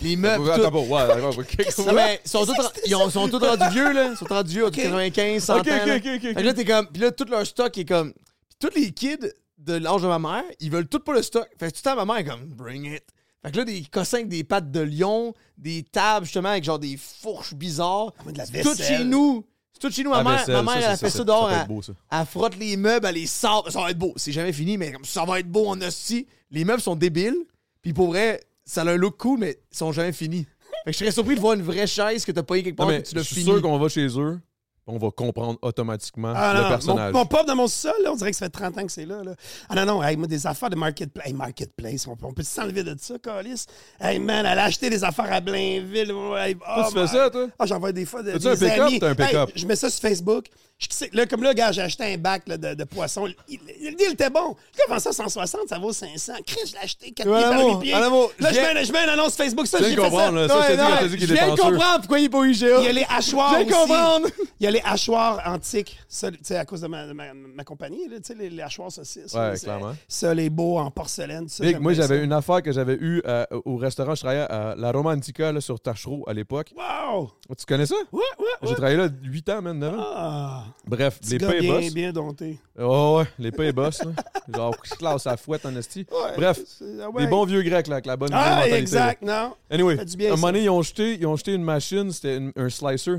Speaker 1: Les
Speaker 2: Attends,
Speaker 1: meubles, Euh, tout.
Speaker 2: attends, ouais, d'accord, ok.
Speaker 1: Non, mais ils sont tous ils ont- sont tous rendus vieux, là. Ils sont tous rendus vieux, 95, 100
Speaker 2: Ok,
Speaker 1: ans.
Speaker 2: ok,
Speaker 1: là.
Speaker 2: ok, ok, ok.
Speaker 1: Fait que là, t'es comme. Puis là, tout leur stock est comme. Puis tous les kids de l'âge de ma mère, ils veulent tout pas le stock. Fait que tout le temps, ma mère est comme, bring it. Fait que là, des cossins avec des pattes de lion, des tables, justement, avec genre des fourches bizarres.
Speaker 2: Ah,
Speaker 3: mais de la
Speaker 1: C'est tout
Speaker 3: vaisselle.
Speaker 1: chez nous. C'est tout chez nous. Ma
Speaker 2: La
Speaker 1: mère,
Speaker 2: vaisselle,
Speaker 1: ma
Speaker 2: Ah, ça,
Speaker 1: mère
Speaker 2: ça,
Speaker 1: elle fait
Speaker 2: ça,
Speaker 1: ça,
Speaker 2: ça
Speaker 1: dehors.
Speaker 2: peut être
Speaker 1: elle-
Speaker 2: beau, ça.
Speaker 1: Elle frotte les meubles, elle les sort. Ça va être beau. C'est jamais fini, mais comme ça va être beau en hostie. Les meubles sont débiles. Puis pour vrai, ça a un look cool, mais ils sont jamais finis. Fait que je serais surpris de voir une vraie chaise que t'as payé quelque
Speaker 2: Non,
Speaker 1: part
Speaker 2: mais
Speaker 1: que tu
Speaker 2: je
Speaker 1: l'as
Speaker 2: suis
Speaker 1: fini.
Speaker 2: sûr qu'on va chez eux, on va comprendre automatiquement
Speaker 3: Ah, non,
Speaker 2: le personnage.
Speaker 3: Mon, mon pauvre dans mon sol, là, on dirait que ça fait 30 ans que c'est là, là. Ah non, non, hey, moi, des affaires de marketplace. Hey, marketplace, on, peut- on peut s'enlever de ça, Calis. Hey man, elle a acheté des affaires à Blainville. Hey, oh
Speaker 2: tu fais
Speaker 3: my-
Speaker 2: ça, toi?
Speaker 3: Ah, j'envoie des fois de,
Speaker 2: T'as-tu
Speaker 3: des
Speaker 2: un pick-up?
Speaker 3: amis.
Speaker 2: T'as un pick-up.
Speaker 3: Hey, je mets ça sur Facebook. Je sais- là, comme là, gars, j'ai acheté un bac là, de, de poisson. Il- Il il dit, il était bon. Là, avant ça, 160, ça vaut 500. Chris, je l'ai acheté 4
Speaker 1: Ouais,
Speaker 3: pieds par
Speaker 1: l'amour,
Speaker 3: 8 pieds.
Speaker 1: l'amour.
Speaker 3: Là, je
Speaker 1: Viens-
Speaker 3: mets, je mets une annonce sur Facebook. Ça,
Speaker 2: Tu viens
Speaker 3: j'ai
Speaker 2: de
Speaker 3: fait ça.
Speaker 2: comprendre, là. Ça,
Speaker 1: Ouais,
Speaker 2: c'est
Speaker 1: non,
Speaker 2: lui qui a dit
Speaker 1: je
Speaker 2: qu'il était
Speaker 1: viens de
Speaker 2: tanceux.
Speaker 1: comprendre pourquoi il est pas au IGA.
Speaker 3: Il y a les hachoirs
Speaker 1: Je viens
Speaker 3: aussi.
Speaker 1: de comprendre.
Speaker 3: Il y a les hachoirs antiques. Ça, tu sais, à cause de ma, de ma- ma compagnie, là, tu sais, les, les hachoirs saucisses.
Speaker 2: Ouais,
Speaker 3: là, c'est-
Speaker 2: clairement.
Speaker 3: Ça, les beaux en porcelaine. ça,
Speaker 2: Big,
Speaker 3: j'aime
Speaker 2: moi,
Speaker 3: bien
Speaker 2: j'avais
Speaker 3: ça.
Speaker 2: une affaire que j'avais eue euh, au restaurant. Je travaillais à la Romantica là, sur Tachereau à l'époque.
Speaker 3: Wow!
Speaker 2: Tu connais ça?
Speaker 3: Ouais, ouais,
Speaker 2: J'ai
Speaker 3: ouais.
Speaker 2: travaillé là 8 ans, man, 9 ans.
Speaker 3: Ah,
Speaker 2: Bref,
Speaker 3: petit
Speaker 2: les
Speaker 3: gars
Speaker 2: pains
Speaker 3: bien,
Speaker 2: boss.
Speaker 3: bien dompté.
Speaker 2: Oh, ouais, les pains boss. Là. Genre, classe à fouette en esti.
Speaker 3: Ouais,
Speaker 2: Bref,
Speaker 3: c'est- ah
Speaker 2: les
Speaker 3: ouais.
Speaker 2: bons vieux grecs là, avec la bonne vieille
Speaker 3: Ah,
Speaker 2: mentalité, là.
Speaker 3: exact, non.
Speaker 2: Anyway,
Speaker 3: Fait du bien,
Speaker 2: un
Speaker 3: ça.
Speaker 2: moment donné, ils ont jeté, ils ont jeté une machine, c'était une- un slicer.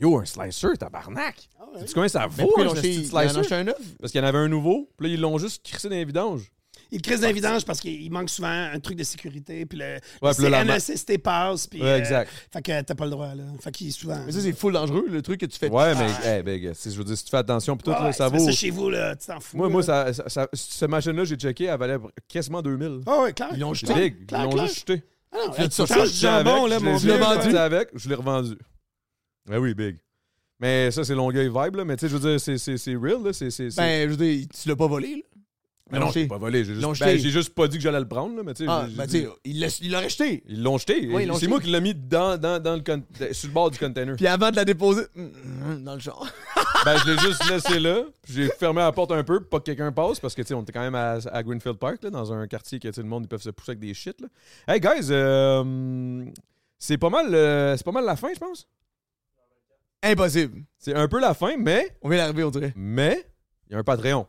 Speaker 2: Yo, un slicer, tabarnak!
Speaker 3: Ah ouais.
Speaker 2: Tu connais ça
Speaker 1: Mais
Speaker 2: vaut
Speaker 1: pourquoi
Speaker 2: un
Speaker 1: ils l'ont acheté-
Speaker 2: petit
Speaker 1: il en a acheté
Speaker 2: slicer?
Speaker 1: un neuf?
Speaker 2: Parce qu'il y en avait un nouveau, puis là, ils l'ont juste crissé dans les vidanges.
Speaker 3: Il crise d'un vidange parce qu'il manque souvent un truc de sécurité. Puis le,
Speaker 2: Ouais, puis là, la ma-
Speaker 3: le CNSST passe. Puis, euh,
Speaker 2: Ouais, exact.
Speaker 3: Fait que t'as pas le droit, là. Fait qu'il est souvent.
Speaker 1: Mais ça, c'est full dangereux, le truc que tu fais.
Speaker 2: Ouais, mais, hey, big, si je veux dire, si tu fais attention, puis tout,
Speaker 3: Ah
Speaker 2: là,
Speaker 3: ouais,
Speaker 2: ça
Speaker 3: tu fais
Speaker 2: vaut.
Speaker 3: chez vous, là, tu t'en fous.
Speaker 2: Moi, moi, ça,
Speaker 3: là.
Speaker 2: ça, ça- cette machine-là, j'ai checké, elle valait quasiment 2000.
Speaker 3: Ah, ouais, clair.
Speaker 1: Ils l'ont
Speaker 2: C'est
Speaker 1: jeté.
Speaker 2: big,
Speaker 3: clair,
Speaker 2: ils l'ont
Speaker 3: clair.
Speaker 2: juste jeté.
Speaker 3: Ah, non,
Speaker 1: Tu l'as
Speaker 3: hey,
Speaker 1: sorti
Speaker 3: change de
Speaker 2: J'étais avec,
Speaker 3: jambon, là,
Speaker 2: je
Speaker 3: mon
Speaker 2: l'ai- je l'ai
Speaker 3: vieux, là.
Speaker 2: vendu avec, je l'ai revendu. Ben oui, big. Mais ça, c'est Longueuil vibe, là. Mais tu sais, je veux dire, c'est- c'est c'est real, là. c'est- c'est- c'est-
Speaker 1: Ben, je veux dire, tu l'as pas volé, là.
Speaker 2: Mais
Speaker 1: Ils l'ont
Speaker 2: non, j'ai
Speaker 1: jeté.
Speaker 2: pas volé. J'ai juste,
Speaker 1: l'ont
Speaker 2: ben,
Speaker 1: jeté.
Speaker 2: j'ai juste pas dit que j'allais le prendre, là, mais tu sais.
Speaker 1: Ah,
Speaker 2: j'ai-
Speaker 1: ben,
Speaker 2: j'ai
Speaker 1: tu
Speaker 2: dit-
Speaker 1: sais, il l'a- il l'a rejeté.
Speaker 2: Ils l'ont jeté.
Speaker 1: Ouais, ils l'ont
Speaker 2: c'est
Speaker 1: jeté.
Speaker 2: moi qui l'ai mis dans, dans, dans le con- de- sur le bord du container.
Speaker 1: Puis avant de la déposer, mm, mm, dans le genre.
Speaker 2: ben, je l'ai juste laissé là. puis J'ai fermé la porte un peu pour pas que quelqu'un passe parce que, tu sais, on était quand même à, à Greenfield Park, là, dans un quartier que, tu sais, le monde, ils peuvent se pousser avec des shit, là. Hey, guys, euh, C'est pas mal, euh, c'est pas mal la fin, je pense.
Speaker 1: Impossible.
Speaker 2: C'est un peu la fin, mais
Speaker 1: On vient d'arriver, on dirait.
Speaker 2: mais il y a un Patreon.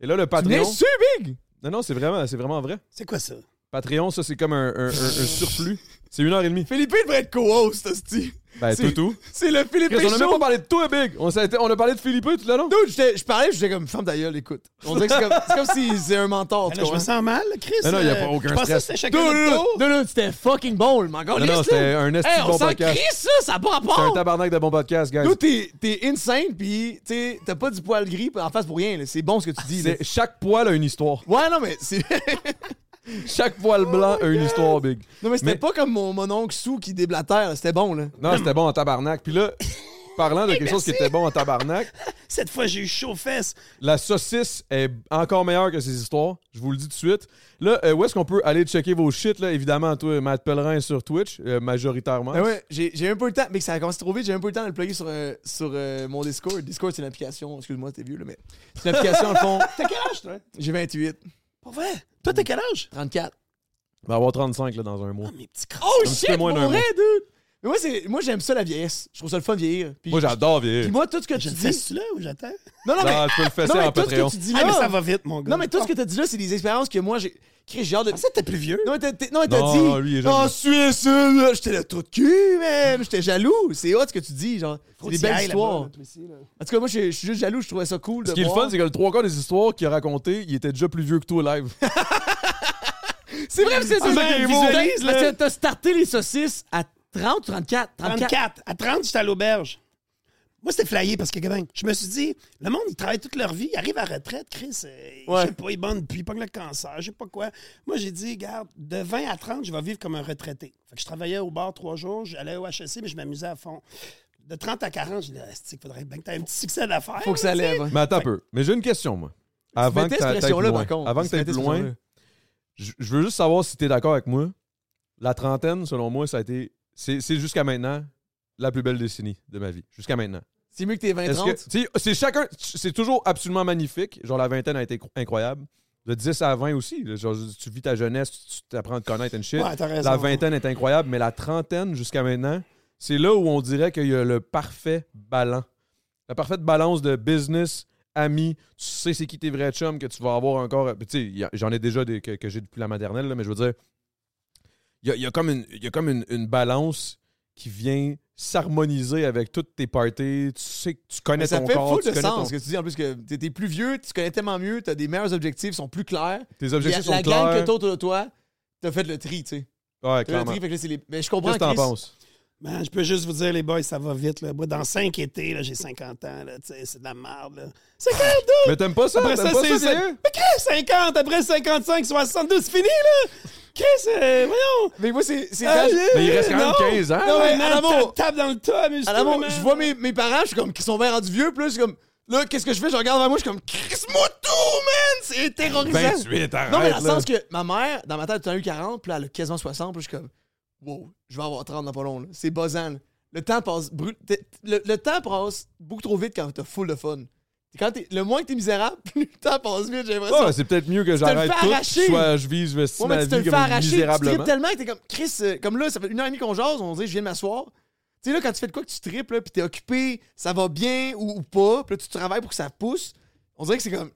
Speaker 2: Et là, le
Speaker 1: Tu venais
Speaker 2: Patreon.
Speaker 1: dessus, Big?
Speaker 2: Non, non, c'est vraiment, c'est vraiment vrai.
Speaker 3: C'est quoi ça?
Speaker 2: Patreon, ça, c'est comme un, un- un- un surplus. C'est une heure et demie.
Speaker 1: Philippe devrait être co-host, hostie.
Speaker 2: Ben,
Speaker 1: C'est-
Speaker 2: toutou.
Speaker 1: C'est le Philippe
Speaker 2: Chris, on a même pas
Speaker 1: Show.
Speaker 2: parlé de toi, Big. On, s'est- on a parlé de Philippe tout le long.
Speaker 1: Dude, j'étais- je parlais, j'étais comme femme d'ailleurs, écoute. On dirait que c'est comme, c'est comme si c'est un mentor, tu
Speaker 3: Là, je me
Speaker 1: comprends?
Speaker 3: sens mal, Chris.
Speaker 2: Non, non, y a
Speaker 3: euh,
Speaker 2: pas aucun
Speaker 3: Je pensais que
Speaker 2: stress.
Speaker 3: c'était chacun
Speaker 1: Dude,
Speaker 3: notre tour.
Speaker 1: dude, dude, c'était fucking bon, man.
Speaker 2: Non, non, c'était un esti
Speaker 1: hey,
Speaker 2: de
Speaker 1: on
Speaker 2: bon
Speaker 1: s'en
Speaker 2: podcast.
Speaker 1: crie, ça, ça n'a pas
Speaker 2: C'est un
Speaker 1: rapport.
Speaker 2: tabarnak de bon podcast, guys.
Speaker 1: Dude, t'es, t'es insane, pis t'sais, t'as pas du poil gris en face pour rien, là. C'est bon ce que tu dis, là.
Speaker 2: C'est- Chaque poil a une histoire.
Speaker 1: Ouais, non, mais c'est.
Speaker 2: Chaque poil blanc a une histoire, Big.
Speaker 1: non, mais c'était
Speaker 2: Mais-
Speaker 1: pas comme mon, mon oncle sous qui déblatère, là. C'était bon, là.
Speaker 2: Non, c'était bon en tabarnak. Puis là, parlant de quelque chose qui était bon en tabarnak,
Speaker 3: Cette fois, j'ai eu chaud aux fesses.
Speaker 2: la saucisse est encore meilleure que ces histoires. Je vous le dis tout de suite. Là, euh, où est-ce qu'on peut aller checker vos shit, là? Évidemment, toi, Matt Pellerin sur Twitch, euh, majoritairement.
Speaker 1: Ben ouais, j'ai, j'ai un peu le temps, mais ça a commencé trop vite, j'ai un peu le temps de le plugger sur, euh, sur euh, mon Discord. Discord, c'est une application, excuse-moi, t'es vieux, là, mais c'est une application, en le fond.
Speaker 3: T'as quel âge, toi?
Speaker 1: J'ai 28,
Speaker 3: Pas vrai? Toi, t'as quel âge?
Speaker 1: 34.
Speaker 2: On va avoir 35, là, dans un mois.
Speaker 3: Ah, mes petits crasses.
Speaker 1: Oh
Speaker 2: Un petit peu
Speaker 1: shit,
Speaker 2: moins
Speaker 1: pour
Speaker 2: d'un
Speaker 1: vrai, dude! Mais moi, c'est, moi, j'aime ça, la vieillesse. Je trouve ça le fun de vieillir. Puis-
Speaker 2: Moi, j'adore vieillir.
Speaker 1: Puis moi, tout ce que
Speaker 3: Je
Speaker 1: tu
Speaker 3: le
Speaker 1: dis.
Speaker 3: fais là ou j'attends?
Speaker 1: Non, non, mais.
Speaker 2: Ah, tu peux le fesser
Speaker 1: non, mais
Speaker 2: en
Speaker 1: tout ce
Speaker 2: Patreon.
Speaker 1: que tu dis
Speaker 3: Ah, mais
Speaker 1: là-
Speaker 3: ça va vite, mon gars.
Speaker 1: Non, mais tout ce que t'as dit là, c'est des expériences que moi, j'ai. Chris, j'ai hâte de.
Speaker 3: Ah, ça, t'es plus vieux.
Speaker 1: Non, mais t'as- t'es- non, mais
Speaker 2: Non,
Speaker 1: t'as dit.
Speaker 2: non, lui, il est jeune.
Speaker 1: en Suisse, euh, là, j'étais le trou de cul, man. J'étais jaloux. C'est hot ce que tu dis, genre. C'est des
Speaker 3: Faut
Speaker 1: belles
Speaker 3: t'y ailles
Speaker 1: histoires.
Speaker 3: là-bas, là, toi aussi, là.
Speaker 1: En tout cas, moi, je je suis juste jaloux. Je trouvais ça cool.
Speaker 2: Ce
Speaker 1: de
Speaker 2: qui est le
Speaker 1: voir.
Speaker 2: fun, c'est que le trois quarts des histoires qu'il a racontées, il était déjà plus vieux que toi live.
Speaker 1: C'est vrai, parce que c'est ça
Speaker 3: Ah, ben,
Speaker 1: qui est
Speaker 3: visualise,
Speaker 1: beau.
Speaker 3: là.
Speaker 1: Parce que t'as starté les saucisses à 30 34. 34.
Speaker 3: 34. À 30, j'étais à l'auberge. Moi, c'était flyé parce que, gang, je me suis dit, le monde, il travaille toute leur vie, il arrive à la retraite, Chris, euh,
Speaker 1: Ouais.
Speaker 3: je sais pas, il bonne depuis, pas que le cancer, je sais pas quoi. Moi, j'ai dit, garde, de 20 à 30, je vais vivre comme un retraité. Fait que je travaillais au bar trois jours, j'allais au HSC, mais je m'amusais à fond. De 30 à 40, j'ai dit, Ah, c'est-tu qu'il faudrait bien que t'aies un petit succès d'affaires.
Speaker 1: Faut que ça
Speaker 3: là, tu sais.
Speaker 1: lève.
Speaker 2: Mais attends un peu. Mais j'ai une question, moi. Avant que t'a-
Speaker 1: mettais cette
Speaker 2: t'ailles plus
Speaker 1: pression-là,
Speaker 2: loin.
Speaker 1: par contre.
Speaker 2: Avant que
Speaker 1: Tu
Speaker 2: t'ailles
Speaker 1: mettais
Speaker 2: plus
Speaker 1: cette
Speaker 2: loin,
Speaker 1: pression-là.
Speaker 2: je je veux juste savoir si t'es d'accord avec moi. La trentaine, selon moi, ça a été. C'est c'est jusqu'à maintenant la plus belle décennie de ma vie. Jusqu'à maintenant.
Speaker 1: C'est mieux que tes 20
Speaker 2: Est-ce que-
Speaker 1: 30.
Speaker 2: tu sais, C'est chacun. C'est toujours absolument magnifique. Genre, la vingtaine a été cro- incroyable. De 10 à 20 aussi. là, Genre, tu vis ta jeunesse, tu- tu t'apprends à te connaître and shit.
Speaker 3: Ouais, t'as raison.
Speaker 2: La vingtaine est incroyable, mais la trentaine jusqu'à maintenant, c'est là où on dirait qu'il y a le parfait ballon. La parfaite balance de business, amis, tu sais c'est qui tes vrais chums que tu vas avoir encore. Puis Tu sais, il y a- j'en ai déjà des que, que j'ai depuis la maternelle, là, mais je veux dire, il y a, il y a comme, une, il y a comme une, une balance qui vient s'harmoniser avec toutes tes parties. Tu sais que tu connais
Speaker 1: Mais ça
Speaker 2: ton
Speaker 1: fait
Speaker 2: corps,
Speaker 1: fou
Speaker 2: tu
Speaker 1: de
Speaker 2: connais ton-
Speaker 1: sens ce que tu dis en plus que t'es t'es plus vieux, tu connais tellement mieux, t'as des meilleurs objectifs, sont plus clairs.
Speaker 2: tes
Speaker 1: Il y a
Speaker 2: objectifs
Speaker 1: la
Speaker 2: sont
Speaker 1: gang que
Speaker 2: clairs.
Speaker 1: t'as autour de toi, t'as fait le tri, tu sais.
Speaker 2: Ouais,
Speaker 1: T'as fait le
Speaker 2: clairement.
Speaker 1: tri, fait que là, c'est les. Mais je
Speaker 2: Qu'est-ce
Speaker 1: comprends
Speaker 2: que t'en
Speaker 1: Chris.
Speaker 2: penses?
Speaker 3: Man, je peux juste vous dire, les boys, ça va vite. Là. Moi, dans 5 étés, là, j'ai 50 ans. Là, tu sais, c'est de la merde. là. C'est quand même
Speaker 2: Mais t'aimes pas ça?
Speaker 3: Après
Speaker 2: T'aimes
Speaker 3: ça,
Speaker 2: pas
Speaker 3: c'est.
Speaker 2: ça,
Speaker 3: c'est-
Speaker 2: sérieux?
Speaker 3: Mais Chris, 50, après 55, 62, c'est fini, là! Chris, euh, voyons!
Speaker 1: Mais moi, c'est. c'est-
Speaker 3: Ah,
Speaker 1: quand-
Speaker 2: Mais il reste quand même
Speaker 3: non.
Speaker 2: 15 ans.
Speaker 1: Non,
Speaker 3: Ah Ouais,
Speaker 1: mais
Speaker 3: man,
Speaker 1: à l'amour.
Speaker 3: tape- tape dans le tas, mais
Speaker 1: À la mort, je vois mes, mes parents, je suis comme, qui sont verts du vieux, plus je suis comme, là, qu'est-ce que je fais? Je regarde vers moi, je suis comme, Chris Moutou, man! C'est terrorisant!
Speaker 2: 28, arrête,
Speaker 1: non, mais dans le
Speaker 2: là.
Speaker 1: sens que ma mère, dans ma tête, elle a eu 40, puis là, elle a quasiment 60, puis je suis comme, wow, je vais avoir 30 dans pas long, là. C'est buzzant, là. Le temps passe brut... t'es- Le, le temps passe beaucoup trop vite quand t'as full de fun. Quand t'es- le moins que t'es misérable, plus le temps passe vite, j'ai l'impression.
Speaker 2: Ouais, Ah, c'est peut-être mieux que j'arrête
Speaker 1: fais
Speaker 2: tout,
Speaker 1: arracher.
Speaker 2: soit je vise, je vestime
Speaker 1: Ouais, mais
Speaker 2: ma
Speaker 1: tu te le
Speaker 2: vie
Speaker 1: fais
Speaker 2: comme
Speaker 1: arracher, tu
Speaker 2: misérablement.
Speaker 1: tripes tellement que t'es comme Chris, euh, comme là, ça fait une heure et demie qu'on jase, on dit je viens de m'asseoir. Tu sais, là, quand tu fais de quoi que tu tripes, là, pis t'es occupé, ça va bien ou, ou pas, pis là, tu travailles pour que ça pousse, on dirait que c'est comme.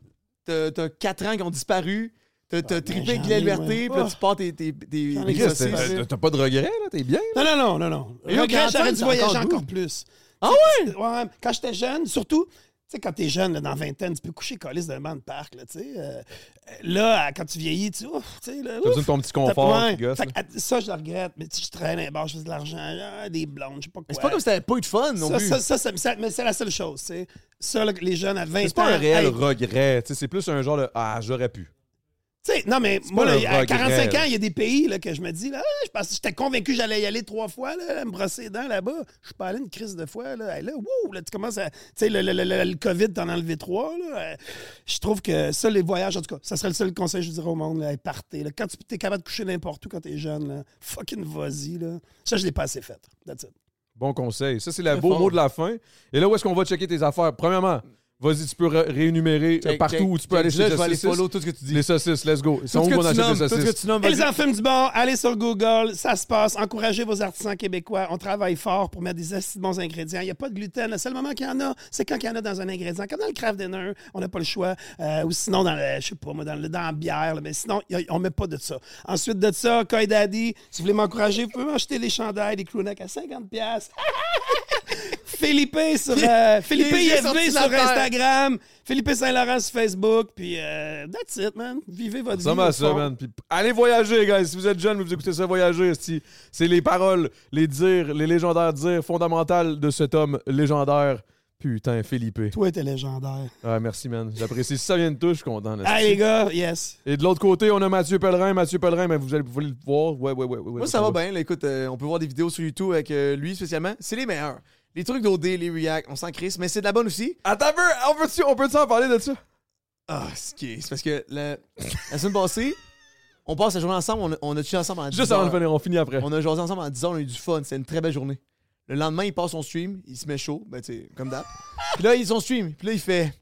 Speaker 1: T'as t'as quatre ans qui ont disparu, t'as t'as
Speaker 3: mais
Speaker 1: trippé avec
Speaker 3: Ah, j'en
Speaker 1: la
Speaker 3: ai,
Speaker 1: liberté,
Speaker 3: moi.
Speaker 1: pis là, tu pars tes. tes, tes,
Speaker 3: J'en ai
Speaker 1: tes
Speaker 2: Chris,
Speaker 3: Ça,
Speaker 2: t'as-
Speaker 1: saucisses.
Speaker 2: t'as- T'as pas de regrets, là? T'es bien?
Speaker 3: Non, non, non, non, non.
Speaker 1: Et au
Speaker 3: Regret,
Speaker 1: 45,
Speaker 3: j'arrête de
Speaker 1: c'est
Speaker 3: voyager
Speaker 1: encore
Speaker 3: encore
Speaker 1: good.
Speaker 3: plus.
Speaker 1: Ah
Speaker 3: ouais? Ouais, quand j'étais jeune, surtout, tu sais, quand t'es jeune, là, dans vingtaine, tu peux coucher colis d'un banc de parc, là, tu sais. euh, là, à- quand tu vieillis, tu ouf, tu sais, là,
Speaker 2: T'as
Speaker 3: ouf.
Speaker 2: besoin de ton petit
Speaker 3: T'as-
Speaker 2: confort,
Speaker 3: ouais.
Speaker 2: petit gosse.
Speaker 3: Fait
Speaker 2: là.
Speaker 3: que, à- ça, je le regrette. Mais si je traîne un bar, je fais de l'argent, ah, des blondes, je sais pas quoi.
Speaker 1: Mais c'est pas comme si t'avais pas eu de fun non
Speaker 3: ça,
Speaker 1: plus.
Speaker 3: ça, ça, ça, ça- mais c'est la seule chose, tu sais. Ça, là, les jeunes à 20 ans.
Speaker 2: C'est pas un réel
Speaker 3: hey,
Speaker 2: regret, tu sais, c'est plus un genre de « Ah, j'aurais pu
Speaker 3: tu sais, non, mais moi,
Speaker 2: pas
Speaker 3: là,
Speaker 2: un
Speaker 3: à
Speaker 2: regret,
Speaker 3: 45
Speaker 2: là.
Speaker 3: ans, il y a des pays là, que je me dis, là, ah, je pense- j'étais convaincu que j'allais y aller trois fois, là, me brosser les dents là-bas. Je suis pas allé une crise de fois. Là, Hey, là, wouh, là, tu commences à. Tu sais, le, le- le- le- le COVID, t'en as enlevé trois. Là, Euh, je trouve que ça, les voyages, en tout cas, ça serait le seul conseil que je dirais au monde. Là, Hey, partez. Là, quand tu es capable de coucher n'importe où quand t'es jeune, là, fucking vas-y. Là. Ça, je l'ai pas assez fait. That's it. ».
Speaker 2: Bon conseil. Ça, c'est le
Speaker 1: Très
Speaker 2: beau
Speaker 1: fort.
Speaker 2: mot de la fin. Et là, où est-ce qu'on va checker tes affaires? Premièrement, Vas-y, tu peux ré- réénumérer euh,
Speaker 1: Check,
Speaker 2: partout
Speaker 1: check,
Speaker 2: où tu peux
Speaker 1: check.
Speaker 2: aller
Speaker 1: Là,
Speaker 2: chez
Speaker 1: je vais aller
Speaker 2: Justice.
Speaker 1: follow tout ce que tu dis.
Speaker 2: Les saucisses, let's go. Ils
Speaker 1: Tout
Speaker 2: sont
Speaker 1: ce
Speaker 2: où
Speaker 1: que
Speaker 2: qu'on
Speaker 1: tu
Speaker 2: achète
Speaker 1: nommes,
Speaker 2: des
Speaker 1: tout ce que
Speaker 2: saucisses?
Speaker 1: tu nommes,
Speaker 3: Et
Speaker 1: vas-y.
Speaker 3: les enfants du bord, allez sur Google, ça se passe. Encouragez vos artisans québécois. On travaille fort pour mettre des esti de bons ingrédients. Il n'y a pas de gluten. Le seul moment qu'il y en a, c'est quand il y en a dans un ingrédient. Comme dans le craft dinner, on n'a pas le choix. Euh, ou sinon, dans le, je sais pas, moi, dans, le- dans la bière. là. mais sinon, y a- on ne met pas de ça. Ensuite de ça, Koi Daddy, si vous voulez m'encourager, vous pouvez m'acheter les chandails, les crewnecks à 50$. piastres. Felipe sur euh, Felipe
Speaker 1: Les yeux
Speaker 3: ISV
Speaker 1: sortis de
Speaker 3: sur
Speaker 1: la terre.
Speaker 3: Instagram, Felipe Saint-Laurent sur Facebook, puis euh, that's it, man. Vivez votre vie.
Speaker 2: Ça va,
Speaker 3: au
Speaker 2: ça,
Speaker 3: fond.
Speaker 2: man. Puis, allez voyager, guys. Si vous êtes jeune, vous écoutez ça voyager. esti. C'est les paroles, les dires, les légendaires dires fondamentales de cet homme légendaire. Putain, Philippe.
Speaker 3: Toi, t'es légendaire.
Speaker 2: Ah, merci, man. J'apprécie. Si ça vient de toi, je suis content. là.
Speaker 3: Ah, les gars, yes.
Speaker 2: Et de l'autre côté, on a Mathieu Pellerin. Mathieu Pellerin, mais vous allez vous voulez le voir. Ouais, ouais, ouais. ouais,
Speaker 1: Moi,
Speaker 2: ouais,
Speaker 1: ça va bien. là. écoute, euh, on peut voir des vidéos sur YouTube avec euh, lui spécialement. C'est les meilleurs. Les trucs d'OD, les React, on s'en crisse, mais c'est de la bonne aussi.
Speaker 2: Attends, un peu, on peut-tu on peut en parler de ça?
Speaker 1: Ah, c'est qui- c'est parce que la, la semaine passée, on passe la journée ensemble, on a, on a tué ensemble en 10
Speaker 2: Juste avant de
Speaker 1: heures.
Speaker 2: finir, on finit après.
Speaker 1: On a joué ensemble en 10 ans, on a eu du fun, c'était une très belle journée. Le lendemain, il passe son stream, il se met chaud, ben tu sais, comme d'hab. Puis là, il son stream, puis là, il fait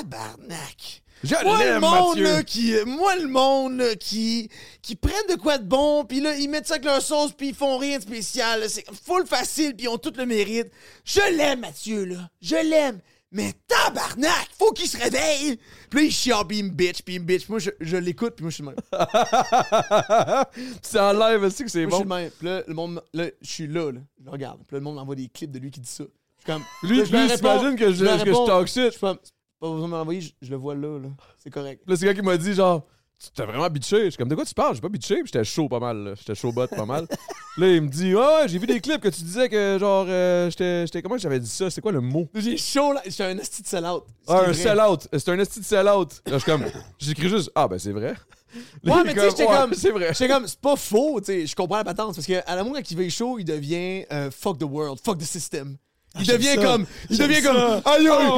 Speaker 1: Tabarnak!
Speaker 2: Je
Speaker 1: Moi le
Speaker 2: l'aime,
Speaker 1: monde
Speaker 2: Mathieu.
Speaker 1: là, qui moi le monde là, qui qui prennent de quoi de bon puis là ils mettent ça avec leur sauce puis ils font rien de spécial, là. c'est full facile puis ils ont tout le mérite. Je l'aime Mathieu là, je l'aime. Mais tabarnak, faut qu'il se réveille. Puis là, il chiale, puis il me bitch, puis il me bitch. Moi, je, je l'écoute, puis moi, je suis le même.
Speaker 2: c'est en live, aussi que c'est
Speaker 1: Moi, je suis
Speaker 2: bon?
Speaker 1: le même. Puis là, le monde, me- là, je suis là, là. Je le regarde. Puis là, le monde m'envoie des clips de lui qui dit ça. Je suis comme.
Speaker 2: Lui,
Speaker 1: là,
Speaker 2: lui,
Speaker 1: je leur
Speaker 2: il
Speaker 1: réponds,
Speaker 2: s'imagine que je,
Speaker 1: leur
Speaker 2: que je
Speaker 1: réponds,
Speaker 2: talk
Speaker 1: Je
Speaker 2: shit.
Speaker 1: suis comme, pas besoin de m'envoyer, je, je le vois là, là. C'est correct.
Speaker 2: Puis là, c'est le gars qui m'a dit, genre, tu t'es vraiment bitché. Je suis comme, de quoi tu parles? J'ai pas bitché. Puis j'étais chaud pas mal. là. J'étais chaud bot pas mal. Puis là, il me dit, ah ouais, j'ai vu des clips que tu disais que, genre, euh, j'étais. j'étais- Comment j'avais dit ça? C'est quoi le mot?
Speaker 1: J'ai chaud, là. J'étais un asti de sell-out. Ce qui
Speaker 2: Ah,
Speaker 1: est
Speaker 2: un
Speaker 1: vrai.
Speaker 2: sell-out. C'est un esti de sell-out. Là, je suis comme, j'écris juste, ah, ben, c'est vrai. Là,
Speaker 1: Ouais,
Speaker 2: il est
Speaker 1: mais tu sais, j'étais
Speaker 2: ouais,
Speaker 1: comme.
Speaker 2: C'est vrai.
Speaker 1: J'étais comme, c'est pas faux, tu sais. Je comprends la patente. Parce que, à l'amour, quand il veut chaud, il devient euh, fuck the world, fuck the system. Il
Speaker 3: Ah, j'aime
Speaker 1: devient
Speaker 3: ça.
Speaker 1: comme. Il
Speaker 3: J'aime
Speaker 1: devient
Speaker 3: ça.
Speaker 1: comme. Aïe,
Speaker 2: Non, mais tu sais,
Speaker 1: aïe,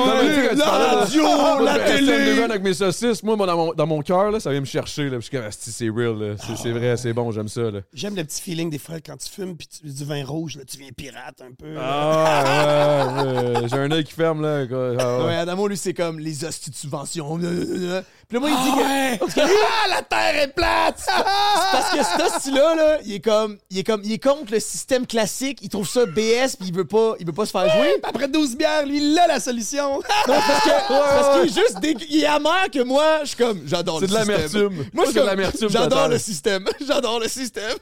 Speaker 2: quand tu
Speaker 1: la
Speaker 2: parlais de-
Speaker 1: radio, la
Speaker 2: Ben, SM
Speaker 1: télé.
Speaker 2: Devon avec mes saucisses, moi, moi, dans mon, dans mon cœur, là, ça vient me chercher. Là, puis je suis comme, asti, c'est real. là. C'est c'est vrai, c'est bon, j'aime ça. Là.
Speaker 3: J'aime le petit feeling des fois quand tu fumes puis tu- du vin rouge, là, tu viens pirate un peu. là.
Speaker 2: Ah, ouais, ouais, j'ai un œil qui ferme, là. quoi. Ah, ouais.
Speaker 1: Ouais, Adamo, lui, c'est comme les hosties de subvention. Puis là, moi, il dit que.
Speaker 3: Ah, ouais. Ah, la terre est plate!
Speaker 1: Parce que cet hostie-là, là, il est comme. Il est comme. Il est contre le système classique. Il trouve ça BS, puis il veut pas, il veut pas se faire jouer.
Speaker 3: Après 12 bières, lui, il a la solution.
Speaker 1: Non, parce que. parce qu'il est juste. dé- Il est amer que moi, je suis comme. J'adore le
Speaker 2: C'est de
Speaker 1: système.
Speaker 2: l'amertume. Moi,
Speaker 1: Moi, je suis
Speaker 2: c'est de
Speaker 1: comme.
Speaker 2: l'amertume
Speaker 1: J'adore
Speaker 2: totale.
Speaker 1: le système. J'adore le système.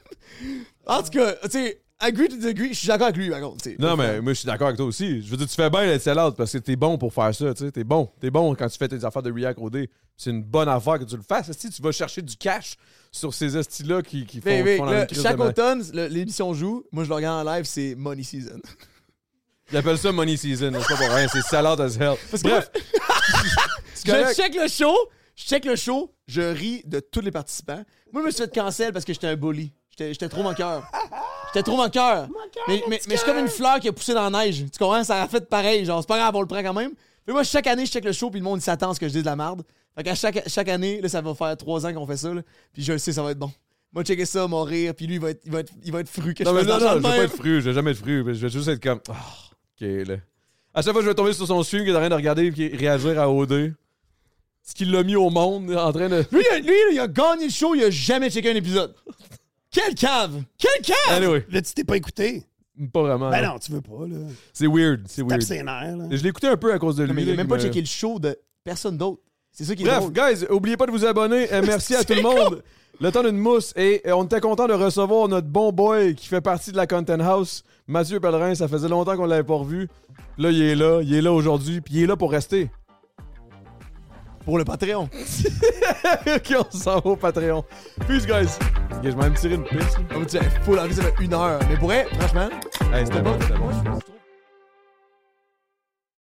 Speaker 1: En tout cas, tu sais, agree to disagree, je suis d'accord avec lui, par contre. tu sais.
Speaker 2: Non, mais moi, je suis d'accord avec toi aussi. Je veux dire, tu fais bien d'être sell-out parce que t'es bon pour faire ça. Tu sais, t'es bon. T'es bon quand tu fais tes affaires de React OD. C'est une bonne affaire que tu le fasses. Si tu vas chercher du cash sur ces estis-là qui, qui font,
Speaker 1: Mais, mais,
Speaker 2: font la
Speaker 1: là,
Speaker 2: même crise
Speaker 1: chaque
Speaker 2: de ma-
Speaker 1: automne, le- l'émission joue. Moi, je le regarde en live, c'est Money Season.
Speaker 2: Ils appellent ça Money Season. là. C'est pas pour rien. C'est sell-out as hell. Bref. C'est
Speaker 1: Je
Speaker 2: correct.
Speaker 1: check le show, je check le show, je ris de tous les participants. Moi, je me suis fait cancel parce que j'étais un bully. J'étais j'étais trop cœur. J'étais trop cœur. Mais, mais, mais je suis comme une fleur qui a poussé dans la neige. Tu comprends? Ça a fait pareil. Genre, c'est pas grave, on le prend quand même. Mais moi, chaque année, je check le show, puis le monde il s'attend à ce que je dise de la merde. Fait qu'à chaque, chaque année, là, ça va faire trois ans qu'on fait ça, là, puis je le sais, ça va être bon. Moi, checker ça, mon rire, puis lui, il va être, il va être, il va être fru que
Speaker 2: Non,
Speaker 1: je
Speaker 2: mais
Speaker 1: fasse
Speaker 2: non,
Speaker 1: de la
Speaker 2: non, je vais pas
Speaker 1: merde.
Speaker 2: être fru. Je vais jamais être fru. Je vais juste être comme. Ah, ok, là. À chaque fois, je vais tomber sur son stream qui est en train de regarder et qui réagir à OD. Ce qu'il l'a mis au monde en train de.
Speaker 1: Lui, il a- lui, il a gagné le show, il a jamais checké un épisode. Quelle cave! Quelle cave!
Speaker 2: Anyway,
Speaker 3: Là, tu t'es pas écouté.
Speaker 2: pas vraiment.
Speaker 3: Ben
Speaker 2: non.
Speaker 3: non, tu veux pas, là.
Speaker 2: C'est weird. C'est
Speaker 3: Tape
Speaker 2: weird.
Speaker 3: ses nerfs, là.
Speaker 2: Je l'ai écouté un peu à cause de lui.
Speaker 1: Non, mais il a
Speaker 2: là,
Speaker 1: même
Speaker 2: qui
Speaker 1: pas
Speaker 2: me-
Speaker 1: checké le show de personne d'autre. C'est ça qui est
Speaker 2: Bref,
Speaker 1: drôle.
Speaker 2: guys, oubliez pas de vous abonner. Euh, merci à tout le monde. Le temps d'une mousse. Et euh, on était content de recevoir notre bon boy qui fait partie de la Content House, Mathieu Pellerin. Ça faisait longtemps qu'on l'avait pas revu. Là, il est là. Il est là aujourd'hui. Puis il est là pour rester.
Speaker 1: Pour le Patreon.
Speaker 2: ok, on s'en va au Patreon. Peace, guys. Ok, je vais même tirer une piste.
Speaker 1: Comme tu dis, full envie, ça fait une heure. Mais pour vrai, franchement,
Speaker 2: Hey, c'était
Speaker 1: bon.
Speaker 2: bon, c'était bon.
Speaker 1: Moi, je- je trouve-